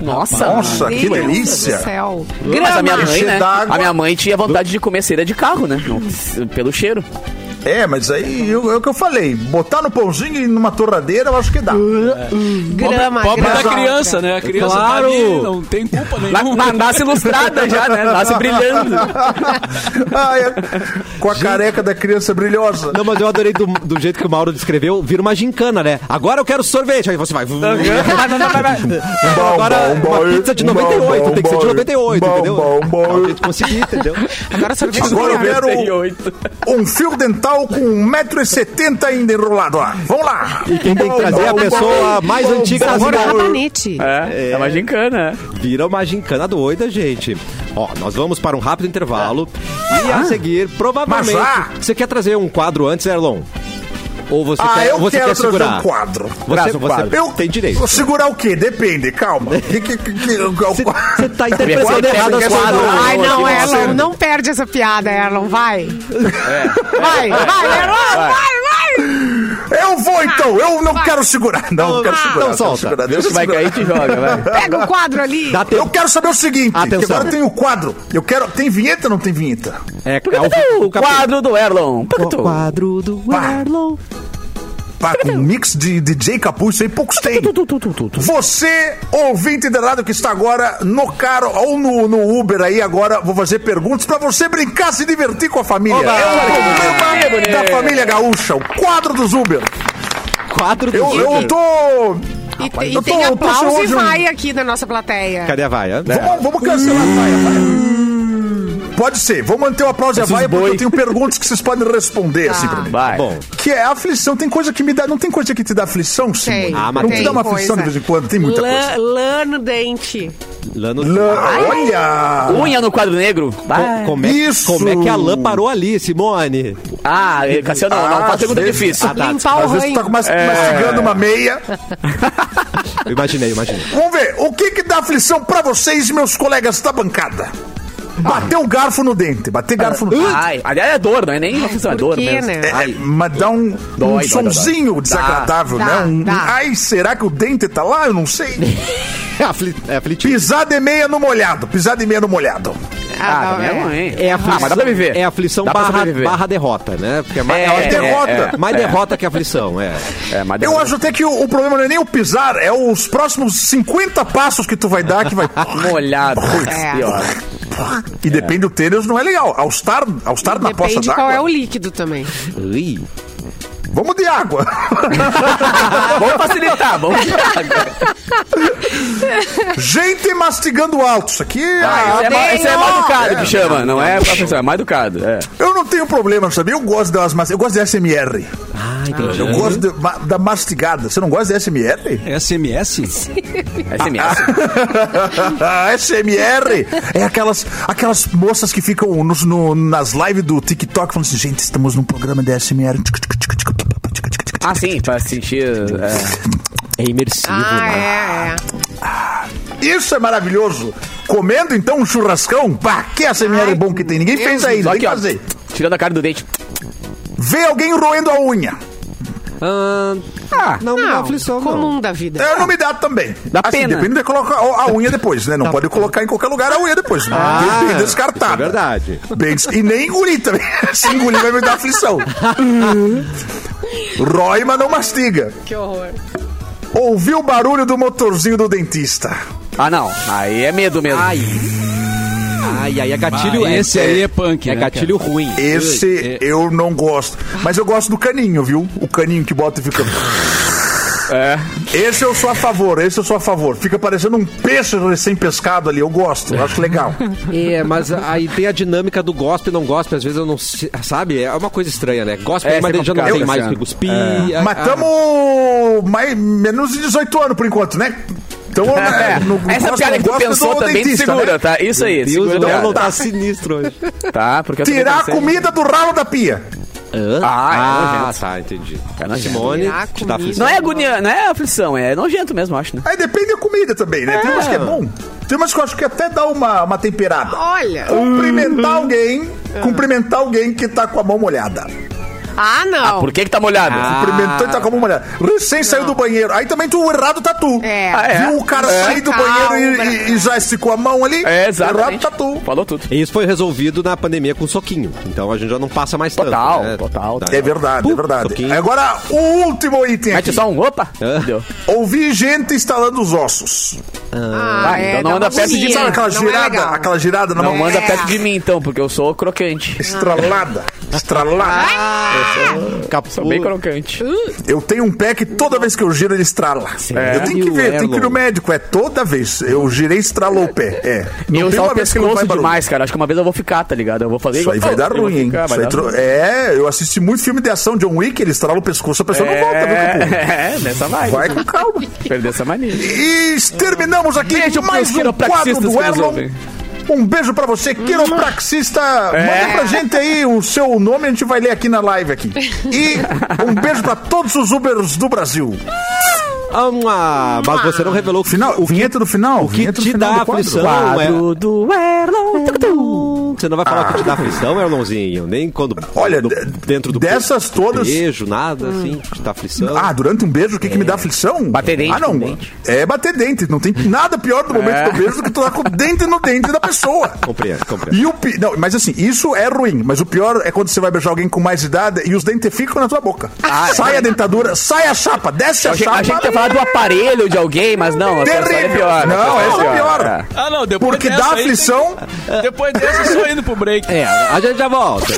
[SPEAKER 3] Nossa,
[SPEAKER 6] Nossa,
[SPEAKER 2] Meu
[SPEAKER 6] que
[SPEAKER 2] Deus do
[SPEAKER 6] delícia!
[SPEAKER 2] céu.
[SPEAKER 3] Mas a
[SPEAKER 2] Grama.
[SPEAKER 3] minha mãe,
[SPEAKER 6] Encher
[SPEAKER 3] né?
[SPEAKER 6] d'água.
[SPEAKER 3] A minha mãe tinha vontade de comer cera de carro, né? Não- Pelo cheiro.
[SPEAKER 6] É, mas aí eu- é o que eu falei: botar no pãozinho e numa torradeira, eu acho que dá.
[SPEAKER 2] Grama.
[SPEAKER 5] Pobre
[SPEAKER 2] grama.
[SPEAKER 5] da criança, né? A criança tá
[SPEAKER 1] Claro.
[SPEAKER 5] ali, não tem culpa
[SPEAKER 3] Na-
[SPEAKER 5] nenhuma.
[SPEAKER 3] na- Nasce ilustrada já, né? Nasce brilhando.
[SPEAKER 6] Ah, é. Com a careca da criança brilhosa.
[SPEAKER 1] Não, mas eu adorei do, do jeito que o Mauro descreveu, vira uma gincana, né? Agora eu quero sorvete. Aí você vai. [LAUGHS] Agora
[SPEAKER 6] Bom, bom,
[SPEAKER 1] uma
[SPEAKER 6] bom,
[SPEAKER 1] pizza de
[SPEAKER 6] bom,
[SPEAKER 1] 98, tem que ser de
[SPEAKER 6] bom,
[SPEAKER 1] 98,
[SPEAKER 6] bom,
[SPEAKER 1] entendeu? É
[SPEAKER 6] bom, bom.
[SPEAKER 1] Pra gente conseguir, entendeu?
[SPEAKER 2] Agora sorvete
[SPEAKER 6] Agora eu
[SPEAKER 2] de
[SPEAKER 6] quero
[SPEAKER 3] 38.
[SPEAKER 6] um fio dental com 1,70m ainda enrolado lá. Vamos lá!
[SPEAKER 1] E quem tem que trazer é a pessoa mais antiga da
[SPEAKER 2] Agora
[SPEAKER 1] cidade.
[SPEAKER 6] tá
[SPEAKER 2] rabanete.
[SPEAKER 3] É, é uma gincana. né?
[SPEAKER 1] Vira uma gincana doida, gente. Ó, nós vamos para um rápido intervalo e a seguir, provavelmente.
[SPEAKER 6] Ah. Mas ah. já?
[SPEAKER 1] Você quer trazer um quadro antes, Erlon? Ou você
[SPEAKER 6] Ah,
[SPEAKER 1] quer,
[SPEAKER 6] eu
[SPEAKER 1] você
[SPEAKER 6] quero
[SPEAKER 1] quer
[SPEAKER 6] trazer
[SPEAKER 1] segurar?
[SPEAKER 6] um quadro.
[SPEAKER 1] Você, você
[SPEAKER 6] Eu
[SPEAKER 1] tem direito.
[SPEAKER 6] Vou Segurar o quê?
[SPEAKER 1] [LAUGHS]
[SPEAKER 6] Depende, calma. Que- que- que- que-
[SPEAKER 1] Você tá interpretando
[SPEAKER 3] Quadro
[SPEAKER 1] errado
[SPEAKER 3] errado,
[SPEAKER 1] as
[SPEAKER 3] quadro.
[SPEAKER 1] quadro.
[SPEAKER 2] Ai,
[SPEAKER 3] Não,
[SPEAKER 2] não, é.
[SPEAKER 3] aqui é não
[SPEAKER 2] Erlon,
[SPEAKER 3] serve.
[SPEAKER 2] não perde essa piada, Erlon, vai. Vai, vai, Erlon, vai, vai.
[SPEAKER 6] Eu vou então, eu não quero segurar. Não, não quero segurar.
[SPEAKER 1] Então
[SPEAKER 6] não
[SPEAKER 1] solta.
[SPEAKER 6] quero segurar.
[SPEAKER 3] Deus
[SPEAKER 6] Deixa
[SPEAKER 3] que vai
[SPEAKER 6] eu
[SPEAKER 3] cair
[SPEAKER 6] segurar.
[SPEAKER 3] te joga, vai.
[SPEAKER 2] Pega o quadro ali.
[SPEAKER 1] Dá
[SPEAKER 6] Eu
[SPEAKER 1] tempo.
[SPEAKER 6] quero saber o seguinte,
[SPEAKER 1] Atenção.
[SPEAKER 6] que agora tem o quadro. Eu quero. Tem vinheta ou não tem vinheta?
[SPEAKER 1] É, é
[SPEAKER 6] um
[SPEAKER 3] O quadro do Erlon. é
[SPEAKER 1] O quadro do
[SPEAKER 6] Pá.
[SPEAKER 1] Erlon.
[SPEAKER 6] Pá, com um mix de DJ Capuz aí, poucos tem. Você, ouvinte de rádio que está agora no carro ou no, no Uber aí agora, vou fazer perguntas para você brincar, se divertir com a família. é o problema da família gaúcha, o quadro dos Uber.
[SPEAKER 1] Quadro do
[SPEAKER 6] Eu, eu
[SPEAKER 1] Uber.
[SPEAKER 6] tô...
[SPEAKER 2] E,
[SPEAKER 6] Rapaz,
[SPEAKER 2] e
[SPEAKER 6] eu tô-
[SPEAKER 2] tem
[SPEAKER 6] eu tô
[SPEAKER 2] aplauso e
[SPEAKER 6] hoje um-
[SPEAKER 2] vai aqui da nossa plateia.
[SPEAKER 1] Cadê a vaia?
[SPEAKER 6] Vamos, vamos cancelar a vaia, vai. Pode ser, vou manter o aplauso e a vaia porque
[SPEAKER 3] boi.
[SPEAKER 6] eu tenho perguntas que vocês podem responder assim
[SPEAKER 2] Tá.
[SPEAKER 6] pra mim.
[SPEAKER 3] Vai.
[SPEAKER 1] Bom,
[SPEAKER 6] Que é aflição, tem coisa que me dá. Não tem coisa que te dá aflição, Simone?
[SPEAKER 2] Tem.
[SPEAKER 1] Ah, mas
[SPEAKER 6] não
[SPEAKER 1] tem
[SPEAKER 6] te dá uma aflição de
[SPEAKER 2] coisa.
[SPEAKER 6] vez em quando, tem muita coisa.
[SPEAKER 2] Lã, lã no dente.
[SPEAKER 1] lã no...
[SPEAKER 6] Lã- Olha!
[SPEAKER 3] Unha no quadro negro?
[SPEAKER 1] Co- Como é,
[SPEAKER 6] Isso!
[SPEAKER 1] como é que a lã parou ali, Simone?
[SPEAKER 3] Ah, Cassiano, não, não.
[SPEAKER 6] Ah,
[SPEAKER 3] Faz pergunta
[SPEAKER 6] às vezes-
[SPEAKER 3] difícil.
[SPEAKER 2] Limpar o
[SPEAKER 6] Às vezes tu
[SPEAKER 2] ranho.
[SPEAKER 6] tá com- mas- mastigando uma meia.
[SPEAKER 1] Eu imaginei, imaginei.
[SPEAKER 6] Vamos ver, o que que dá aflição pra vocês, meus colegas da bancada? Bater o garfo no dente, bater garfo no dente.
[SPEAKER 3] Ai, aliás, é dor, não é nem aflição, é
[SPEAKER 2] Por
[SPEAKER 3] dor
[SPEAKER 2] quê,
[SPEAKER 3] mesmo.
[SPEAKER 2] né?
[SPEAKER 6] É, é, mas dá um,
[SPEAKER 3] Dói,
[SPEAKER 6] um
[SPEAKER 3] dói,
[SPEAKER 6] sonzinho
[SPEAKER 3] dói, dói.
[SPEAKER 6] desagradável,
[SPEAKER 2] Dá,
[SPEAKER 6] né? Um-
[SPEAKER 2] dá.
[SPEAKER 6] Ai, será que o dente tá lá? Eu não sei.
[SPEAKER 1] É, afli... é aflitivo.
[SPEAKER 6] Pisar de meia no molhado, pisar de meia no molhado.
[SPEAKER 3] Ah,
[SPEAKER 2] não,
[SPEAKER 3] também é
[SPEAKER 2] é.
[SPEAKER 3] ruim.
[SPEAKER 1] É
[SPEAKER 3] Ah,
[SPEAKER 1] aflição,
[SPEAKER 3] mas dá pra viver.
[SPEAKER 1] É aflição
[SPEAKER 3] Dá pra
[SPEAKER 1] barra,
[SPEAKER 3] sobreviver.
[SPEAKER 1] barra derrota, né? Porque é mais,
[SPEAKER 3] É,
[SPEAKER 1] é,
[SPEAKER 6] derrota.
[SPEAKER 1] é, mais derrota que aflição, é.
[SPEAKER 3] É, mas
[SPEAKER 6] Eu acho até que o, o problema não é nem o pisar, é os próximos 50 passos que tu vai dar que vai.
[SPEAKER 3] Molhado.
[SPEAKER 2] É.
[SPEAKER 3] Pior.
[SPEAKER 6] E depende do tênis, não é legal. Ao estar, ao estar na poça
[SPEAKER 2] Depende qual
[SPEAKER 6] d'água.
[SPEAKER 2] é o líquido também.
[SPEAKER 1] Ui.
[SPEAKER 6] Vamos de água.
[SPEAKER 3] [LAUGHS]
[SPEAKER 6] [LAUGHS]
[SPEAKER 3] Vamos facilitar, vamos
[SPEAKER 6] Gente mastigando alto. Isso aqui é.
[SPEAKER 3] Ah, isso é, ma- isso é mal educado que chama, não é professor, é mal educado. É.
[SPEAKER 6] Eu não tenho problema, sabe? Eu gosto das mas... Eu gosto de SMR.
[SPEAKER 1] Ah, entendi.
[SPEAKER 3] Uhum.
[SPEAKER 6] Eu gosto de ma- da mastigada. Você não gosta de SMR? [LAUGHS]
[SPEAKER 5] É SMS?
[SPEAKER 3] É assim SMS.
[SPEAKER 6] Ah, SMR é aquelas, aquelas moças que ficam nos, no- nas lives do TikTok falando assim, gente, estamos num programa de SMR.
[SPEAKER 3] Ah, sim, pra sentir. É.
[SPEAKER 1] É imersivo,
[SPEAKER 2] Ah,
[SPEAKER 1] né?
[SPEAKER 2] é, é.
[SPEAKER 6] Isso é maravilhoso. Comendo então um churrascão, pá, que SMR
[SPEAKER 2] Ai,
[SPEAKER 6] bom que tem. Ninguém fez ainda,
[SPEAKER 3] Só
[SPEAKER 6] vem
[SPEAKER 3] que, ó,
[SPEAKER 6] fazer.
[SPEAKER 3] tirando a cara do dente.
[SPEAKER 6] Vê alguém roendo a unha.
[SPEAKER 1] Ah, não, não, é aflição,
[SPEAKER 2] comum
[SPEAKER 1] não.
[SPEAKER 2] da vida.
[SPEAKER 6] É, não me dá também. Assim,
[SPEAKER 3] Dá pena.
[SPEAKER 6] Depende de colocar a unha depois, né? Não pode colocar em qualquer lugar a unha depois. Ah, bem descartada.
[SPEAKER 3] Tá.
[SPEAKER 1] É verdade.
[SPEAKER 6] Bem des- e nem engolir também. [LAUGHS] Se engolir vai me dar aflição. Rói, mas não mastiga.
[SPEAKER 2] Que horror.
[SPEAKER 6] Ouvi o barulho do motorzinho do dentista.
[SPEAKER 3] Ah, não. Aí é medo mesmo.
[SPEAKER 1] Ai. Ai, ai, é gatilho.
[SPEAKER 5] Ah,
[SPEAKER 1] é-
[SPEAKER 5] esse aí é punk,
[SPEAKER 1] É
[SPEAKER 5] né, cara?
[SPEAKER 1] gatilho ruim.
[SPEAKER 6] Esse
[SPEAKER 5] Ui, é.
[SPEAKER 6] eu não gosto. Mas eu gosto do caninho, viu? O caninho que bota e fica. É. Esse eu sou a favor, esse eu sou a favor. Fica parecendo um peixe recém-pescado ali. Eu gosto, eu
[SPEAKER 3] [LAUGHS]
[SPEAKER 6] acho legal.
[SPEAKER 1] É, mas aí tem a dinâmica do gospel e não gospel. Às vezes eu não. se- Sabe? É uma coisa estranha, né? Gospel,
[SPEAKER 3] Essa
[SPEAKER 1] mas
[SPEAKER 3] é
[SPEAKER 1] ele já não
[SPEAKER 3] complicada,
[SPEAKER 1] tem mais o
[SPEAKER 3] Luciano.
[SPEAKER 1] que cuspir.
[SPEAKER 3] É.
[SPEAKER 1] Ah, ah,
[SPEAKER 6] Matamos mais, menos de 18 anos por enquanto, né?
[SPEAKER 3] [LAUGHS]
[SPEAKER 6] Então, né, no- no
[SPEAKER 3] É, Essa
[SPEAKER 6] gosto,
[SPEAKER 3] piada que
[SPEAKER 6] não
[SPEAKER 3] tu
[SPEAKER 6] gosto,
[SPEAKER 3] pensou
[SPEAKER 6] do
[SPEAKER 3] também
[SPEAKER 6] dentista,
[SPEAKER 3] segura,
[SPEAKER 6] né?
[SPEAKER 3] tá? Isso aí,
[SPEAKER 1] Deus,
[SPEAKER 3] segura.
[SPEAKER 1] o Léo
[SPEAKER 3] piada.
[SPEAKER 1] não tá sinistro hoje.
[SPEAKER 3] Tá, porque eu também
[SPEAKER 6] Tirar a
[SPEAKER 3] pensei.
[SPEAKER 6] comida do ralo da pia.
[SPEAKER 3] Ah, é
[SPEAKER 1] Ah,
[SPEAKER 3] nojento.
[SPEAKER 1] tá, entendi.
[SPEAKER 3] É nojento.
[SPEAKER 1] Simone,
[SPEAKER 2] Tirar a
[SPEAKER 1] te dá
[SPEAKER 2] comida.
[SPEAKER 1] aflição.
[SPEAKER 3] Não é agonia, não é aflição, é nojento mesmo, acho, né?
[SPEAKER 6] Aí depende da comida também, né? Tem umas que é bom. Tem umas que eu acho que até dá uma, uma temperada.
[SPEAKER 2] Olha.
[SPEAKER 3] Ah.
[SPEAKER 6] Cumprimentar alguém, cumprimentar alguém que tá com a mão molhada.
[SPEAKER 2] Ah, não.
[SPEAKER 3] Por que que tá molhado?
[SPEAKER 6] Cumprimentou
[SPEAKER 3] Ah.
[SPEAKER 6] e tá com a mão molhada. Recém saiu do banheiro. Aí também tu errado tá tu.
[SPEAKER 2] É.
[SPEAKER 3] Ah, é?
[SPEAKER 6] Viu o cara
[SPEAKER 3] É.
[SPEAKER 6] sair do
[SPEAKER 2] Ah,
[SPEAKER 6] banheiro
[SPEAKER 2] o
[SPEAKER 6] e-
[SPEAKER 2] bra-
[SPEAKER 6] e, e já esticou a mão ali?
[SPEAKER 3] É, exatamente.
[SPEAKER 6] Errado tá tu.
[SPEAKER 3] Falou tudo.
[SPEAKER 1] E Isso foi resolvido na pandemia com soquinho. Então a gente já não passa mais
[SPEAKER 3] Total,
[SPEAKER 1] tanto. né?
[SPEAKER 3] total,
[SPEAKER 1] Tá.
[SPEAKER 6] É verdade, é
[SPEAKER 1] Pum,
[SPEAKER 6] verdade.
[SPEAKER 1] soquinho.
[SPEAKER 6] Agora, o último item
[SPEAKER 3] Mete
[SPEAKER 6] aqui.
[SPEAKER 3] só um, opa.
[SPEAKER 1] Hã?
[SPEAKER 3] Deu.
[SPEAKER 6] Ouvi gente instalando os ossos.
[SPEAKER 2] Ah,
[SPEAKER 3] Vai, então não
[SPEAKER 2] dá
[SPEAKER 3] anda
[SPEAKER 2] uma
[SPEAKER 3] perto de
[SPEAKER 2] agonia.
[SPEAKER 3] mim.
[SPEAKER 6] Sabe aquela
[SPEAKER 2] Não é
[SPEAKER 6] girada,
[SPEAKER 2] legal.
[SPEAKER 6] aquela girada na
[SPEAKER 3] Não
[SPEAKER 6] mão?
[SPEAKER 3] manda
[SPEAKER 2] É.
[SPEAKER 3] perto de mim, então, porque eu sou crocante.
[SPEAKER 6] Estralada,
[SPEAKER 3] Ah.
[SPEAKER 6] estralada. Tá
[SPEAKER 1] Capu-
[SPEAKER 3] Sou bem crocante.
[SPEAKER 6] Eu tenho um pé que toda vez que eu giro ele estrala. Eu tenho que ver,
[SPEAKER 1] É,
[SPEAKER 6] tenho que ir no
[SPEAKER 1] louco.
[SPEAKER 6] médico. É toda vez. Eu girei estralou o pé. É.
[SPEAKER 3] eu
[SPEAKER 6] Não tem
[SPEAKER 3] usava
[SPEAKER 6] uma
[SPEAKER 3] o
[SPEAKER 6] vez que não
[SPEAKER 3] pescoço
[SPEAKER 6] faz barulho.
[SPEAKER 3] demais, cara. Acho que uma vez eu vou ficar, tá ligado? Eu vou fazer
[SPEAKER 6] Isso aí vai dar
[SPEAKER 3] Eu vou
[SPEAKER 6] ruim, hein?
[SPEAKER 3] ficar,
[SPEAKER 6] Isso
[SPEAKER 3] vai
[SPEAKER 6] aí
[SPEAKER 3] dar
[SPEAKER 6] tro-
[SPEAKER 3] ruim.
[SPEAKER 6] É, eu assisti muito filme de ação. John Wick, ele estrala o pescoço, a pessoa não Então volta, viu, Capu?
[SPEAKER 3] [LAUGHS] É, é, nessa vai.
[SPEAKER 6] Vai Tá com calma.
[SPEAKER 3] Perder essa mania.
[SPEAKER 6] E terminamos aqui
[SPEAKER 3] Beijo pros
[SPEAKER 6] mais um quadro
[SPEAKER 3] quiropraxistas
[SPEAKER 6] do
[SPEAKER 3] que nos
[SPEAKER 6] Erlon.
[SPEAKER 3] ouvem.
[SPEAKER 6] Um beijo pra você, quiropraxista.
[SPEAKER 3] É.
[SPEAKER 6] Manda pra gente aí o seu nome, a gente vai ler aqui na live aqui. E um beijo pra todos os Ubers do Brasil.
[SPEAKER 1] Ah, mas você não revelou o que-
[SPEAKER 6] Final,
[SPEAKER 1] o que
[SPEAKER 6] vinheta do final.
[SPEAKER 1] o que
[SPEAKER 6] vinheta do
[SPEAKER 1] te
[SPEAKER 6] final
[SPEAKER 1] dá
[SPEAKER 6] do quadro.
[SPEAKER 1] aflição? é
[SPEAKER 3] Quadro do Erlon. Tuc, tuc.
[SPEAKER 1] Você não vai falar o que te dá aflição, Erlonzinho? Nem quando.
[SPEAKER 6] Ah. Olha,
[SPEAKER 1] do-
[SPEAKER 6] de-
[SPEAKER 1] dentro do.
[SPEAKER 6] dessas todas-
[SPEAKER 1] Beijo, nada assim, que te dá aflição.
[SPEAKER 6] Ah, durante um beijo, o que, que me
[SPEAKER 1] É.
[SPEAKER 6] dá aflição?
[SPEAKER 3] Bater dente
[SPEAKER 6] Ah,
[SPEAKER 3] com
[SPEAKER 6] não.
[SPEAKER 3] dente. É.
[SPEAKER 6] É bater dente. Não tem nada pior do momento do beijo do que tu tá com o dente no dente da pessoa.
[SPEAKER 1] Compreendo, compreendo.
[SPEAKER 6] E o pi... Não, mas assim, isso é ruim. Mas o pior é quando você vai beijar alguém com mais idade e os dentes ficam na tua boca. sai a dentadura, sai a chapa, desce
[SPEAKER 3] Ah,
[SPEAKER 6] a
[SPEAKER 3] é. Achei,
[SPEAKER 6] chapa.
[SPEAKER 3] achei que ia falar do aparelho de alguém, mas não. essa história é
[SPEAKER 6] Terrível.
[SPEAKER 3] pior.
[SPEAKER 6] Não,
[SPEAKER 3] essa
[SPEAKER 6] essa
[SPEAKER 3] história
[SPEAKER 6] é pior.
[SPEAKER 5] Ah, não, depois
[SPEAKER 6] Porque
[SPEAKER 5] dessa
[SPEAKER 6] dá
[SPEAKER 5] aí tem-
[SPEAKER 6] aflição.
[SPEAKER 5] Depois dessa, eu só indo pro break.
[SPEAKER 1] É, a gente já volta.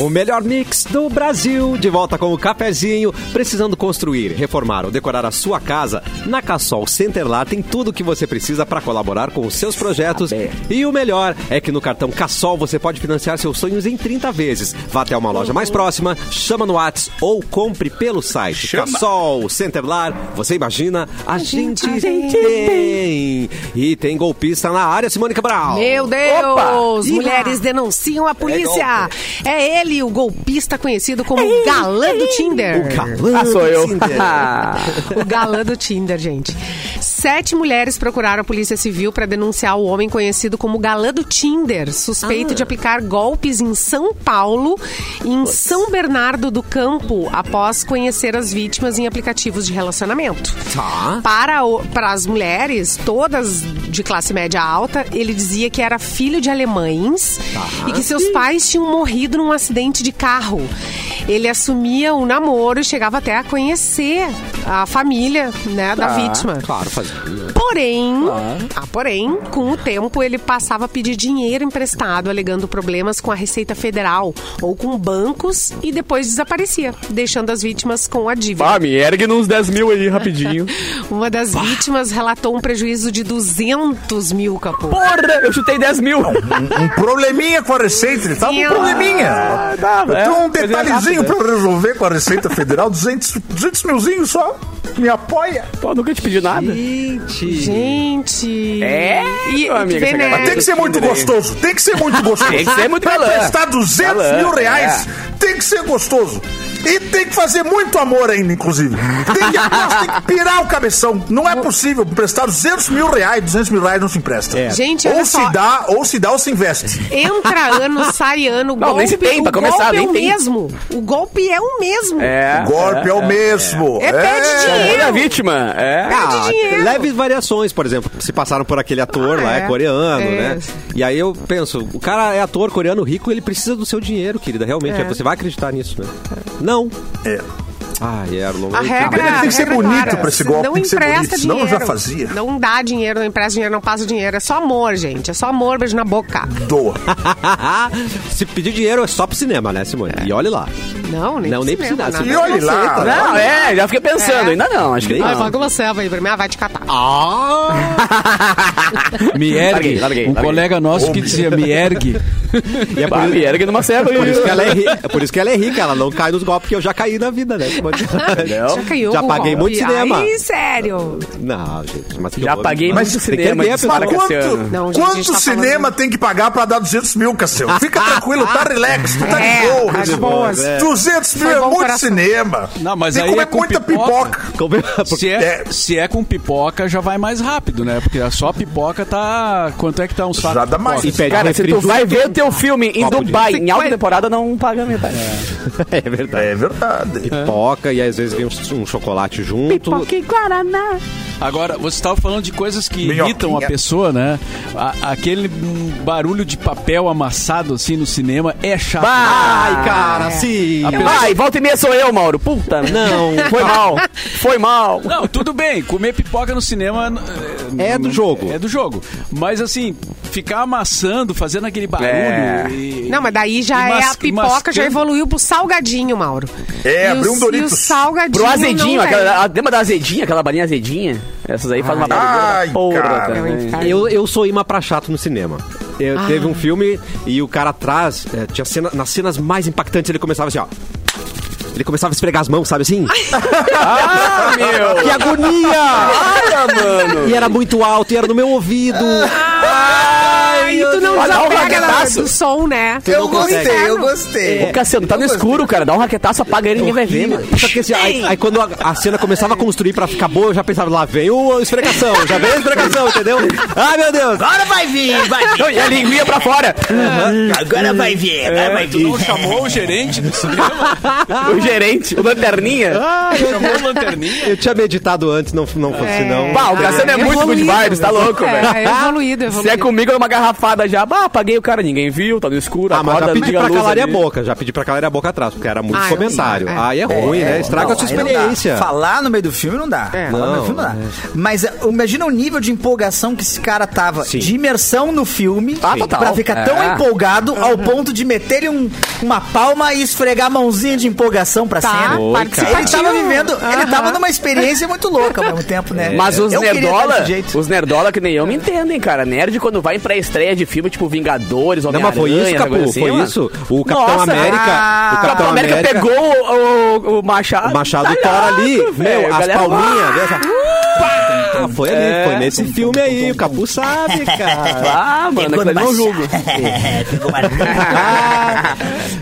[SPEAKER 1] O melhor mix do Brasil, de volta com o cafezinho. Precisando construir, reformar ou decorar a sua casa? Na Cassol Centerlar tem tudo o que você precisa para colaborar com os seus projetos. E o melhor é que no cartão Cassol você pode financiar seus sonhos em 30 vezes. Vá até uma loja mais próxima, chama no Whats ou compre pelo site. Cassol Centerlar, você imagina? A, gente, tem. E tem golpista na área, Simone Cabral.
[SPEAKER 2] Meu Deus!
[SPEAKER 3] Opa!
[SPEAKER 2] Mulheres denunciam a polícia. É ele, o golpista conhecido como o galã do Tinder.
[SPEAKER 1] O galã
[SPEAKER 3] Ah, sou eu.
[SPEAKER 1] do
[SPEAKER 3] [LAUGHS]
[SPEAKER 1] Tinder.
[SPEAKER 2] O galã do Tinder, gente. Sete mulheres procuraram a Polícia Civil para denunciar o homem conhecido como galã do Tinder, suspeito de aplicar golpes em São Paulo e em São Bernardo do Campo, após conhecer as vítimas em aplicativos de relacionamento.
[SPEAKER 1] Tá.
[SPEAKER 2] Para, o- para as mulheres, todas de classe média alta, ele dizia que era filho de alemães e que seus pais tinham morrido num acidente de carro. Ele assumia o namoro e chegava até a conhecer a família né, da vítima.
[SPEAKER 1] Claro, fazia.
[SPEAKER 2] Porém, ah, porém, com o tempo ele passava a pedir dinheiro emprestado, alegando problemas com a Receita Federal ou com bancos e depois desaparecia, deixando as vítimas com a dívida.
[SPEAKER 3] Ah, me ergue nos 10 mil aí, rapidinho.
[SPEAKER 2] Uma das vítimas relatou um prejuízo de 200 mil, capô.
[SPEAKER 3] Porra, eu chutei 10 [LAUGHS] mil.
[SPEAKER 6] Um, um probleminha com a receita. Ele tava com um probleminha.
[SPEAKER 3] dava,
[SPEAKER 6] Tem
[SPEAKER 3] é, né?
[SPEAKER 6] um
[SPEAKER 3] coisa
[SPEAKER 6] detalhezinho
[SPEAKER 3] rápida.
[SPEAKER 6] pra resolver com a Receita Federal. 200, 200 milzinhos só. Me apoia.
[SPEAKER 3] Pô, nunca te pedi nada.
[SPEAKER 2] Gente!
[SPEAKER 3] É,
[SPEAKER 2] e,
[SPEAKER 3] meu amigo,
[SPEAKER 2] vê,
[SPEAKER 3] essa
[SPEAKER 2] né?
[SPEAKER 3] galera
[SPEAKER 6] Tem que ser muito gostoso. Tem que ser muito gostoso.
[SPEAKER 3] Tem que ser muito
[SPEAKER 6] Pra
[SPEAKER 3] galã.
[SPEAKER 6] prestar 200
[SPEAKER 3] Galã, é.
[SPEAKER 6] mil reais, tem que ser gostoso. E tem que fazer muito amor ainda, inclusive. Tem que, nossa, tem que pirar o cabeção. Não é possível prestar 200 mil reais. 200 mil reais não se empresta.
[SPEAKER 3] É.
[SPEAKER 2] Gente,
[SPEAKER 6] ou
[SPEAKER 2] olha
[SPEAKER 6] se
[SPEAKER 2] só.
[SPEAKER 6] dá, ou se dá, ou se investe.
[SPEAKER 2] Entra
[SPEAKER 6] [LAUGHS]
[SPEAKER 2] ano, sai ano. O
[SPEAKER 3] Não,
[SPEAKER 2] golpe,
[SPEAKER 3] nem se tem, pra
[SPEAKER 2] o
[SPEAKER 3] começar,
[SPEAKER 2] golpe é
[SPEAKER 3] nem
[SPEAKER 2] o
[SPEAKER 3] tem.
[SPEAKER 2] mesmo. O golpe é o mesmo.
[SPEAKER 3] É.
[SPEAKER 6] o golpe é, o mesmo.
[SPEAKER 2] É, pede dinheiro.
[SPEAKER 3] Olha a vítima. É.
[SPEAKER 1] Ah,
[SPEAKER 2] dinheiro.
[SPEAKER 1] leves variações, por exemplo, se passaram por aquele ator
[SPEAKER 2] Ah,
[SPEAKER 1] lá, é,
[SPEAKER 2] é.
[SPEAKER 1] coreano,
[SPEAKER 2] É.
[SPEAKER 1] né? E aí eu penso, o cara é ator coreano rico, ele precisa do seu dinheiro, querida, realmente.
[SPEAKER 2] É.
[SPEAKER 1] Aí você vai acreditar nisso, né? Não.
[SPEAKER 6] É.
[SPEAKER 1] Ai, Erlon.
[SPEAKER 2] A
[SPEAKER 1] eu-
[SPEAKER 2] regra,
[SPEAKER 6] tem que ser
[SPEAKER 2] a regra é
[SPEAKER 6] bonito
[SPEAKER 2] clara.
[SPEAKER 6] pra esse golpe,
[SPEAKER 2] Não
[SPEAKER 6] tem que ser
[SPEAKER 2] empresta
[SPEAKER 6] bonito, senão
[SPEAKER 2] dinheiro.
[SPEAKER 6] eu já fazia.
[SPEAKER 2] Não dá dinheiro, não empresta dinheiro, não passa dinheiro. É só amor, gente. É só amor, beijo na boca.
[SPEAKER 6] Doa.
[SPEAKER 1] [LAUGHS] se pedir dinheiro é só pro cinema, né, Simone?
[SPEAKER 2] É.
[SPEAKER 1] E olhe lá.
[SPEAKER 2] Não, nem
[SPEAKER 1] Não, nem
[SPEAKER 2] cinema,
[SPEAKER 1] precisa,
[SPEAKER 2] nada.
[SPEAKER 6] E olhe lá.
[SPEAKER 3] Não, é, já fiquei pensando,
[SPEAKER 2] É.
[SPEAKER 3] ainda não, acho que
[SPEAKER 1] Bem
[SPEAKER 2] Vai,
[SPEAKER 3] não.
[SPEAKER 2] vai com você, vai pra mim. Ah, vai te catar.
[SPEAKER 5] Me
[SPEAKER 1] Tá
[SPEAKER 3] Larguei,
[SPEAKER 5] ergue.
[SPEAKER 3] larguei,
[SPEAKER 5] um
[SPEAKER 3] larguei.
[SPEAKER 5] colega nosso que dizia, me ergue.
[SPEAKER 3] E é me ergue numa ceba.
[SPEAKER 1] Por isso, que ela é ri- é por isso que ela é rica, ela não cai nos golpes que eu já caí na vida, né?
[SPEAKER 6] [LAUGHS]
[SPEAKER 1] Simone?
[SPEAKER 2] Já caiu
[SPEAKER 1] Já
[SPEAKER 2] algum
[SPEAKER 1] paguei
[SPEAKER 2] golpe?
[SPEAKER 1] muito cinema.
[SPEAKER 2] Ai, sério.
[SPEAKER 1] Não, gente, mas que
[SPEAKER 3] Já
[SPEAKER 1] horror.
[SPEAKER 3] paguei
[SPEAKER 1] Mas
[SPEAKER 3] muito
[SPEAKER 1] tem que
[SPEAKER 3] cinema,
[SPEAKER 1] erguer a
[SPEAKER 3] isso
[SPEAKER 1] pessoa.
[SPEAKER 6] Mas
[SPEAKER 3] Para,
[SPEAKER 6] quanto,
[SPEAKER 3] Cassiano.
[SPEAKER 2] Não, gente, a gente
[SPEAKER 6] quanto
[SPEAKER 2] tá
[SPEAKER 6] cinema
[SPEAKER 2] falando-
[SPEAKER 6] tem que pagar pra dar 200 mil,
[SPEAKER 2] [LAUGHS]
[SPEAKER 6] Cassiano? Fica tranquilo, tá relax, tu tá
[SPEAKER 2] É,
[SPEAKER 6] de boa.
[SPEAKER 2] tá de boas.
[SPEAKER 1] É.
[SPEAKER 6] 200 mil
[SPEAKER 2] Foi
[SPEAKER 6] é
[SPEAKER 2] bom
[SPEAKER 6] muito
[SPEAKER 2] coração.
[SPEAKER 6] cinema.
[SPEAKER 5] Não, mas
[SPEAKER 6] Tem
[SPEAKER 5] aí
[SPEAKER 6] que comer
[SPEAKER 5] é com
[SPEAKER 6] muita
[SPEAKER 5] pipoca.
[SPEAKER 6] pipoca.
[SPEAKER 1] Come-
[SPEAKER 5] Se é, se é com pipoca, já vai mais rápido, né? Porque só a pipoca tá... Quanto é que tá um saco
[SPEAKER 6] Nada
[SPEAKER 5] de
[SPEAKER 6] mais.
[SPEAKER 5] pipoca?
[SPEAKER 1] E pede
[SPEAKER 3] Cara, se
[SPEAKER 1] refri
[SPEAKER 3] tu
[SPEAKER 1] junto.
[SPEAKER 3] vai ver teu filme em
[SPEAKER 1] Copo de-
[SPEAKER 3] Dubai, em alta temporada, não paga metade.
[SPEAKER 1] [LAUGHS] É verdade.
[SPEAKER 6] É verdade.
[SPEAKER 1] pipoca e às vezes vem um, um chocolate junto.
[SPEAKER 5] Agora, você estava falando de coisas que
[SPEAKER 6] Minhoquinha.
[SPEAKER 5] irritam a pessoa, né? A- aquele hum, barulho de papel amassado assim no cinema é chato.
[SPEAKER 1] Ai, cara, sim.
[SPEAKER 5] A pessoa-
[SPEAKER 3] Vai, volta e meia sou eu, Mauro. Puta,
[SPEAKER 1] Não.
[SPEAKER 3] Foi mal. Foi mal.
[SPEAKER 5] Não, tudo bem, comer pipoca no cinema
[SPEAKER 1] É do jogo.
[SPEAKER 5] É do jogo. Mas assim, ficar amassando, fazendo aquele barulho.
[SPEAKER 3] É.
[SPEAKER 5] e-
[SPEAKER 2] Não, mas daí já
[SPEAKER 5] e
[SPEAKER 2] é a
[SPEAKER 5] mas-
[SPEAKER 2] pipoca, já
[SPEAKER 5] mascando.
[SPEAKER 2] evoluiu pro salgadinho, Mauro.
[SPEAKER 6] É,
[SPEAKER 2] E o-
[SPEAKER 6] abriu um Doritos.
[SPEAKER 2] E o salgadinho
[SPEAKER 3] Pro azedinho,
[SPEAKER 2] não tem.
[SPEAKER 3] aquela, a, lembra da azedinha, aquela balinha azedinha? Essas aí fazem uma barulheira
[SPEAKER 6] Ai,
[SPEAKER 3] da porra
[SPEAKER 6] cara.
[SPEAKER 3] também.
[SPEAKER 1] Eu, eu sou imã pra chato no cinema. Eu- Teve um filme e o cara atrás, é, tinha cena, nas cenas mais impactantes, ele começava assim, ó. Ele começava a esfregar as mãos, sabe assim?
[SPEAKER 3] Ah, meu.
[SPEAKER 1] que agonia!
[SPEAKER 3] Olha, mano.
[SPEAKER 1] e era muito alto, e era no meu ouvido.
[SPEAKER 2] Ai,
[SPEAKER 1] eu-
[SPEAKER 2] tu tu não
[SPEAKER 3] Ah, Olha, dá um
[SPEAKER 2] desapega da-
[SPEAKER 3] raquetaço.
[SPEAKER 2] do som, né?
[SPEAKER 1] Tu não
[SPEAKER 4] Eu
[SPEAKER 1] consegue.
[SPEAKER 4] gostei, eu gostei. É.
[SPEAKER 3] Ô, Cassiano, tá no escuro, cara. Dá um raquetaço, apaga ele e ninguém vai ver, mano.
[SPEAKER 1] Só que assim, aí, aí quando a, a cena começava a construir pra ficar boa, eu já pensava, lá vem o esfregação, já vem a esfregação, entendeu? Ai, meu Deus!
[SPEAKER 4] Agora
[SPEAKER 3] [LAUGHS]
[SPEAKER 4] vai vir, vai
[SPEAKER 3] Não, e a linguinha pra fora.
[SPEAKER 4] Agora vai vir, agora vai vir.
[SPEAKER 7] Não chamou o gerente do cinema?
[SPEAKER 3] É, O gerente, o lanterninha.
[SPEAKER 1] Ai, Ah, eu,
[SPEAKER 7] chamou o lanterninha?
[SPEAKER 1] eu tinha meditado antes, não, não fosse não.
[SPEAKER 3] Bah, o Cassiano é muito good
[SPEAKER 2] evoluído.
[SPEAKER 3] vibes, tá louco,
[SPEAKER 2] É,
[SPEAKER 3] velho.
[SPEAKER 2] É, evoluído,
[SPEAKER 3] Se
[SPEAKER 2] evoluído.
[SPEAKER 3] é comigo, é uma garrafada já. Bah, apaguei o cara, ninguém viu, tá no escuro,
[SPEAKER 1] Ah, mas
[SPEAKER 3] acorda,
[SPEAKER 1] já pedi
[SPEAKER 3] liga a
[SPEAKER 1] pra
[SPEAKER 3] luz
[SPEAKER 1] calarem a
[SPEAKER 3] ali.
[SPEAKER 1] boca, já pedi pra calarem a boca atrás, porque era muito
[SPEAKER 2] Ah, eu
[SPEAKER 1] comentário.
[SPEAKER 2] sim, é.
[SPEAKER 1] Aí é ruim, né? Estraga
[SPEAKER 4] Não,
[SPEAKER 1] a sua
[SPEAKER 4] aí não dá.
[SPEAKER 1] experiência.
[SPEAKER 4] Falar no meio do filme não dá.
[SPEAKER 2] É.
[SPEAKER 4] Falar no meio do filme não dá. Mas eh, imagina o nível de empolgação que esse cara tava
[SPEAKER 1] Sim.
[SPEAKER 4] de imersão no filme
[SPEAKER 3] Ah, total.
[SPEAKER 4] pra ficar
[SPEAKER 3] É.
[SPEAKER 4] tão empolgado ao ponto de meter um, uma palma e esfregar a mãozinha de empolgação pra
[SPEAKER 2] Tá,
[SPEAKER 4] cena.
[SPEAKER 1] Oi,
[SPEAKER 4] Ele
[SPEAKER 2] participativo.
[SPEAKER 4] tava vivendo, ele
[SPEAKER 2] Aham.
[SPEAKER 4] tava numa experiência muito louca ao mesmo tempo, né?
[SPEAKER 3] [LAUGHS] Mas os
[SPEAKER 4] Eu queria estar
[SPEAKER 3] nerdola,
[SPEAKER 4] desse jeito.
[SPEAKER 3] os nerdola que nem eu me entendem, cara. Nerd quando vai pra estreia de filme, tipo Vingadores,
[SPEAKER 1] Não, mas
[SPEAKER 3] Homem-Aranha,
[SPEAKER 1] foi isso,
[SPEAKER 3] essa coisa
[SPEAKER 1] Capu,
[SPEAKER 3] assim,
[SPEAKER 1] foi
[SPEAKER 3] mano.
[SPEAKER 1] isso. O Capitão
[SPEAKER 3] Nossa,
[SPEAKER 1] América.
[SPEAKER 4] ah,
[SPEAKER 1] o
[SPEAKER 3] O Capitão América, pegou o, o- o Machado.
[SPEAKER 1] O Machado
[SPEAKER 3] Tá
[SPEAKER 1] Thor
[SPEAKER 3] ligado,
[SPEAKER 1] ali,
[SPEAKER 3] velho,
[SPEAKER 1] meu,
[SPEAKER 3] a
[SPEAKER 1] as
[SPEAKER 3] galera-
[SPEAKER 1] palminhas. dessa- Ah, foi ali, foi nesse filme aí. O Capu [LAUGHS] sabe, cara.
[SPEAKER 3] Ah,
[SPEAKER 4] É
[SPEAKER 3] mano, aquilo ali não
[SPEAKER 4] [LAUGHS]
[SPEAKER 3] julgo.
[SPEAKER 1] Ah,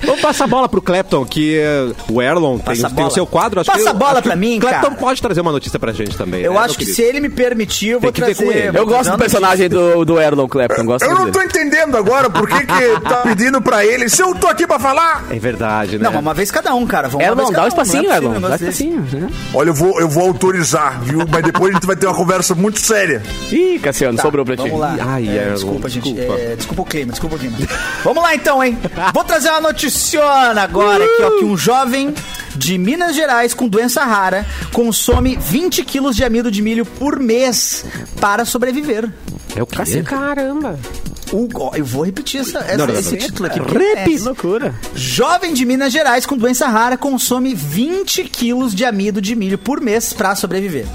[SPEAKER 1] vamos passar a bola pro Clapton, que eh, o Erlon tem,
[SPEAKER 4] Passa a
[SPEAKER 1] tem o
[SPEAKER 4] bola.
[SPEAKER 1] seu quadro. Acho
[SPEAKER 4] Passa
[SPEAKER 1] que,
[SPEAKER 4] a bola
[SPEAKER 1] acho que
[SPEAKER 4] pra mim,
[SPEAKER 1] o Clapton
[SPEAKER 4] cara.
[SPEAKER 1] pode trazer uma notícia pra gente também.
[SPEAKER 4] Eu
[SPEAKER 1] né,
[SPEAKER 4] acho
[SPEAKER 1] meu
[SPEAKER 4] que
[SPEAKER 1] querido?
[SPEAKER 4] se ele me permitir, eu vou
[SPEAKER 1] que ver com
[SPEAKER 4] trazer.
[SPEAKER 1] ele.
[SPEAKER 3] Eu gosto do
[SPEAKER 4] Não,
[SPEAKER 3] personagem do, do Erlon Clapton, gosto
[SPEAKER 6] Eu não
[SPEAKER 3] dele.
[SPEAKER 6] tô entendendo agora por que,
[SPEAKER 5] [LAUGHS]
[SPEAKER 6] que tá pedindo pra ele. Se eu tô aqui pra falar.
[SPEAKER 1] É verdade, né?
[SPEAKER 4] Não, uma vez cada um, cara. Vamos uma
[SPEAKER 3] Erlon,
[SPEAKER 4] vez
[SPEAKER 3] dá um
[SPEAKER 4] cada um,
[SPEAKER 3] espacinho,
[SPEAKER 4] não é possível um
[SPEAKER 3] Erlon, dá um
[SPEAKER 4] negócio desse.
[SPEAKER 3] espacinho. né?
[SPEAKER 6] Olha, eu vou, eu vou autorizar, viu? Mas depois a gente vai ter uma conversa muito séria.
[SPEAKER 3] Ih, Cassiano,
[SPEAKER 4] Tá,
[SPEAKER 3] sobrou pra ti.
[SPEAKER 4] Vamos lá.
[SPEAKER 1] Ai,
[SPEAKER 4] É,
[SPEAKER 1] Erlon,
[SPEAKER 4] desculpa, gente.
[SPEAKER 1] desculpa.
[SPEAKER 4] É, desculpa o clima, desculpa o clima. [LAUGHS] vamos lá então, hein? Vou trazer uma noticiona agora aqui, ó, que um jovem de Minas Gerais com doença rara consome 20 quilos de amido de milho por mês para sobreviver.
[SPEAKER 1] É o quê?
[SPEAKER 2] Tá assim, Caramba.
[SPEAKER 4] O- ó, eu vou repetir essa- essa-
[SPEAKER 1] Não, não, não,
[SPEAKER 4] esse
[SPEAKER 1] não.
[SPEAKER 4] título aqui. porque
[SPEAKER 3] Rep!
[SPEAKER 4] é-
[SPEAKER 3] loucura.
[SPEAKER 4] Jovem de Minas Gerais com doença rara consome 20 quilos de amido de milho por mês para sobreviver.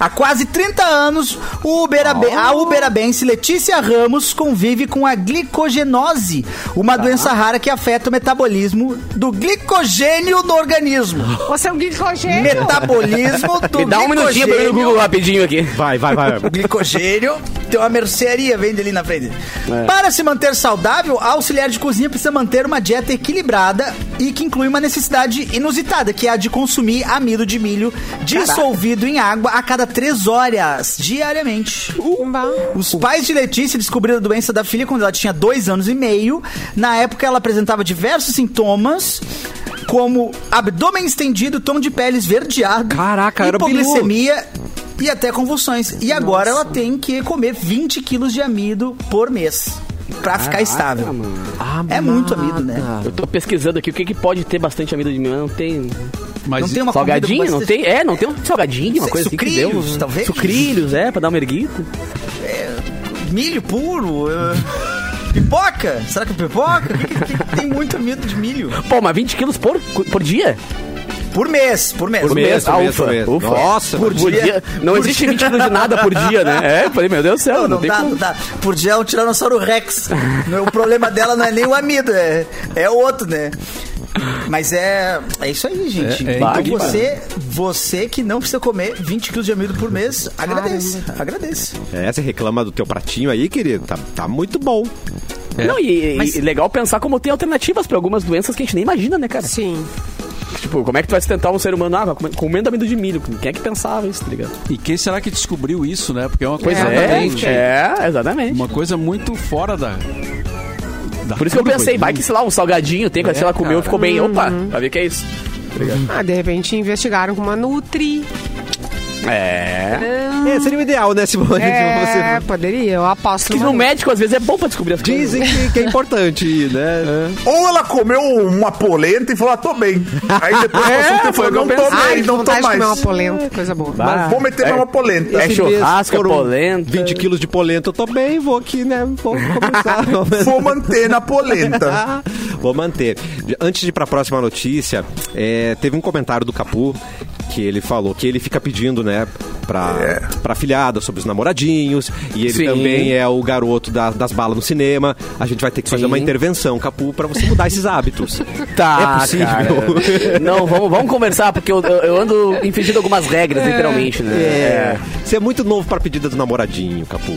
[SPEAKER 4] Há quase 30 anos, o uberabe- a
[SPEAKER 3] Oh.
[SPEAKER 4] uberabense Letícia Ramos convive com a glicogenose, uma
[SPEAKER 3] Tá.
[SPEAKER 4] doença rara que afeta o metabolismo do glicogênio
[SPEAKER 3] [LAUGHS]
[SPEAKER 4] no organismo.
[SPEAKER 2] Você é um glicogênio.
[SPEAKER 4] Metabolismo do
[SPEAKER 3] Me dá um minutinho pra eu ir no
[SPEAKER 4] glicogênio.
[SPEAKER 3] Google rapidinho aqui.
[SPEAKER 1] Vai, vai, vai.
[SPEAKER 4] [LAUGHS] Glicogênio, tem uma mercearia vende ali na frente.
[SPEAKER 1] É.
[SPEAKER 4] Para se manter saudável, a auxiliar de cozinha precisa manter uma dieta equilibrada e que inclui uma necessidade inusitada, que é a de consumir amido de milho dissolvido em água a cada três horas diariamente.
[SPEAKER 2] Bah.
[SPEAKER 4] Os pais de Letícia descobriram a doença da filha quando ela tinha dois anos e meio. Na época, ela apresentava diversos sintomas, como abdômen estendido, tom de pele esverdeado,
[SPEAKER 1] Caraca, era o Bilu.
[SPEAKER 4] hipoglicemia e até convulsões. E agora ela tem que comer 20 quilos de amido por mês. Pra ficar estável. É muito amido, né?
[SPEAKER 3] Eu tô pesquisando aqui o que, que pode ter bastante amido de mim. Não tem.
[SPEAKER 5] [LAUGHS] Mas
[SPEAKER 4] Não tem uma comida
[SPEAKER 3] Salgadinho?
[SPEAKER 4] com
[SPEAKER 3] Não
[SPEAKER 4] bastante-
[SPEAKER 3] tem? É, não tem um salgadinho, uma
[SPEAKER 4] Sei,
[SPEAKER 3] coisa assim que deu.
[SPEAKER 4] sucrilhos, talvez.
[SPEAKER 3] Sucrilhos, é, pra dar uma erguida.
[SPEAKER 4] Milho puro? eh, Pipoca? Será que é pipoca? O que que- que tem muito amido de milho?
[SPEAKER 3] Pô, mas 20 quilos por, por dia?
[SPEAKER 4] Por mês, por mês.
[SPEAKER 1] Por mês,
[SPEAKER 3] Ah,
[SPEAKER 1] por mês,
[SPEAKER 3] ufa,
[SPEAKER 1] por mês.
[SPEAKER 3] ufa.
[SPEAKER 1] Nossa,
[SPEAKER 4] Por
[SPEAKER 1] mano.
[SPEAKER 3] Por
[SPEAKER 4] dia.
[SPEAKER 3] dia. Não
[SPEAKER 4] Por
[SPEAKER 3] existe
[SPEAKER 4] dia.
[SPEAKER 3] 20 quilos de nada por dia,
[SPEAKER 4] [LAUGHS]
[SPEAKER 3] né? É, eu falei, meu Deus do céu,
[SPEAKER 4] Não,
[SPEAKER 3] não,
[SPEAKER 4] não
[SPEAKER 3] tem
[SPEAKER 4] dá,
[SPEAKER 3] como.
[SPEAKER 4] não dá. Por dia é um Tiranossauro Rex. Não, o problema dela não é nem o amido, é, é o outro, né? Mas é, é isso aí, gente.
[SPEAKER 5] É, é
[SPEAKER 4] então
[SPEAKER 5] impacto.
[SPEAKER 4] você, você que não precisa comer 20 quilos de amido por mês, agradece. Agradece.
[SPEAKER 1] É, você reclama do teu pratinho aí, querido. Tá, tá muito bom. É.
[SPEAKER 3] Não, e, e- e legal pensar como tem alternativas pra algumas doenças que a gente nem imagina, né, cara?
[SPEAKER 2] Sim.
[SPEAKER 3] Tipo, como é que tu vai sustentar um ser humano? Ah, vai comer- comendo amido de milho. Quem é que pensava isso, tá ligado?
[SPEAKER 5] E quem será que descobriu isso, né? Porque é uma coisa
[SPEAKER 3] Exatamente. É, exatamente.
[SPEAKER 5] uma coisa muito fora da, da
[SPEAKER 3] Por isso que eu
[SPEAKER 5] curva,
[SPEAKER 3] pensei, vai que, sei lá, um salgadinho tem, que se ela comeu,
[SPEAKER 5] cara.
[SPEAKER 3] ficou bem. Opa, vai ver o que é isso.
[SPEAKER 2] Ah, de repente investigaram com uma
[SPEAKER 3] [LAUGHS]
[SPEAKER 2] Nutri.
[SPEAKER 3] É.
[SPEAKER 1] É, seria o ideal, né, Simone?
[SPEAKER 2] É,
[SPEAKER 1] Você-
[SPEAKER 2] poderia. Eu aposto
[SPEAKER 3] Que
[SPEAKER 2] numa
[SPEAKER 3] no médico, às vezes, é bom pra descobrir as coisas.
[SPEAKER 1] Dizem que, que é importante, ir, né?
[SPEAKER 6] Ou ela comeu uma polenta e falou, ah, tô bem. Aí
[SPEAKER 2] [LAUGHS]
[SPEAKER 6] depois
[SPEAKER 3] É,
[SPEAKER 6] passou
[SPEAKER 3] foi
[SPEAKER 6] um tempo,
[SPEAKER 3] o
[SPEAKER 6] eu
[SPEAKER 3] que eu
[SPEAKER 6] não tô
[SPEAKER 3] pensei.
[SPEAKER 2] Ai,
[SPEAKER 6] bem,
[SPEAKER 2] que
[SPEAKER 6] não tô
[SPEAKER 2] vontade de comer uma
[SPEAKER 6] mais.
[SPEAKER 2] polenta, coisa boa.
[SPEAKER 3] Ah,
[SPEAKER 6] Vou meter
[SPEAKER 3] é,
[SPEAKER 6] uma polenta.
[SPEAKER 3] É
[SPEAKER 1] Esse mês
[SPEAKER 3] churrasco, é
[SPEAKER 1] foram
[SPEAKER 3] polenta.
[SPEAKER 1] 20 quilos de polenta, eu tô bem, vou aqui, né? Vou começar.
[SPEAKER 6] [LAUGHS] [LAUGHS] Vou manter
[SPEAKER 3] [LAUGHS]
[SPEAKER 6] na polenta.
[SPEAKER 1] Ah, Vou manter. Antes de ir para a próxima notícia, é, teve um comentário do Capu que ele falou que ele fica pedindo, né, pra,
[SPEAKER 6] É.
[SPEAKER 1] pra filhada sobre os namoradinhos e ele
[SPEAKER 3] Sim.
[SPEAKER 1] também é o garoto da- das balas no cinema. A gente vai ter que fazer uma intervenção, Capu, pra você mudar esses
[SPEAKER 6] [LAUGHS]
[SPEAKER 1] hábitos.
[SPEAKER 3] Tá,
[SPEAKER 1] É possível.
[SPEAKER 3] cara. Não, vamos, vamos conversar, porque eu, eu- eu ando infringindo algumas regras, literalmente, né?
[SPEAKER 1] É. Você é muito novo pra pedida do namoradinho, Capu.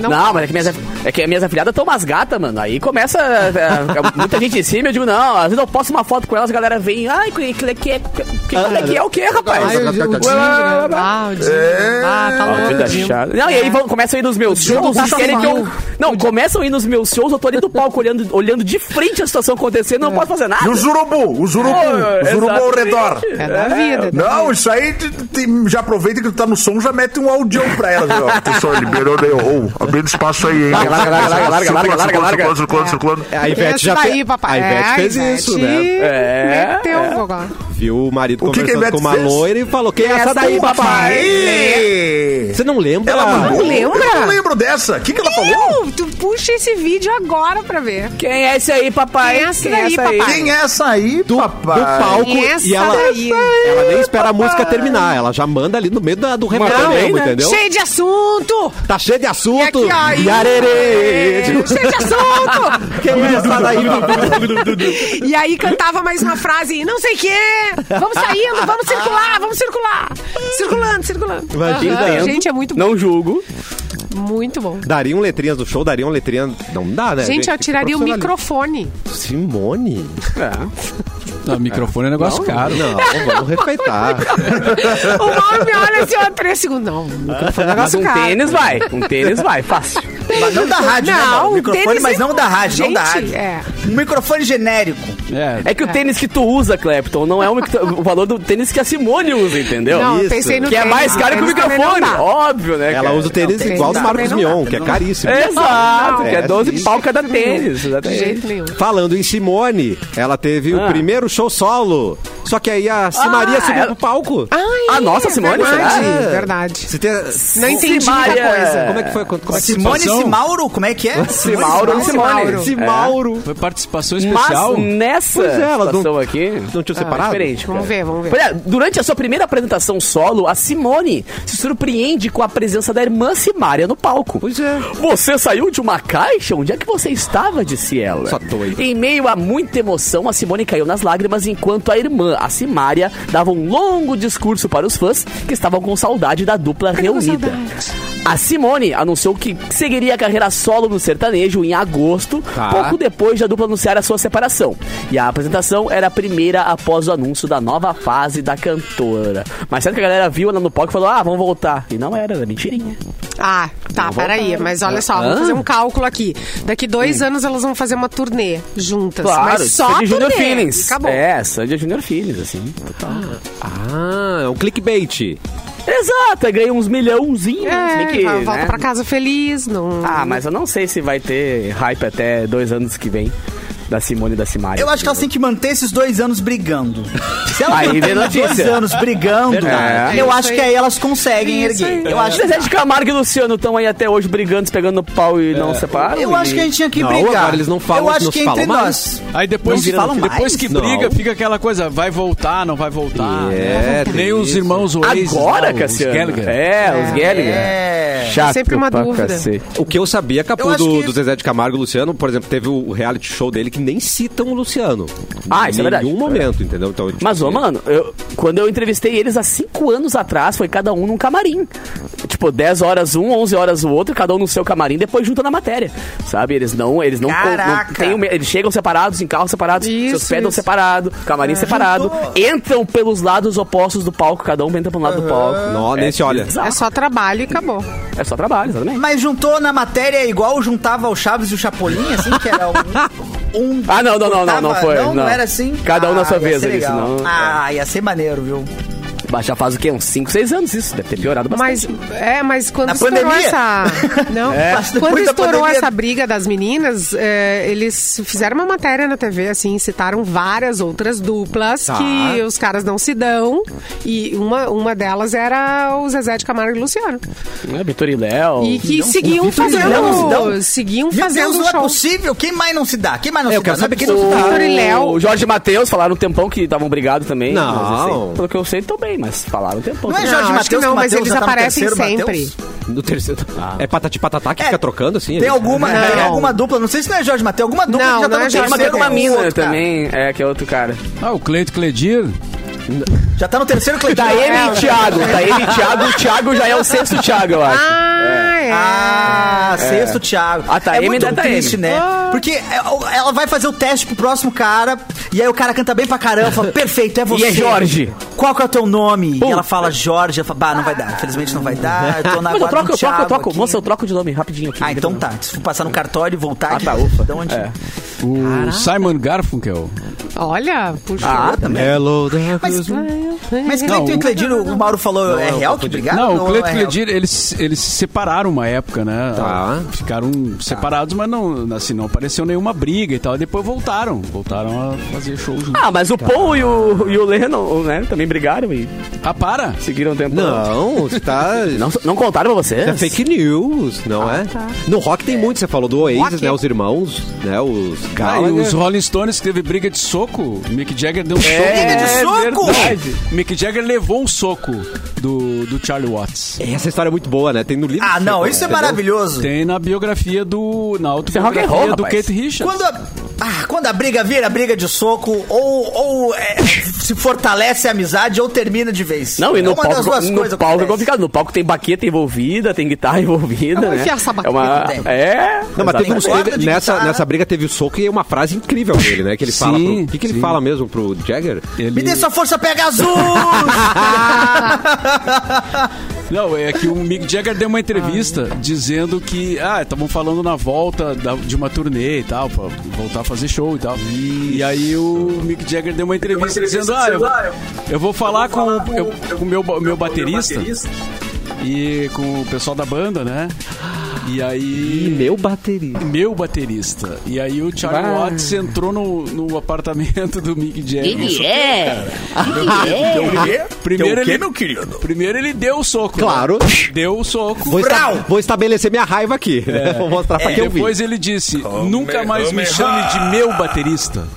[SPEAKER 2] Não,
[SPEAKER 3] Não, mas é que minhas, af- é que minhas afilhadas estão umas gatas, mano. Aí começa é, muita gente em cima, eu digo, não, às vezes eu posto uma foto com elas, a galera vem, ai, que que- que- que- que- qual é que é o que,
[SPEAKER 6] Ai,
[SPEAKER 3] rapaz?
[SPEAKER 6] eu-
[SPEAKER 2] o Tinder. Ah, o Tinder. Ah, tá
[SPEAKER 3] Ah, vida
[SPEAKER 2] louco.
[SPEAKER 3] chata. Não, e aí vão, começam a ir nos meus shows,
[SPEAKER 2] tá
[SPEAKER 3] eles querem que eu...
[SPEAKER 2] mal.
[SPEAKER 3] Não, começam a ir nos meus shows, eu tô ali do palco olhando, olhando de frente a situação acontecendo, não posso fazer nada.
[SPEAKER 6] É. E o Zurubu, o Zurubu,
[SPEAKER 3] Oh,
[SPEAKER 6] o Zurubu ao
[SPEAKER 3] exatamente.
[SPEAKER 6] redor.
[SPEAKER 2] É da vida. da
[SPEAKER 6] Não, isso aí te- te- já aproveita que tu tá no som, já mete um audião pra ela. viu? Ó, [LAUGHS] Atenção, liberou, derrou. Abrindo espaço aí, hein?
[SPEAKER 3] Larga, larga, larga, larga, larga, larga, larga, larga. É.
[SPEAKER 6] Circulando, circulando, circulando.
[SPEAKER 1] A
[SPEAKER 2] Esse daí, papai.
[SPEAKER 1] A Ivete
[SPEAKER 2] É,
[SPEAKER 1] fez
[SPEAKER 2] Ivete
[SPEAKER 1] isso, né?
[SPEAKER 3] É,
[SPEAKER 2] Meteu o gogó.
[SPEAKER 1] Viu o marido
[SPEAKER 6] O que que a
[SPEAKER 1] conversando
[SPEAKER 6] Ivete
[SPEAKER 1] com uma
[SPEAKER 6] fez?
[SPEAKER 1] loira e falou: Quem é essa daí, papai?
[SPEAKER 6] Aí!
[SPEAKER 1] Você não lembra?
[SPEAKER 6] Ela mandou?
[SPEAKER 2] lembra?
[SPEAKER 6] é. Ah, Eu não lembro dessa. O que, que ela falou?
[SPEAKER 2] Não, Uh, tu puxa esse vídeo agora pra ver.
[SPEAKER 3] Quem é esse aí, papai?
[SPEAKER 2] Quem é esse daí, papai?
[SPEAKER 6] Quem é essa aí,
[SPEAKER 1] do, do
[SPEAKER 6] papai?
[SPEAKER 1] palco
[SPEAKER 2] E essa
[SPEAKER 1] e ela,
[SPEAKER 2] daí?
[SPEAKER 1] ela nem espera a música terminar, ela já manda ali no meio da- do refrão,
[SPEAKER 3] também, né?
[SPEAKER 1] entendeu?
[SPEAKER 2] Cheio de assunto!
[SPEAKER 1] Tá cheio de
[SPEAKER 2] E
[SPEAKER 1] assunto.
[SPEAKER 2] aqui, ó.
[SPEAKER 1] E arerê.
[SPEAKER 2] [LAUGHS] Cheio de assunto!
[SPEAKER 1] Quem é essa daí?
[SPEAKER 2] E aí cantava mais uma frase, não sei o quê, vamos saindo, vamos circular, vamos circular. Circulando, circulando.
[SPEAKER 1] Imagina.
[SPEAKER 2] Aham, Gente, é muito,
[SPEAKER 3] Não julgo.
[SPEAKER 2] muito bom.
[SPEAKER 1] Dariam um letrinhas do show, dariam letrinhas. Não dá, né?
[SPEAKER 2] Gente, eu
[SPEAKER 1] que
[SPEAKER 2] tiraria o
[SPEAKER 1] profissionalismo.
[SPEAKER 2] microfone.
[SPEAKER 1] Simone?
[SPEAKER 5] Não, microfone é negócio caro.
[SPEAKER 1] Não, vamos respeitar.
[SPEAKER 2] [LAUGHS] O Mauro me olha assim, ó, três segundos. Não, o microfone é um
[SPEAKER 3] Mas
[SPEAKER 2] negócio
[SPEAKER 3] um
[SPEAKER 2] caro.
[SPEAKER 3] tênis vai, um tênis vai, fácil.
[SPEAKER 4] Mas não da rádio, né, Mauro?
[SPEAKER 2] Não, o
[SPEAKER 4] Microfone,
[SPEAKER 2] tênis
[SPEAKER 4] mas
[SPEAKER 2] é-
[SPEAKER 4] não da rádio, não da
[SPEAKER 2] Gente,
[SPEAKER 4] rádio.
[SPEAKER 2] é.
[SPEAKER 4] Um microfone genérico.
[SPEAKER 5] É,
[SPEAKER 3] É que o tênis que tu usa, Clapton, não é o, micro- o valor do tênis que a Simone usa, entendeu?
[SPEAKER 2] Não, eu
[SPEAKER 1] Isso.
[SPEAKER 2] pensei no
[SPEAKER 3] que é
[SPEAKER 2] tênis.
[SPEAKER 3] mais caro que o
[SPEAKER 2] Tênis também
[SPEAKER 3] microfone,
[SPEAKER 2] não dá.
[SPEAKER 3] óbvio, né?
[SPEAKER 1] Ela
[SPEAKER 3] cara?
[SPEAKER 1] usa o tênis
[SPEAKER 2] tênis
[SPEAKER 1] igual do
[SPEAKER 2] também
[SPEAKER 1] Marcos
[SPEAKER 2] não dá.
[SPEAKER 1] Mion, que é caríssimo.
[SPEAKER 3] Exato, que é
[SPEAKER 1] É,
[SPEAKER 3] 12
[SPEAKER 1] sim.
[SPEAKER 3] pau cada tênis.
[SPEAKER 2] De
[SPEAKER 3] exatamente.
[SPEAKER 2] jeito nenhum.
[SPEAKER 1] Falando em Simone, ela teve
[SPEAKER 3] Ah.
[SPEAKER 1] o primeiro show solo. Só que aí a
[SPEAKER 2] Ah,
[SPEAKER 1] Simaria subiu
[SPEAKER 3] ela-
[SPEAKER 1] pro palco.
[SPEAKER 2] Ai,
[SPEAKER 3] Ah, nossa, Simone,
[SPEAKER 2] é verdade,
[SPEAKER 1] será?
[SPEAKER 2] verdade.
[SPEAKER 1] Se tem-
[SPEAKER 2] Não entendi
[SPEAKER 3] Simaria.
[SPEAKER 2] muita coisa.
[SPEAKER 1] Como é que foi? Como é que
[SPEAKER 4] Simone
[SPEAKER 5] situação?
[SPEAKER 4] e Mauro, como é que é? Simone
[SPEAKER 3] Mauro,
[SPEAKER 4] e
[SPEAKER 2] Simone.
[SPEAKER 3] Simone.
[SPEAKER 1] Esse
[SPEAKER 3] É.
[SPEAKER 1] Mauro.
[SPEAKER 5] foi participação especial.
[SPEAKER 3] Mas nessa
[SPEAKER 1] Pois é, elas não-
[SPEAKER 3] situação aqui... Ah,
[SPEAKER 1] não tinham separado?
[SPEAKER 3] diferente,
[SPEAKER 2] Vamos
[SPEAKER 3] cara.
[SPEAKER 2] ver, vamos ver.
[SPEAKER 3] Pois é, durante a sua primeira apresentação solo, a Simone se surpreende com a presença da irmã Simária no palco.
[SPEAKER 1] Pois é.
[SPEAKER 3] Você saiu de uma caixa? Onde é que você estava? Disse ela.
[SPEAKER 1] Só doido.
[SPEAKER 3] Em meio a muita emoção, a Simone caiu nas lágrimas enquanto a irmã, a Simária, dava um longo discurso para os fãs que estavam com saudade da dupla reunida. A Simone anunciou que seguiria a carreira solo no sertanejo em agosto,
[SPEAKER 1] Tá.
[SPEAKER 3] pouco depois da dupla anunciar a sua separação. E a apresentação era a primeira após o anúncio da nova fase da cantora. Mas certo que a galera viu ela no palco e falou: ah, vamos voltar. E não era, era mentirinha.
[SPEAKER 2] Ah, tá, peraí. Mas olha só, vamos
[SPEAKER 3] Hã?
[SPEAKER 2] fazer um cálculo aqui. Daqui
[SPEAKER 3] Hum.
[SPEAKER 2] dois anos elas vão fazer uma turnê juntas. mas só
[SPEAKER 3] Sandy
[SPEAKER 2] turnê.
[SPEAKER 3] Junior Feelings.
[SPEAKER 2] Acabou.
[SPEAKER 3] É, Sandy Junior Feelings, assim. Total.
[SPEAKER 1] Ah, é um clickbait.
[SPEAKER 3] Exato, aí ganha uns milhãozinhos.
[SPEAKER 2] É,
[SPEAKER 3] né, que,
[SPEAKER 2] vai- volta
[SPEAKER 3] né?
[SPEAKER 2] pra casa feliz. Não...
[SPEAKER 3] Ah, mas eu não sei se vai ter hype até dois anos que vem da Simone e da Simaria.
[SPEAKER 4] Eu acho que elas têm que manter esses dois anos brigando. Se elas
[SPEAKER 3] Aí vem
[SPEAKER 4] manterem os dois
[SPEAKER 3] notícia.
[SPEAKER 4] anos brigando,
[SPEAKER 3] Verdade. É.
[SPEAKER 4] eu
[SPEAKER 2] É
[SPEAKER 4] acho
[SPEAKER 2] isso aí.
[SPEAKER 4] que
[SPEAKER 2] É
[SPEAKER 4] aí elas conseguem
[SPEAKER 2] Isso aí.
[SPEAKER 4] erguer. é Eu acho,
[SPEAKER 3] Zezé de Camargo e Luciano estão aí até hoje brigando, se pegando no pau e não separam.
[SPEAKER 4] É. eu acho que a gente tinha que
[SPEAKER 1] Não,
[SPEAKER 4] brigar.
[SPEAKER 1] agora eles não falam,
[SPEAKER 4] eu acho
[SPEAKER 1] nos
[SPEAKER 4] que entre
[SPEAKER 1] falam
[SPEAKER 4] nós.
[SPEAKER 5] Aí depois,
[SPEAKER 4] Não se falam
[SPEAKER 5] depois
[SPEAKER 4] mais?
[SPEAKER 5] que
[SPEAKER 1] Não.
[SPEAKER 5] briga, fica aquela coisa, vai voltar, não vai voltar. né?
[SPEAKER 1] É, tem
[SPEAKER 5] Nem os
[SPEAKER 1] isso.
[SPEAKER 5] irmãos Oasis, lá,
[SPEAKER 3] Agora,
[SPEAKER 5] os
[SPEAKER 3] Cassiano.
[SPEAKER 5] Gallagher.
[SPEAKER 3] É, os Gallagher.
[SPEAKER 4] É.
[SPEAKER 3] Chato
[SPEAKER 2] Sempre uma
[SPEAKER 3] pra
[SPEAKER 2] dúvida.
[SPEAKER 3] cacete.
[SPEAKER 1] O que eu sabia, Capu,
[SPEAKER 4] Eu acho
[SPEAKER 1] do,
[SPEAKER 4] que-
[SPEAKER 1] do Zezé de Camargo e Luciano, por exemplo, teve o reality show dele que nem citam o Luciano.
[SPEAKER 3] Ah, isso
[SPEAKER 1] em
[SPEAKER 3] é verdade.
[SPEAKER 1] nenhum
[SPEAKER 3] É
[SPEAKER 1] momento, entendeu? Então, tipo,
[SPEAKER 3] Mas, ô, mano, eu- quando eu entrevistei eles há cinco anos atrás, foi cada um num camarim. Tipo, 10 horas um, 11 horas o outro, cada um no seu camarim, depois junta na matéria. Sabe? Eles não. Eles não.
[SPEAKER 4] Caraca!
[SPEAKER 3] não têm o me- eles chegam separados, em carros separados,
[SPEAKER 2] Isso,
[SPEAKER 3] seus pés
[SPEAKER 2] isso.
[SPEAKER 3] estão
[SPEAKER 2] É.
[SPEAKER 3] separados, camarim separado, entram pelos lados opostos do palco, cada um entra pra um lado do palco.
[SPEAKER 1] Não, nesse, olha.
[SPEAKER 3] bizarro.
[SPEAKER 2] É só trabalho e acabou.
[SPEAKER 3] É só trabalho, exatamente.
[SPEAKER 4] Mas juntou na matéria igual juntava o Chaves e o Chapolin, assim, que
[SPEAKER 3] [LAUGHS]
[SPEAKER 4] era um... um
[SPEAKER 3] Ah, não, não, não, não, não
[SPEAKER 4] juntava-
[SPEAKER 3] foi.
[SPEAKER 4] Não, não era assim?
[SPEAKER 3] Cada um na
[SPEAKER 4] Ah,
[SPEAKER 3] sua
[SPEAKER 4] ia
[SPEAKER 3] vez
[SPEAKER 4] ser
[SPEAKER 3] ali, senão.
[SPEAKER 4] legal. Ah, ia ser maneiro, viu?
[SPEAKER 3] Mas já faz o quê? Uns 5, 6 anos isso. Deve ter piorado bastante.
[SPEAKER 2] Mas, é, mas quando
[SPEAKER 4] Na
[SPEAKER 2] estourou
[SPEAKER 4] pandemia.
[SPEAKER 2] essa. Não,
[SPEAKER 4] É.
[SPEAKER 2] quando
[SPEAKER 4] Depois da
[SPEAKER 2] estourou
[SPEAKER 4] pandemia.
[SPEAKER 2] essa briga das meninas, é, eles fizeram uma matéria na TV, assim, citaram várias outras duplas que os caras não se dão. E uma, uma delas era o Zezé de Camargo e Luciano.
[SPEAKER 3] Mas... É, Vitor e Léo.
[SPEAKER 2] E que
[SPEAKER 4] Vitor
[SPEAKER 2] seguiam
[SPEAKER 4] e Léo,
[SPEAKER 2] fazendo.
[SPEAKER 4] então?
[SPEAKER 2] Seguiam
[SPEAKER 4] Meu
[SPEAKER 2] fazendo um
[SPEAKER 4] Deus, não é
[SPEAKER 2] show.
[SPEAKER 4] possível. Quem mais não se dá? Quem mais não
[SPEAKER 1] É,
[SPEAKER 4] se
[SPEAKER 1] eu quero
[SPEAKER 4] dá?
[SPEAKER 1] saber quem
[SPEAKER 4] é
[SPEAKER 1] não se dá.
[SPEAKER 2] Vitor e Léo.
[SPEAKER 3] O Jorge e Matheus falaram um tempão que estavam brigados também.
[SPEAKER 1] Não.
[SPEAKER 3] mas assim, pelo que eu sei, também, mas falaram um tempão.
[SPEAKER 4] Não é
[SPEAKER 3] também.
[SPEAKER 4] Jorge
[SPEAKER 2] acho que
[SPEAKER 4] Matheus,
[SPEAKER 2] não,
[SPEAKER 4] que o
[SPEAKER 2] mas
[SPEAKER 4] Matheus
[SPEAKER 2] eles
[SPEAKER 4] já tá no
[SPEAKER 2] aparecem
[SPEAKER 4] terceiro
[SPEAKER 2] sempre.
[SPEAKER 4] Matheus?
[SPEAKER 1] No terceiro. É patati patatá que
[SPEAKER 4] É.
[SPEAKER 1] fica trocando, assim?
[SPEAKER 4] Tem
[SPEAKER 1] ali?
[SPEAKER 4] alguma,
[SPEAKER 2] Não.
[SPEAKER 4] tem alguma dupla, não sei se não é Jorge Matheus, alguma dupla
[SPEAKER 2] Não,
[SPEAKER 4] que já tá
[SPEAKER 2] não
[SPEAKER 4] no
[SPEAKER 2] é Jorge
[SPEAKER 4] terceiro.
[SPEAKER 3] Mas teve uma
[SPEAKER 2] Matheus.
[SPEAKER 4] ou
[SPEAKER 3] mina
[SPEAKER 4] outro, cara.
[SPEAKER 3] também, é, que é outro cara.
[SPEAKER 5] Ah, o Cleito Cledir
[SPEAKER 4] Já tá
[SPEAKER 3] [LAUGHS]
[SPEAKER 4] no terceiro É. clipe.
[SPEAKER 3] Tá ele e Thiago. Tá ele e Thiago. O Thiago já é o sexto Thiago, eu acho.
[SPEAKER 2] Ah, é.
[SPEAKER 4] Ah, sexto Thiago.
[SPEAKER 3] A Taeme
[SPEAKER 4] é
[SPEAKER 3] da
[SPEAKER 4] muito
[SPEAKER 3] Taeme.
[SPEAKER 4] triste, né?
[SPEAKER 3] Ah.
[SPEAKER 4] Porque é- ela vai fazer o teste pro próximo cara, e aí o cara canta bem pra
[SPEAKER 3] [LAUGHS]
[SPEAKER 4] caramba, fala, perfeito, é você.
[SPEAKER 3] E é Jorge.
[SPEAKER 4] Qual que é o teu nome? E ela fala Jorge, ela fala, bah, não vai dar, infelizmente não vai dar, eu tô na
[SPEAKER 3] Mas eu troco,
[SPEAKER 4] guarda do
[SPEAKER 3] eu troco, eu
[SPEAKER 4] Thiago
[SPEAKER 3] troco.
[SPEAKER 4] aqui."
[SPEAKER 3] Moça, eu troco de nome rapidinho aqui. né?
[SPEAKER 4] Ah, então tá, se for passar no cartório e voltar aqui,
[SPEAKER 3] tá, ufa.
[SPEAKER 4] de onde?
[SPEAKER 3] É.
[SPEAKER 5] O Simon Garfunkel.
[SPEAKER 2] Olha, puxa.
[SPEAKER 3] Ah, também.
[SPEAKER 1] Hello, there
[SPEAKER 4] Mas,
[SPEAKER 1] goes my-
[SPEAKER 4] mas Cleiton e
[SPEAKER 5] Não, o-
[SPEAKER 4] Cledir, o Mauro falou, é real que brigaram?
[SPEAKER 5] não,
[SPEAKER 4] ou
[SPEAKER 5] o Cleto
[SPEAKER 4] é
[SPEAKER 5] e
[SPEAKER 4] real?
[SPEAKER 5] Cledir, eles, eles se separaram uma época, né?
[SPEAKER 1] Tá.
[SPEAKER 5] Ficaram separados, mas não, assim, não apareceu nenhuma briga e tal. E depois voltaram. Voltaram a fazer show juntos.
[SPEAKER 3] Ah, mas o Paul e o, e o Lennon, né? Também brigaram e
[SPEAKER 5] Ah, para!
[SPEAKER 3] seguiram tentando.
[SPEAKER 1] Não, você tá.
[SPEAKER 3] Não, não contaram pra vocês?
[SPEAKER 1] É fake news, não é? No rock tem muito, você falou do Oasis,
[SPEAKER 2] Rock.
[SPEAKER 1] né? Os irmãos, né? Os
[SPEAKER 5] Ah, e
[SPEAKER 1] Gallagher.
[SPEAKER 5] os Rolling Stones que teve briga de soco. Mick Jagger deu um soco.
[SPEAKER 3] É
[SPEAKER 4] de soco?
[SPEAKER 5] verdade. Mick Jagger levou um soco do, do Charlie Watts.
[SPEAKER 1] Essa história é muito boa, né? Tem no livro.
[SPEAKER 4] Ah, não,
[SPEAKER 1] Entendeu?
[SPEAKER 4] isso é maravilhoso.
[SPEAKER 5] Tem na biografia do. Na
[SPEAKER 3] é rock and
[SPEAKER 5] autobiografia
[SPEAKER 3] roll,
[SPEAKER 5] do
[SPEAKER 3] rapaz.
[SPEAKER 5] Kate Richards.
[SPEAKER 4] Quando a, ah, quando a briga vira briga de soco, ou, ou é, [LAUGHS] se fortalece a amizade, ou termina de vez.
[SPEAKER 3] Não, e no
[SPEAKER 4] é uma
[SPEAKER 3] palco,
[SPEAKER 4] das duas
[SPEAKER 3] no
[SPEAKER 4] coisas
[SPEAKER 3] palco é
[SPEAKER 4] acontece.
[SPEAKER 3] complicado. No palco tem baqueta envolvida, tem guitarra envolvida,
[SPEAKER 2] Eu vou
[SPEAKER 3] né?
[SPEAKER 2] enfiar essa
[SPEAKER 3] é uma...
[SPEAKER 4] baqueta, tem.
[SPEAKER 3] É...
[SPEAKER 1] Não, mas teve, um-
[SPEAKER 4] Exatamente.
[SPEAKER 1] teve-
[SPEAKER 4] Corda de
[SPEAKER 1] nessa,
[SPEAKER 4] guitarra.
[SPEAKER 1] nessa briga teve o soco e é uma frase incrível dele, né? Que ele fala.
[SPEAKER 5] Sim,
[SPEAKER 1] pro- O que, que ele
[SPEAKER 5] sim.
[SPEAKER 1] fala mesmo pro Jagger?
[SPEAKER 5] Ele-
[SPEAKER 4] Me dê sua força, Pegasus!
[SPEAKER 3] [LAUGHS]
[SPEAKER 5] Não, é que o Mick Jagger deu uma entrevista dizendo que, ah, estavam falando na volta da- de uma turnê e tal, pra voltar a fazer show e tal. E aí o Mick Jagger deu uma entrevista, dizendo, ah, eu, eu vou falar com o eu- com o meu, ba- meu baterista e com o pessoal da banda, né? E aí...
[SPEAKER 1] E meu baterista.
[SPEAKER 5] Meu baterista. E aí o Charlie Watts entrou no, no apartamento do Mick Jagger. Ele é!
[SPEAKER 1] é
[SPEAKER 5] Primeiro ele, meu querido? Primeiro ele deu o soco.
[SPEAKER 1] Claro.
[SPEAKER 5] né? Deu o soco.
[SPEAKER 1] Vou, esta- vou estabelecer minha raiva aqui. né? [LAUGHS] Vou mostrar pra
[SPEAKER 5] E
[SPEAKER 1] quem eu vi.
[SPEAKER 5] depois ele disse, nunca mais me chame de meu baterista.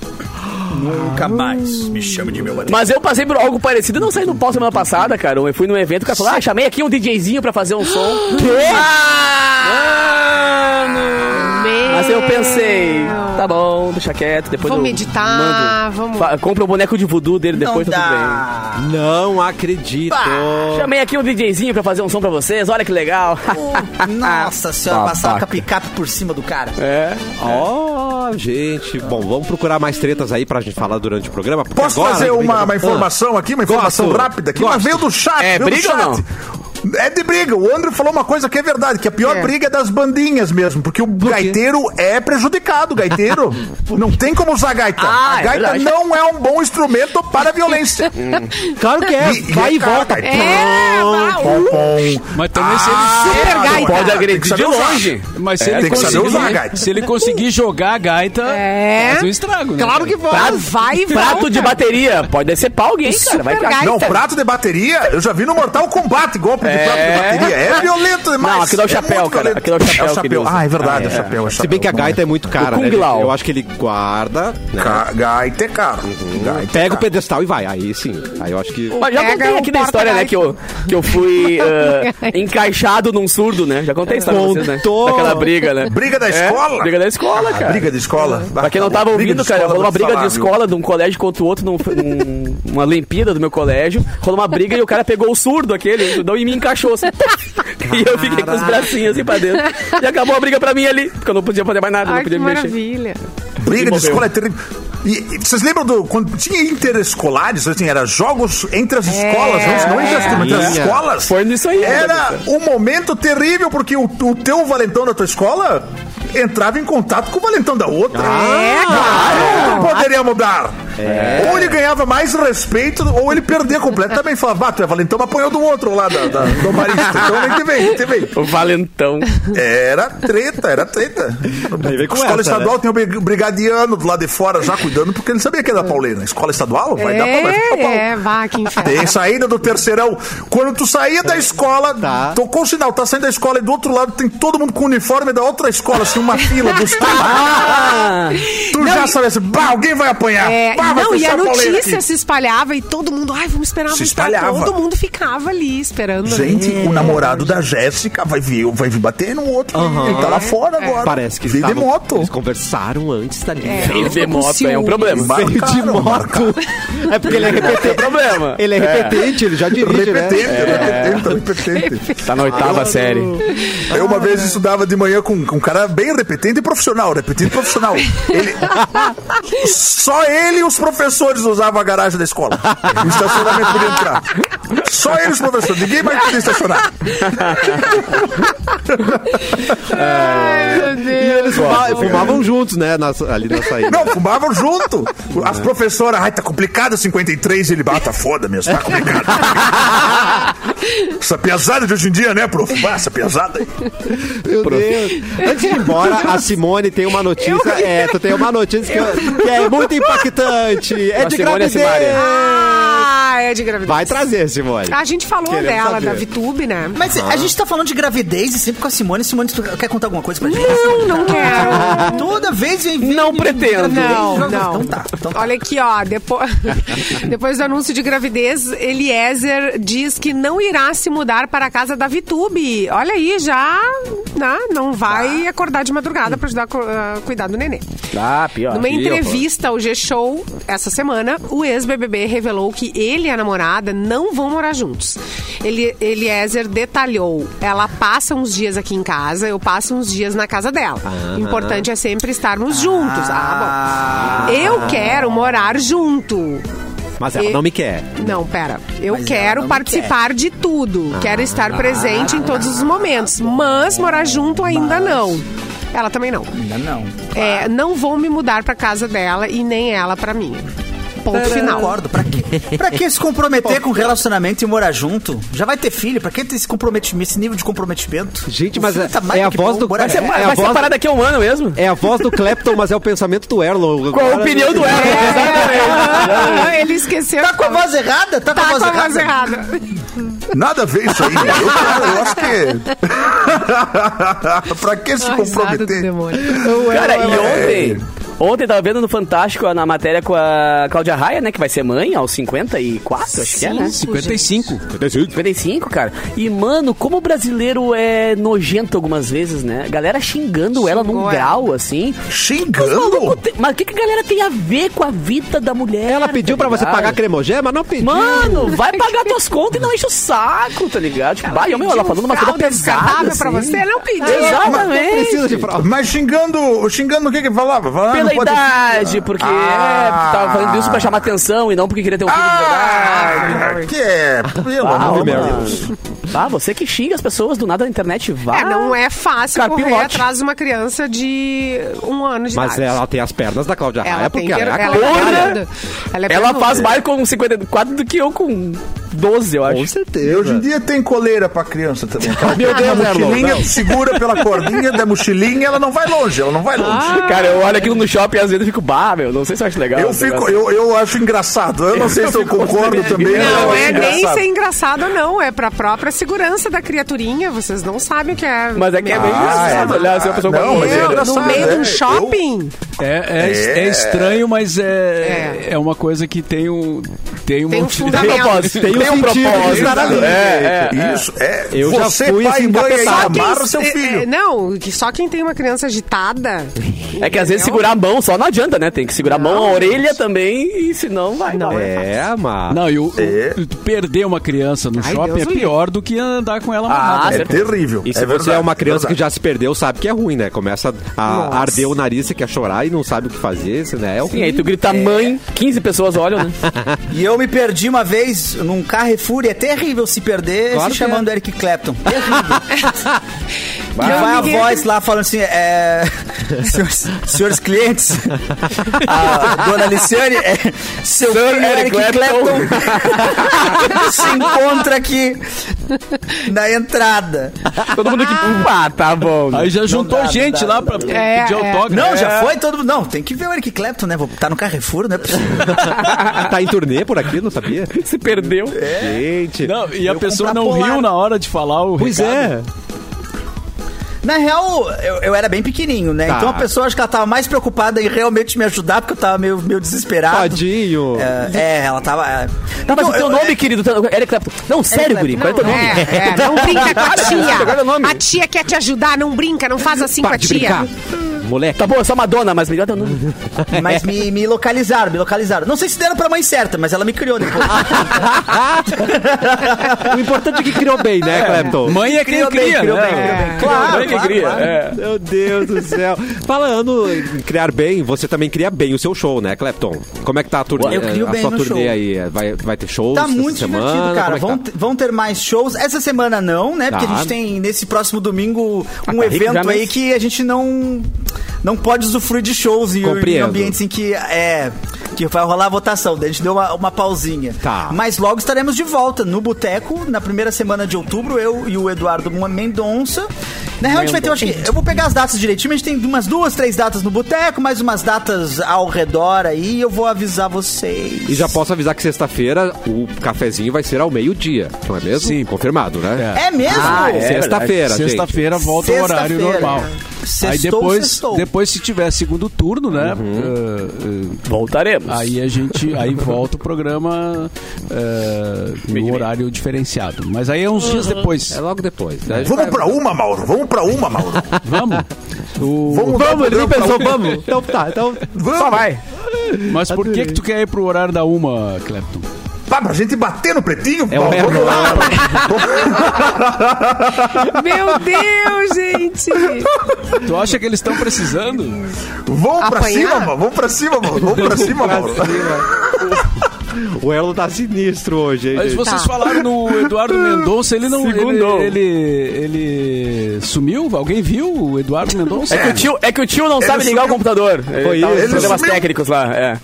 [SPEAKER 6] Nunca mais me chame de meu baterista.
[SPEAKER 3] Mas eu passei por algo parecido, não saí do palco semana passada, cara. Eu fui num evento, o cara falou, ah, chamei aqui um DJzinho pra fazer um som.
[SPEAKER 2] Meu.
[SPEAKER 3] Mas eu pensei, tá bom, deixa quieto, depois
[SPEAKER 2] Vamos
[SPEAKER 3] eu
[SPEAKER 2] meditar,
[SPEAKER 3] mando.
[SPEAKER 2] vamos-
[SPEAKER 3] Fa- Compra o boneco de voodoo dele, depois
[SPEAKER 4] não
[SPEAKER 3] tá tudo bem.
[SPEAKER 4] dá. Ah.
[SPEAKER 1] Não acredito.
[SPEAKER 3] Chamei aqui um DJzinho pra fazer um som pra vocês, olha que legal.
[SPEAKER 4] Pô, Nossa senhora, passar com a picape por cima do cara.
[SPEAKER 3] [LAUGHS] É.
[SPEAKER 1] Ó, gente. Bom, vamos procurar mais tretas aí pra gente falar durante o programa. porque
[SPEAKER 6] Posso
[SPEAKER 1] agora-
[SPEAKER 6] fazer uma, uma informação aqui, uma informação
[SPEAKER 1] Gosto.
[SPEAKER 6] rápida aqui, mas veio do chat.
[SPEAKER 3] É
[SPEAKER 6] veio do
[SPEAKER 3] briga ou
[SPEAKER 6] chat.
[SPEAKER 3] não?
[SPEAKER 6] É de briga. O André falou uma coisa que é verdade, que a pior
[SPEAKER 2] É.
[SPEAKER 6] briga é das bandinhas mesmo, porque o gaiteiro é prejudicado, o gaiteiro. não tem como usar gaita.
[SPEAKER 3] Ah,
[SPEAKER 6] a
[SPEAKER 3] é
[SPEAKER 6] gaita
[SPEAKER 3] verdade.
[SPEAKER 6] não é um bom instrumento para a violência.
[SPEAKER 1] Claro que é.
[SPEAKER 6] E-
[SPEAKER 1] Vai e
[SPEAKER 6] cara,
[SPEAKER 1] volta.
[SPEAKER 6] gaita.
[SPEAKER 2] É, vai.
[SPEAKER 5] Mas também se
[SPEAKER 6] Ah,
[SPEAKER 5] ele...
[SPEAKER 2] Super gaita.
[SPEAKER 3] Pode
[SPEAKER 6] tem que
[SPEAKER 3] agredir de
[SPEAKER 6] saber usar.
[SPEAKER 3] longe.
[SPEAKER 5] Mas se,
[SPEAKER 6] É,
[SPEAKER 5] ele
[SPEAKER 6] tem que saber
[SPEAKER 5] conseguir,
[SPEAKER 6] usar a gaita.
[SPEAKER 5] se ele conseguir jogar a gaita,
[SPEAKER 2] É.
[SPEAKER 5] faz um estrago, né?
[SPEAKER 2] Claro que vai. Vai e
[SPEAKER 3] Prato
[SPEAKER 2] volta.
[SPEAKER 3] de bateria, pode decepar alguém, cara. Vai
[SPEAKER 2] Super
[SPEAKER 3] pra...
[SPEAKER 2] gaita.
[SPEAKER 6] Não, prato de bateria, eu já vi no Mortal Kombat golpe de prato de bateria. É violento demais. É
[SPEAKER 3] Não, aqui dá o chapéu,
[SPEAKER 6] muito
[SPEAKER 3] cara.
[SPEAKER 6] violento.
[SPEAKER 3] Aqui dá o chapéu
[SPEAKER 6] É
[SPEAKER 3] que ele usa.
[SPEAKER 6] Ah, é verdade,
[SPEAKER 3] Ah,
[SPEAKER 6] é o chapéu. é o
[SPEAKER 1] Se bem
[SPEAKER 6] chapéu.
[SPEAKER 1] que a gaita é muito cara,
[SPEAKER 3] O
[SPEAKER 1] né?
[SPEAKER 3] Kung Lao.
[SPEAKER 1] Eu acho que ele guarda, né?
[SPEAKER 6] Ga- Gaita é caro.
[SPEAKER 3] Uhum.
[SPEAKER 6] Gaita é
[SPEAKER 1] Pega o
[SPEAKER 6] caro.
[SPEAKER 1] pedestal e vai. Aí sim. Aí eu acho que.
[SPEAKER 3] Mas já
[SPEAKER 2] Pega
[SPEAKER 3] contei
[SPEAKER 2] o
[SPEAKER 3] aqui da história, né?
[SPEAKER 2] porta-gaita.
[SPEAKER 3] Que eu, que eu fui eh, encaixado num surdo, né? Já contei a história pra vocês, né?
[SPEAKER 1] Contou.
[SPEAKER 3] Daquela briga, né?
[SPEAKER 6] Briga da
[SPEAKER 3] É,
[SPEAKER 6] escola?
[SPEAKER 3] Briga da escola, cara.
[SPEAKER 6] Ah, Briga de escola.
[SPEAKER 3] Pra quem não tava
[SPEAKER 6] Briga
[SPEAKER 3] ouvindo,
[SPEAKER 6] de
[SPEAKER 3] cara,
[SPEAKER 6] escola,
[SPEAKER 3] rolou uma
[SPEAKER 6] vou te
[SPEAKER 3] briga de
[SPEAKER 6] falar, viu?
[SPEAKER 3] escola de um colégio contra o outro, num, num- uma limpida do meu colégio. Rolou uma briga e o cara pegou o surdo aquele, o surdão, e me encaixou assim. [LAUGHS] e eu fiquei com os bracinhos assim pra dentro. E acabou a briga pra mim ali, porque eu não podia fazer mais nada, não
[SPEAKER 2] Ai, que
[SPEAKER 3] podia me mexer.
[SPEAKER 2] maravilha.
[SPEAKER 6] Briga de
[SPEAKER 3] morreu.
[SPEAKER 6] escola é terrível. E, e vocês lembram do. Quando tinha interescolares, assim, era jogos entre as escolas, antes, não entre as turmas, entre as
[SPEAKER 1] Minha.
[SPEAKER 6] escolas.
[SPEAKER 3] Foi nisso aí, né,
[SPEAKER 6] Era
[SPEAKER 3] professor?
[SPEAKER 6] um momento terrível, porque o, o teu valentão da tua escola entrava em contato com o valentão da outra.
[SPEAKER 2] É,
[SPEAKER 6] Ah, não poderia mudar.
[SPEAKER 3] É.
[SPEAKER 6] Ou ele ganhava mais respeito, ou ele perdia completamente. Falava, ah, tu é valentão, mas apanhou do outro lá, da, da, do marista. Então nem teve, nem teve.
[SPEAKER 3] O valentão.
[SPEAKER 6] É Era treta, era treta.
[SPEAKER 1] Aí vem com
[SPEAKER 6] escola
[SPEAKER 1] essa, né?
[SPEAKER 6] estadual tem um brig- brigadiano do lado de fora já cuidando, porque ele sabia que era da Paulina. Escola estadual? Vai dar pra vai ficar pau.
[SPEAKER 2] É, é, vá, que inferno.
[SPEAKER 6] Tem saída do terceirão. Quando tu saía da escola,
[SPEAKER 1] Tá.
[SPEAKER 6] tocou o sinal, tá saindo da escola e do outro lado tem todo mundo com o uniforme da
[SPEAKER 2] [LAUGHS]
[SPEAKER 6] outra escola, assim, uma fila dos tu já sabia assim, bah, alguém vai apanhar.
[SPEAKER 2] É,
[SPEAKER 6] Pá, vai
[SPEAKER 2] Não, e
[SPEAKER 6] fechar
[SPEAKER 2] a
[SPEAKER 6] o pauleiro
[SPEAKER 2] notícia
[SPEAKER 6] aqui.
[SPEAKER 2] se espalhava e todo mundo, ai, vamos esperar,
[SPEAKER 6] Se
[SPEAKER 2] vamos esperar.
[SPEAKER 6] espalhava.
[SPEAKER 2] Todo mundo ficava ali esperando. né?
[SPEAKER 6] Gente, o namorado da Jéssica vai vir, vai vir bater no outro.
[SPEAKER 1] Aham.
[SPEAKER 6] Ele tá lá fora agora.
[SPEAKER 1] Parece que tá
[SPEAKER 6] Veio de
[SPEAKER 1] estavam-
[SPEAKER 6] moto.
[SPEAKER 1] Eles conversaram antes dali.
[SPEAKER 2] É,
[SPEAKER 1] Então,
[SPEAKER 2] ele
[SPEAKER 3] Ele de
[SPEAKER 2] ficou com
[SPEAKER 3] moto é um
[SPEAKER 2] ciúmes.
[SPEAKER 3] problema.
[SPEAKER 1] Veio de
[SPEAKER 6] Marcaram,
[SPEAKER 1] moto. É porque ele é
[SPEAKER 3] Tem
[SPEAKER 1] repetente.
[SPEAKER 3] problema.
[SPEAKER 1] Ele é repetente, ele já dirige,
[SPEAKER 6] Repetente,
[SPEAKER 1] né?
[SPEAKER 6] repetente, repetente.
[SPEAKER 3] Tá na oitava série.
[SPEAKER 6] Eu uma
[SPEAKER 1] Ah.
[SPEAKER 6] vez estudava de manhã com, com um cara bem repetente e profissional, repetente e profissional. Ele, só ele e os professores usavam a garagem da escola. O estacionamento podia entrar. Só ele e os professores, ninguém mais podia estacionar.
[SPEAKER 2] Ai, meu Deus.
[SPEAKER 1] E eles fuma- fumavam juntos, né? na- ali na saída.
[SPEAKER 6] Não, fumavam junto. As professoras, ai, tá complicado 53, ele bata, foda mesmo,
[SPEAKER 2] [LAUGHS]
[SPEAKER 6] tá complicado. Essa pesada de hoje em dia, né, prof? Ah, Essa pesada. aí.
[SPEAKER 1] Meu Deus. [LAUGHS] Antes de ir embora, a Simone tem uma notícia. É, tu tem uma notícia que, que é muito impactante. É
[SPEAKER 3] A
[SPEAKER 1] de
[SPEAKER 3] Simone é
[SPEAKER 1] gravidez.
[SPEAKER 2] Ah, é de gravidez.
[SPEAKER 1] Vai trazer, Simone.
[SPEAKER 2] A gente falou
[SPEAKER 1] Queremos
[SPEAKER 2] dela,
[SPEAKER 1] saber.
[SPEAKER 2] da Vitube, né?
[SPEAKER 4] Mas a gente tá falando de gravidez e sempre com a Simone. Simone, tu quer contar alguma coisa pra gente?
[SPEAKER 2] Não, não quero.
[SPEAKER 4] Toda vez vem... vem-
[SPEAKER 3] Não
[SPEAKER 4] vem-
[SPEAKER 3] pretendo.
[SPEAKER 4] gravidez.
[SPEAKER 2] Não, não.
[SPEAKER 4] Então tá, então tá.
[SPEAKER 2] Olha aqui, ó.
[SPEAKER 4] [LAUGHS]
[SPEAKER 2] Depois, depois do anúncio de gravidez, Eliezer diz que não irá se mudar para a casa da Vitube. Olha aí, já né, não
[SPEAKER 4] Tá.
[SPEAKER 2] vai acordar de madrugada para ajudar a cu- a cuidar do nenê.
[SPEAKER 3] Ah,
[SPEAKER 4] Tá
[SPEAKER 3] pior.
[SPEAKER 2] Numa
[SPEAKER 3] Ih,
[SPEAKER 2] entrevista ao G-Show essa semana, o ex-BBB revelou que ele e a namorada não vão morar juntos. Ele, Eliezer detalhou: ela passa uns dias aqui em casa, eu passo uns dias na casa dela. O importante é sempre estarmos juntos. Ah, bom. Eu quero morar junto.
[SPEAKER 1] Mas ela
[SPEAKER 2] E-
[SPEAKER 1] não me quer.
[SPEAKER 2] Não, pera. Eu
[SPEAKER 4] Mas ela
[SPEAKER 2] quero
[SPEAKER 4] não Ah.
[SPEAKER 2] participar de tudo. quero estar presente em todos os momentos. Mas morar junto ainda não. Ela também não.
[SPEAKER 4] Ainda tá, não.
[SPEAKER 2] É, não vou me mudar pra casa dela e nem ela pra mim. Ponto
[SPEAKER 4] Não
[SPEAKER 2] final.
[SPEAKER 4] concordo. Pra que, pra que se comprometer com relacionamento e morar junto? Já vai ter filho? Pra que ter esse comprometimento, esse nível de comprometimento?
[SPEAKER 1] Gente,
[SPEAKER 4] O
[SPEAKER 1] mas
[SPEAKER 4] filho
[SPEAKER 1] é,
[SPEAKER 4] tá mais
[SPEAKER 1] é a
[SPEAKER 4] que
[SPEAKER 1] voz
[SPEAKER 4] bom,
[SPEAKER 1] do.
[SPEAKER 4] bora-
[SPEAKER 1] É,
[SPEAKER 3] Vai
[SPEAKER 1] é a
[SPEAKER 3] vai ser a
[SPEAKER 1] voz,
[SPEAKER 3] parada aqui há um ano mesmo?
[SPEAKER 1] é a voz do Clapton, mas é o pensamento do Erlon.
[SPEAKER 3] Com a
[SPEAKER 1] Agora-
[SPEAKER 3] opinião do Erlon.
[SPEAKER 2] É, [LAUGHS] Ele esqueceu.
[SPEAKER 4] Tá com a voz errada? Tá com
[SPEAKER 2] Tá
[SPEAKER 4] a voz
[SPEAKER 2] com a
[SPEAKER 4] errada?
[SPEAKER 2] voz errada.
[SPEAKER 6] Nada a ver isso aí. Eu, cara, eu acho
[SPEAKER 3] [LAUGHS]
[SPEAKER 6] que. pra que se
[SPEAKER 2] A risada do
[SPEAKER 6] comprometer?
[SPEAKER 2] demônio.
[SPEAKER 3] Cara, e ontem. é Ontem eu tava vendo no Fantástico na matéria com a Cláudia Raia, né? Que vai ser mãe aos 54, acho que é, né?
[SPEAKER 5] 55.
[SPEAKER 3] 55, cara. E, mano, como o brasileiro é nojento algumas vezes, né? Galera xingando ela num
[SPEAKER 2] Xingou
[SPEAKER 3] grau, assim. Mas, maluco,
[SPEAKER 6] Xingando?
[SPEAKER 3] tem- mas o que, que a galera tem a ver com a vida da mulher?
[SPEAKER 1] Ela pediu pra você
[SPEAKER 3] ligado?
[SPEAKER 1] pagar cremogema, mas não pediu.
[SPEAKER 3] Mano, vai pagar tuas contas e não enche o saco, tá ligado? Tipo, vai, meu, ela falando uma coisa
[SPEAKER 2] Fralda
[SPEAKER 3] pesada.
[SPEAKER 2] descartável
[SPEAKER 3] Assim.
[SPEAKER 2] pra você? Não pediu.
[SPEAKER 1] Não
[SPEAKER 3] Exatamente.
[SPEAKER 1] precisa de fralda.
[SPEAKER 6] Mas xingando, xingando o que que falava? falava
[SPEAKER 3] Pela
[SPEAKER 6] não pode-
[SPEAKER 3] idade, porque
[SPEAKER 6] Ah.
[SPEAKER 3] é, tava falando isso pra chamar atenção e não porque queria ter um filho de verdade.
[SPEAKER 6] Ah, que é? Pelo
[SPEAKER 3] Ah,
[SPEAKER 6] amor de
[SPEAKER 3] mano.
[SPEAKER 6] Deus.
[SPEAKER 3] Ah, você que xinga as pessoas do nada na internet, vai.
[SPEAKER 2] É, não é fácil
[SPEAKER 3] Carpilote.
[SPEAKER 2] correr atrás de uma criança de um ano de
[SPEAKER 1] Mas
[SPEAKER 2] idade.
[SPEAKER 1] ela tem as pernas da Cláudia Raia,
[SPEAKER 2] ela
[SPEAKER 1] porque
[SPEAKER 2] tem que,
[SPEAKER 1] ela é
[SPEAKER 2] ela,
[SPEAKER 1] a
[SPEAKER 2] ela,
[SPEAKER 1] Cláudia
[SPEAKER 3] Porra!
[SPEAKER 2] ela, ela, é
[SPEAKER 3] Ela
[SPEAKER 2] pernuda.
[SPEAKER 3] faz mais com 54 do que eu com 12, eu acho.
[SPEAKER 1] Com certeza.
[SPEAKER 6] E hoje em dia tem coleira pra criança também. Aquela
[SPEAKER 1] Meu Deus,
[SPEAKER 3] é
[SPEAKER 1] Erlon,
[SPEAKER 6] mochilinha
[SPEAKER 1] não.
[SPEAKER 6] segura pela cordinha da mochilinha, ela não vai longe, ela não vai longe.
[SPEAKER 3] Cara, eu olho aquilo no shopping e às vezes eu fico, bah, meu, não sei se Ah. eu acho legal.
[SPEAKER 6] Eu,
[SPEAKER 3] esse
[SPEAKER 6] fico,
[SPEAKER 3] negócio."
[SPEAKER 6] eu, eu acho engraçado. Eu não sei se eu concordo também. mas eu
[SPEAKER 2] Não
[SPEAKER 6] acho
[SPEAKER 2] é nem
[SPEAKER 6] engraçado.
[SPEAKER 2] ser engraçado, não. É pra própria segurança da criaturinha. Vocês não sabem o que é.
[SPEAKER 3] Mas é que é bem
[SPEAKER 6] Ah,
[SPEAKER 3] engraçado
[SPEAKER 6] é.
[SPEAKER 3] olhar assim, a pessoa
[SPEAKER 6] Não,
[SPEAKER 3] com
[SPEAKER 6] mas é
[SPEAKER 3] coleira.
[SPEAKER 2] eu, no
[SPEAKER 6] engraçado,
[SPEAKER 2] meio de um
[SPEAKER 6] né?
[SPEAKER 2] shopping.
[SPEAKER 5] É, é, é estranho, mas é, é. uma coisa que tem um. Tem,
[SPEAKER 2] Tem
[SPEAKER 5] uma,
[SPEAKER 2] um fundamento.
[SPEAKER 1] Tem um sentido de estar ali.
[SPEAKER 3] É, é, é.
[SPEAKER 6] Isso, é.
[SPEAKER 1] Eu já
[SPEAKER 6] Você,
[SPEAKER 1] fui
[SPEAKER 6] pai e
[SPEAKER 1] assim,
[SPEAKER 6] mãe, aí,
[SPEAKER 1] capetado.
[SPEAKER 6] amarra o seu
[SPEAKER 2] É, é,
[SPEAKER 6] filho.
[SPEAKER 2] não, que só quem tem uma criança agitada.
[SPEAKER 3] É que às vezes segurar a mão só não adianta, né? Tem que segurar a mão, a orelha também, e senão vai.
[SPEAKER 2] Não,
[SPEAKER 3] vai.
[SPEAKER 1] É, mano.
[SPEAKER 5] Não, e o, o-
[SPEAKER 6] É.
[SPEAKER 5] perder uma criança no
[SPEAKER 2] Ai,
[SPEAKER 5] shopping
[SPEAKER 2] Deus o
[SPEAKER 5] é
[SPEAKER 2] livre.
[SPEAKER 5] pior do que andar com ela
[SPEAKER 3] Ah,
[SPEAKER 5] amarrada.
[SPEAKER 6] É terrível.
[SPEAKER 1] E se você é uma criança que já se perdeu, sabe que é ruim, né? Começa a arder o nariz, você quer chorar e não sabe o que fazer, isso, né? É o
[SPEAKER 3] Sim, aí tu grita mãe, 15 pessoas [LAUGHS] olham, né?
[SPEAKER 4] E eu me perdi uma vez num Carrefour e é terrível se perder
[SPEAKER 1] Claro
[SPEAKER 4] se
[SPEAKER 1] que é.
[SPEAKER 4] chamando Eric Clapton. Terrível. [LAUGHS] Vai,
[SPEAKER 2] Não,
[SPEAKER 4] vai a
[SPEAKER 2] ninguém-
[SPEAKER 4] voz lá falando assim, é, [LAUGHS] senhores, senhores clientes, a dona Aliciane, é, seu filho é
[SPEAKER 3] Eric
[SPEAKER 4] Eric Clapton, [LAUGHS] se encontra aqui na entrada.
[SPEAKER 3] Todo mundo que. Ah, tá bom.
[SPEAKER 5] Aí já juntou
[SPEAKER 4] dá, não
[SPEAKER 5] gente
[SPEAKER 4] dá,
[SPEAKER 5] lá
[SPEAKER 4] não
[SPEAKER 5] pra
[SPEAKER 4] dá.
[SPEAKER 5] pedir
[SPEAKER 2] É, é.
[SPEAKER 5] autógrafo.
[SPEAKER 4] Não,
[SPEAKER 5] É.
[SPEAKER 4] já foi todo mundo. Não, tem que ver o Eric Clapton, né? Vou estar no Carrefour, não é possível.
[SPEAKER 1] Tá em turnê por aqui, não [LAUGHS] sabia?
[SPEAKER 3] Se perdeu.
[SPEAKER 1] Gente.
[SPEAKER 5] É. Não, e a
[SPEAKER 4] Eu
[SPEAKER 5] pessoa
[SPEAKER 4] comprar
[SPEAKER 5] não
[SPEAKER 4] polar.
[SPEAKER 5] riu na hora de falar o
[SPEAKER 1] Pois
[SPEAKER 5] recado.
[SPEAKER 1] é.
[SPEAKER 4] Na real, eu, eu era bem pequenininho, né?
[SPEAKER 1] Tá.
[SPEAKER 4] Então a pessoa acho que ela tava mais preocupada em realmente me ajudar, porque eu tava meio, meio desesperado.
[SPEAKER 1] Tadinho.
[SPEAKER 4] É, é, ela tava. é.
[SPEAKER 3] Não, Tá, mas o
[SPEAKER 4] Então,
[SPEAKER 3] teu
[SPEAKER 4] eu-
[SPEAKER 3] nome, querido, teu- Eric Clapton. Não, sério, guri, qual é o teu nome?
[SPEAKER 2] É, é, não
[SPEAKER 3] [LAUGHS]
[SPEAKER 2] brinca com a
[SPEAKER 3] Agora é o
[SPEAKER 2] tia.
[SPEAKER 3] nome.
[SPEAKER 2] A tia quer te ajudar, não brinca, não faz assim com
[SPEAKER 1] Para
[SPEAKER 2] a
[SPEAKER 1] de
[SPEAKER 2] tia.
[SPEAKER 1] brincar. Moleque.
[SPEAKER 3] Tá bom, eu sou Madonna, mas né? melhor teu nome.
[SPEAKER 4] Mas me, me localizaram, me localizaram. Não sei se deram pra mãe certa, mas ela me
[SPEAKER 3] [LAUGHS]
[SPEAKER 4] criou depois.
[SPEAKER 1] o importante é que criou bem, né, Clepton?
[SPEAKER 5] Mãe é quem cria, né?
[SPEAKER 4] Claro,
[SPEAKER 3] Mãe que
[SPEAKER 4] claro,
[SPEAKER 3] cria,
[SPEAKER 4] claro.
[SPEAKER 3] é.
[SPEAKER 1] Meu Deus do céu. Falando em criar bem, você também cria bem o seu show, né, Clepton? Como é que tá a turnê?
[SPEAKER 4] Eu crio
[SPEAKER 1] a
[SPEAKER 4] bem
[SPEAKER 1] sua
[SPEAKER 4] no
[SPEAKER 1] turnê
[SPEAKER 4] show.
[SPEAKER 1] aí? É, Vai, vai ter shows?
[SPEAKER 4] Tá
[SPEAKER 1] essa
[SPEAKER 4] muito
[SPEAKER 1] semana?
[SPEAKER 4] divertido,
[SPEAKER 1] Como
[SPEAKER 4] cara.
[SPEAKER 1] é que
[SPEAKER 4] vão,
[SPEAKER 1] tá?
[SPEAKER 4] te- vão ter mais shows. Essa semana não, né? Porque
[SPEAKER 1] Tá. Ah,
[SPEAKER 4] a gente tem nesse próximo domingo um
[SPEAKER 3] tá rico já,
[SPEAKER 4] evento
[SPEAKER 3] mas-
[SPEAKER 4] aí que a gente não não pode usufruir de shows em, em
[SPEAKER 1] Compreendo.
[SPEAKER 4] ambientes em que é que vai rolar a votação. Daí a gente deu uma, uma pausinha.
[SPEAKER 1] Tá.
[SPEAKER 4] Mas logo estaremos de volta no Boteco na primeira semana de outubro, eu e o Eduardo Mendonça. Na real, a gente vai ter, eu acho que. Eu vou pegar as datas direitinho, mas a gente tem umas duas, três datas no boteco, mais umas datas ao redor aí, eu vou avisar vocês.
[SPEAKER 1] E já posso avisar que sexta-feira o cafezinho vai ser ao meio-dia, não é mesmo?
[SPEAKER 5] Sim.
[SPEAKER 1] Confirmado, né?
[SPEAKER 4] É mesmo?
[SPEAKER 3] Ah, é.
[SPEAKER 1] Sexta-feira, gente.
[SPEAKER 5] Sexta-feira volta ao horário
[SPEAKER 4] Sexta-feira.
[SPEAKER 5] normal.
[SPEAKER 4] Sextou,
[SPEAKER 5] aí depois,
[SPEAKER 4] sextou.
[SPEAKER 5] depois se tiver segundo turno, né?
[SPEAKER 3] Uhum.
[SPEAKER 5] eh, eh,
[SPEAKER 3] Voltaremos.
[SPEAKER 5] aí a gente aí volta o programa eh, no horário diferenciado. Mas aí é uns dias
[SPEAKER 4] Uhum.
[SPEAKER 5] depois.
[SPEAKER 1] É logo depois. né?
[SPEAKER 6] Vamos pra uma, Mauro. Vamos um pra uma, Mauro.
[SPEAKER 5] Vamos. O-
[SPEAKER 6] Vamos, vamos ele nem pensou,
[SPEAKER 1] vamos. Então tá, então...
[SPEAKER 6] Vamos. Só vai.
[SPEAKER 5] Mas por que que tu quer ir pro horário da uma, Clepton?
[SPEAKER 6] Pá, pra gente bater no pretinho?
[SPEAKER 1] É o
[SPEAKER 6] Mauro,
[SPEAKER 1] Erno.
[SPEAKER 2] Meu Deus, gente.
[SPEAKER 3] [LAUGHS]
[SPEAKER 5] Tu acha que eles estão precisando?
[SPEAKER 6] Vamos pra
[SPEAKER 2] Apanhar?
[SPEAKER 6] cima, Mauro. Vamos pra cima, Mauro. Vamos pra cima, Mauro.
[SPEAKER 1] O Erlon tá sinistro hoje, hein,
[SPEAKER 5] Mas
[SPEAKER 1] gente?
[SPEAKER 4] Tá.
[SPEAKER 5] vocês falaram no Eduardo Mendonça, ele não.
[SPEAKER 3] Segundou.
[SPEAKER 5] Ele, ele, ele sumiu? Alguém viu o Eduardo Mendonça?
[SPEAKER 3] É que o tio, é que o tio não
[SPEAKER 6] Ele
[SPEAKER 3] sabe ligar
[SPEAKER 6] sumiu.
[SPEAKER 3] o computador.
[SPEAKER 1] Foi
[SPEAKER 3] Ele tá com
[SPEAKER 1] isso.
[SPEAKER 6] Ele
[SPEAKER 3] problemas
[SPEAKER 6] sumiu.
[SPEAKER 3] técnicos lá, é.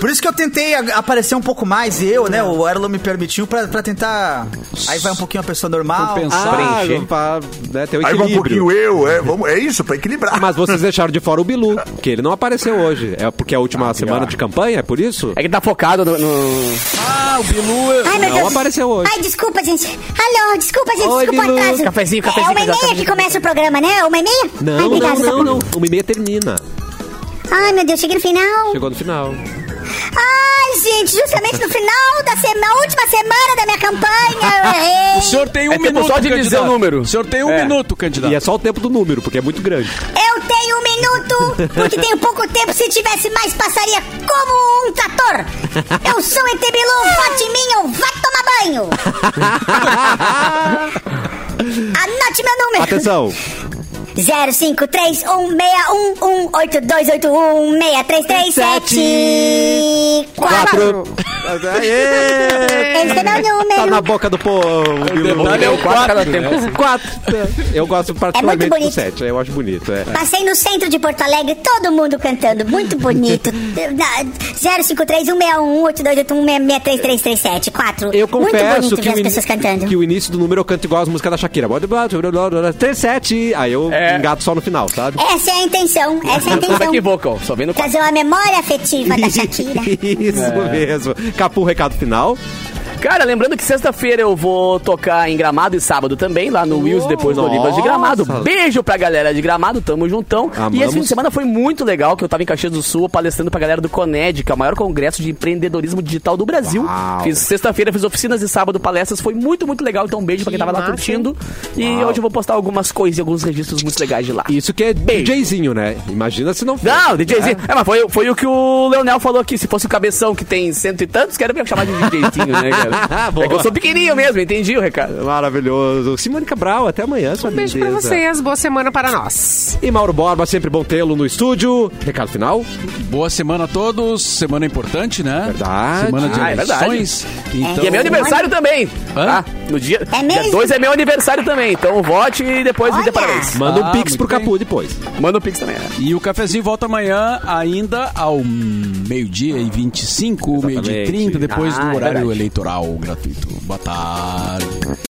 [SPEAKER 4] Por isso que eu tentei a- aparecer um pouco mais, eu, né? O Erlo me permitiu pra, pra tentar. Aí vai um pouquinho a pessoa normal.
[SPEAKER 5] Compensar.
[SPEAKER 1] Ah,
[SPEAKER 3] preencher.
[SPEAKER 1] pra né, ter o
[SPEAKER 6] Aí vai um
[SPEAKER 1] equilíbrio.
[SPEAKER 6] pouquinho eu. É, vamos, é isso, pra equilibrar.
[SPEAKER 1] Mas vocês deixaram de fora o Bilu, que ele não apareceu hoje. É porque é a última semana de campanha, é por isso?
[SPEAKER 3] É que tá focado no. no-
[SPEAKER 5] Ah, o Bilu. é-
[SPEAKER 8] Ai, meu
[SPEAKER 1] Não
[SPEAKER 8] Deus.
[SPEAKER 1] apareceu hoje.
[SPEAKER 8] Ai, desculpa, gente. Alô, desculpa, gente.
[SPEAKER 1] Oi,
[SPEAKER 8] desculpa o
[SPEAKER 1] Bilu.
[SPEAKER 8] atraso.
[SPEAKER 3] Cafezinho, cafezinho,
[SPEAKER 8] É uma e meia
[SPEAKER 3] cafezinho.
[SPEAKER 8] que começa o programa, né? Uma e meia? Ai,
[SPEAKER 1] Não, não,
[SPEAKER 8] obrigado,
[SPEAKER 1] não, não. Uma e meia termina.
[SPEAKER 8] Ai, meu Deus, cheguei no final.
[SPEAKER 1] Chegou no final.
[SPEAKER 8] Ai, gente, justamente no final da semana, última semana da minha campanha, eu
[SPEAKER 1] [LAUGHS]
[SPEAKER 5] O
[SPEAKER 8] errei.
[SPEAKER 5] senhor tem um
[SPEAKER 3] É tempo
[SPEAKER 5] minuto.
[SPEAKER 3] só de dizer
[SPEAKER 5] candidato.
[SPEAKER 3] o número.
[SPEAKER 5] O senhor tem um
[SPEAKER 3] É.
[SPEAKER 5] minuto, candidato.
[SPEAKER 1] E é só o tempo do número, porque é muito grande.
[SPEAKER 8] Eu tenho um minuto, porque tenho pouco tempo. Se tivesse mais, passaria como um trator. Eu sou o ET Bilu, vote em mim ou vá tomar
[SPEAKER 1] [LAUGHS]
[SPEAKER 8] banho. Anote meu número.
[SPEAKER 1] Atenção. um
[SPEAKER 8] 0531618281633744.
[SPEAKER 1] Quatro. Aê!
[SPEAKER 8] Esse é
[SPEAKER 1] Tá
[SPEAKER 8] meu
[SPEAKER 1] na
[SPEAKER 8] número.
[SPEAKER 1] boca do povo, Bilu.
[SPEAKER 3] Olha, é o quatro, né?
[SPEAKER 1] Quatro. Eu gosto
[SPEAKER 8] É muito
[SPEAKER 1] particularmente do
[SPEAKER 8] bonito.
[SPEAKER 1] sete. Eu acho bonito, é.
[SPEAKER 8] Passei no centro de Porto Alegre, todo mundo cantando, muito
[SPEAKER 1] [LAUGHS]
[SPEAKER 8] bonito. Na- 053-161-8281-6633744.
[SPEAKER 1] Eu
[SPEAKER 8] Muito
[SPEAKER 1] confesso
[SPEAKER 8] bonito
[SPEAKER 1] que,
[SPEAKER 8] ver
[SPEAKER 1] o
[SPEAKER 8] as
[SPEAKER 1] ini-
[SPEAKER 8] pessoas cantando.
[SPEAKER 1] que o início do número eu canto igual as músicas da Shakira. Bora, bora, bora, bora, bora, 37. Aí eu
[SPEAKER 3] É.
[SPEAKER 1] engato só no final, sabe?
[SPEAKER 8] Essa é a intenção, essa é a
[SPEAKER 3] Não que
[SPEAKER 8] intenção.
[SPEAKER 3] vocal, só vendo
[SPEAKER 8] Trazer uma memória afetiva
[SPEAKER 1] [LAUGHS]
[SPEAKER 8] da Shakira.
[SPEAKER 1] Isso mesmo. Capu, recado final.
[SPEAKER 3] Cara, lembrando que sexta-feira eu vou tocar em Gramado e sábado também, lá no Wills, depois do
[SPEAKER 1] nossa.
[SPEAKER 3] Olivas de Gramado. Beijo pra galera de Gramado, tamo juntão. E
[SPEAKER 1] Amamos.
[SPEAKER 3] esse fim de semana foi muito legal, que eu tava em Caxias do Sul palestrando pra galera do Coned, que é o maior congresso de empreendedorismo digital do Brasil.
[SPEAKER 1] Uau.
[SPEAKER 3] Fiz sexta-feira, fiz oficinas e sábado palestras, foi muito, muito legal. Então um beijo pra quem
[SPEAKER 2] Que
[SPEAKER 3] tava lá
[SPEAKER 2] massa,
[SPEAKER 3] curtindo. E hoje eu vou postar algumas coisas e alguns registros muito legais de lá.
[SPEAKER 1] Isso que é
[SPEAKER 3] Beijo.
[SPEAKER 1] DJzinho, né? Imagina se não for.
[SPEAKER 3] Não, DJzinho.
[SPEAKER 5] Né?
[SPEAKER 3] É, mas foi, foi o que o Leonel falou aqui. Se fosse o cabeção que tem cento e tantos, quero me chamar de DJzinho, né,
[SPEAKER 5] [LAUGHS]
[SPEAKER 3] cara?
[SPEAKER 1] Boa.
[SPEAKER 3] é que eu sou pequenininho mesmo, entendi o recado.
[SPEAKER 1] Maravilhoso. Simone Cabral, até amanhã, sua
[SPEAKER 2] Um beijo pra
[SPEAKER 1] lindeza.
[SPEAKER 2] vocês, boa semana para nós.
[SPEAKER 1] E Mauro Borba, sempre bom tê-lo no estúdio. Recado final.
[SPEAKER 5] Boa semana a todos. Semana importante, né?
[SPEAKER 1] Verdade.
[SPEAKER 5] Semana de
[SPEAKER 3] Ah, é verdade.
[SPEAKER 5] eleições. então...
[SPEAKER 3] E é meu aniversário também.
[SPEAKER 5] Hã?
[SPEAKER 3] Tá? No dia
[SPEAKER 8] É mesmo?
[SPEAKER 3] 2 é meu aniversário também. Então vote e depois me dê
[SPEAKER 8] Olha.
[SPEAKER 3] parabéns.
[SPEAKER 1] Manda um
[SPEAKER 5] Ah,
[SPEAKER 1] pix pro
[SPEAKER 5] muito bem.
[SPEAKER 1] Capu depois.
[SPEAKER 3] Manda o Pix também. né?
[SPEAKER 5] E o cafezinho volta amanhã, ainda ao meio-dia e 25, meio-dia e 30, depois
[SPEAKER 3] Ah,
[SPEAKER 5] do
[SPEAKER 3] é
[SPEAKER 5] horário
[SPEAKER 3] verdade.
[SPEAKER 5] eleitoral gratuito. Boa tarde.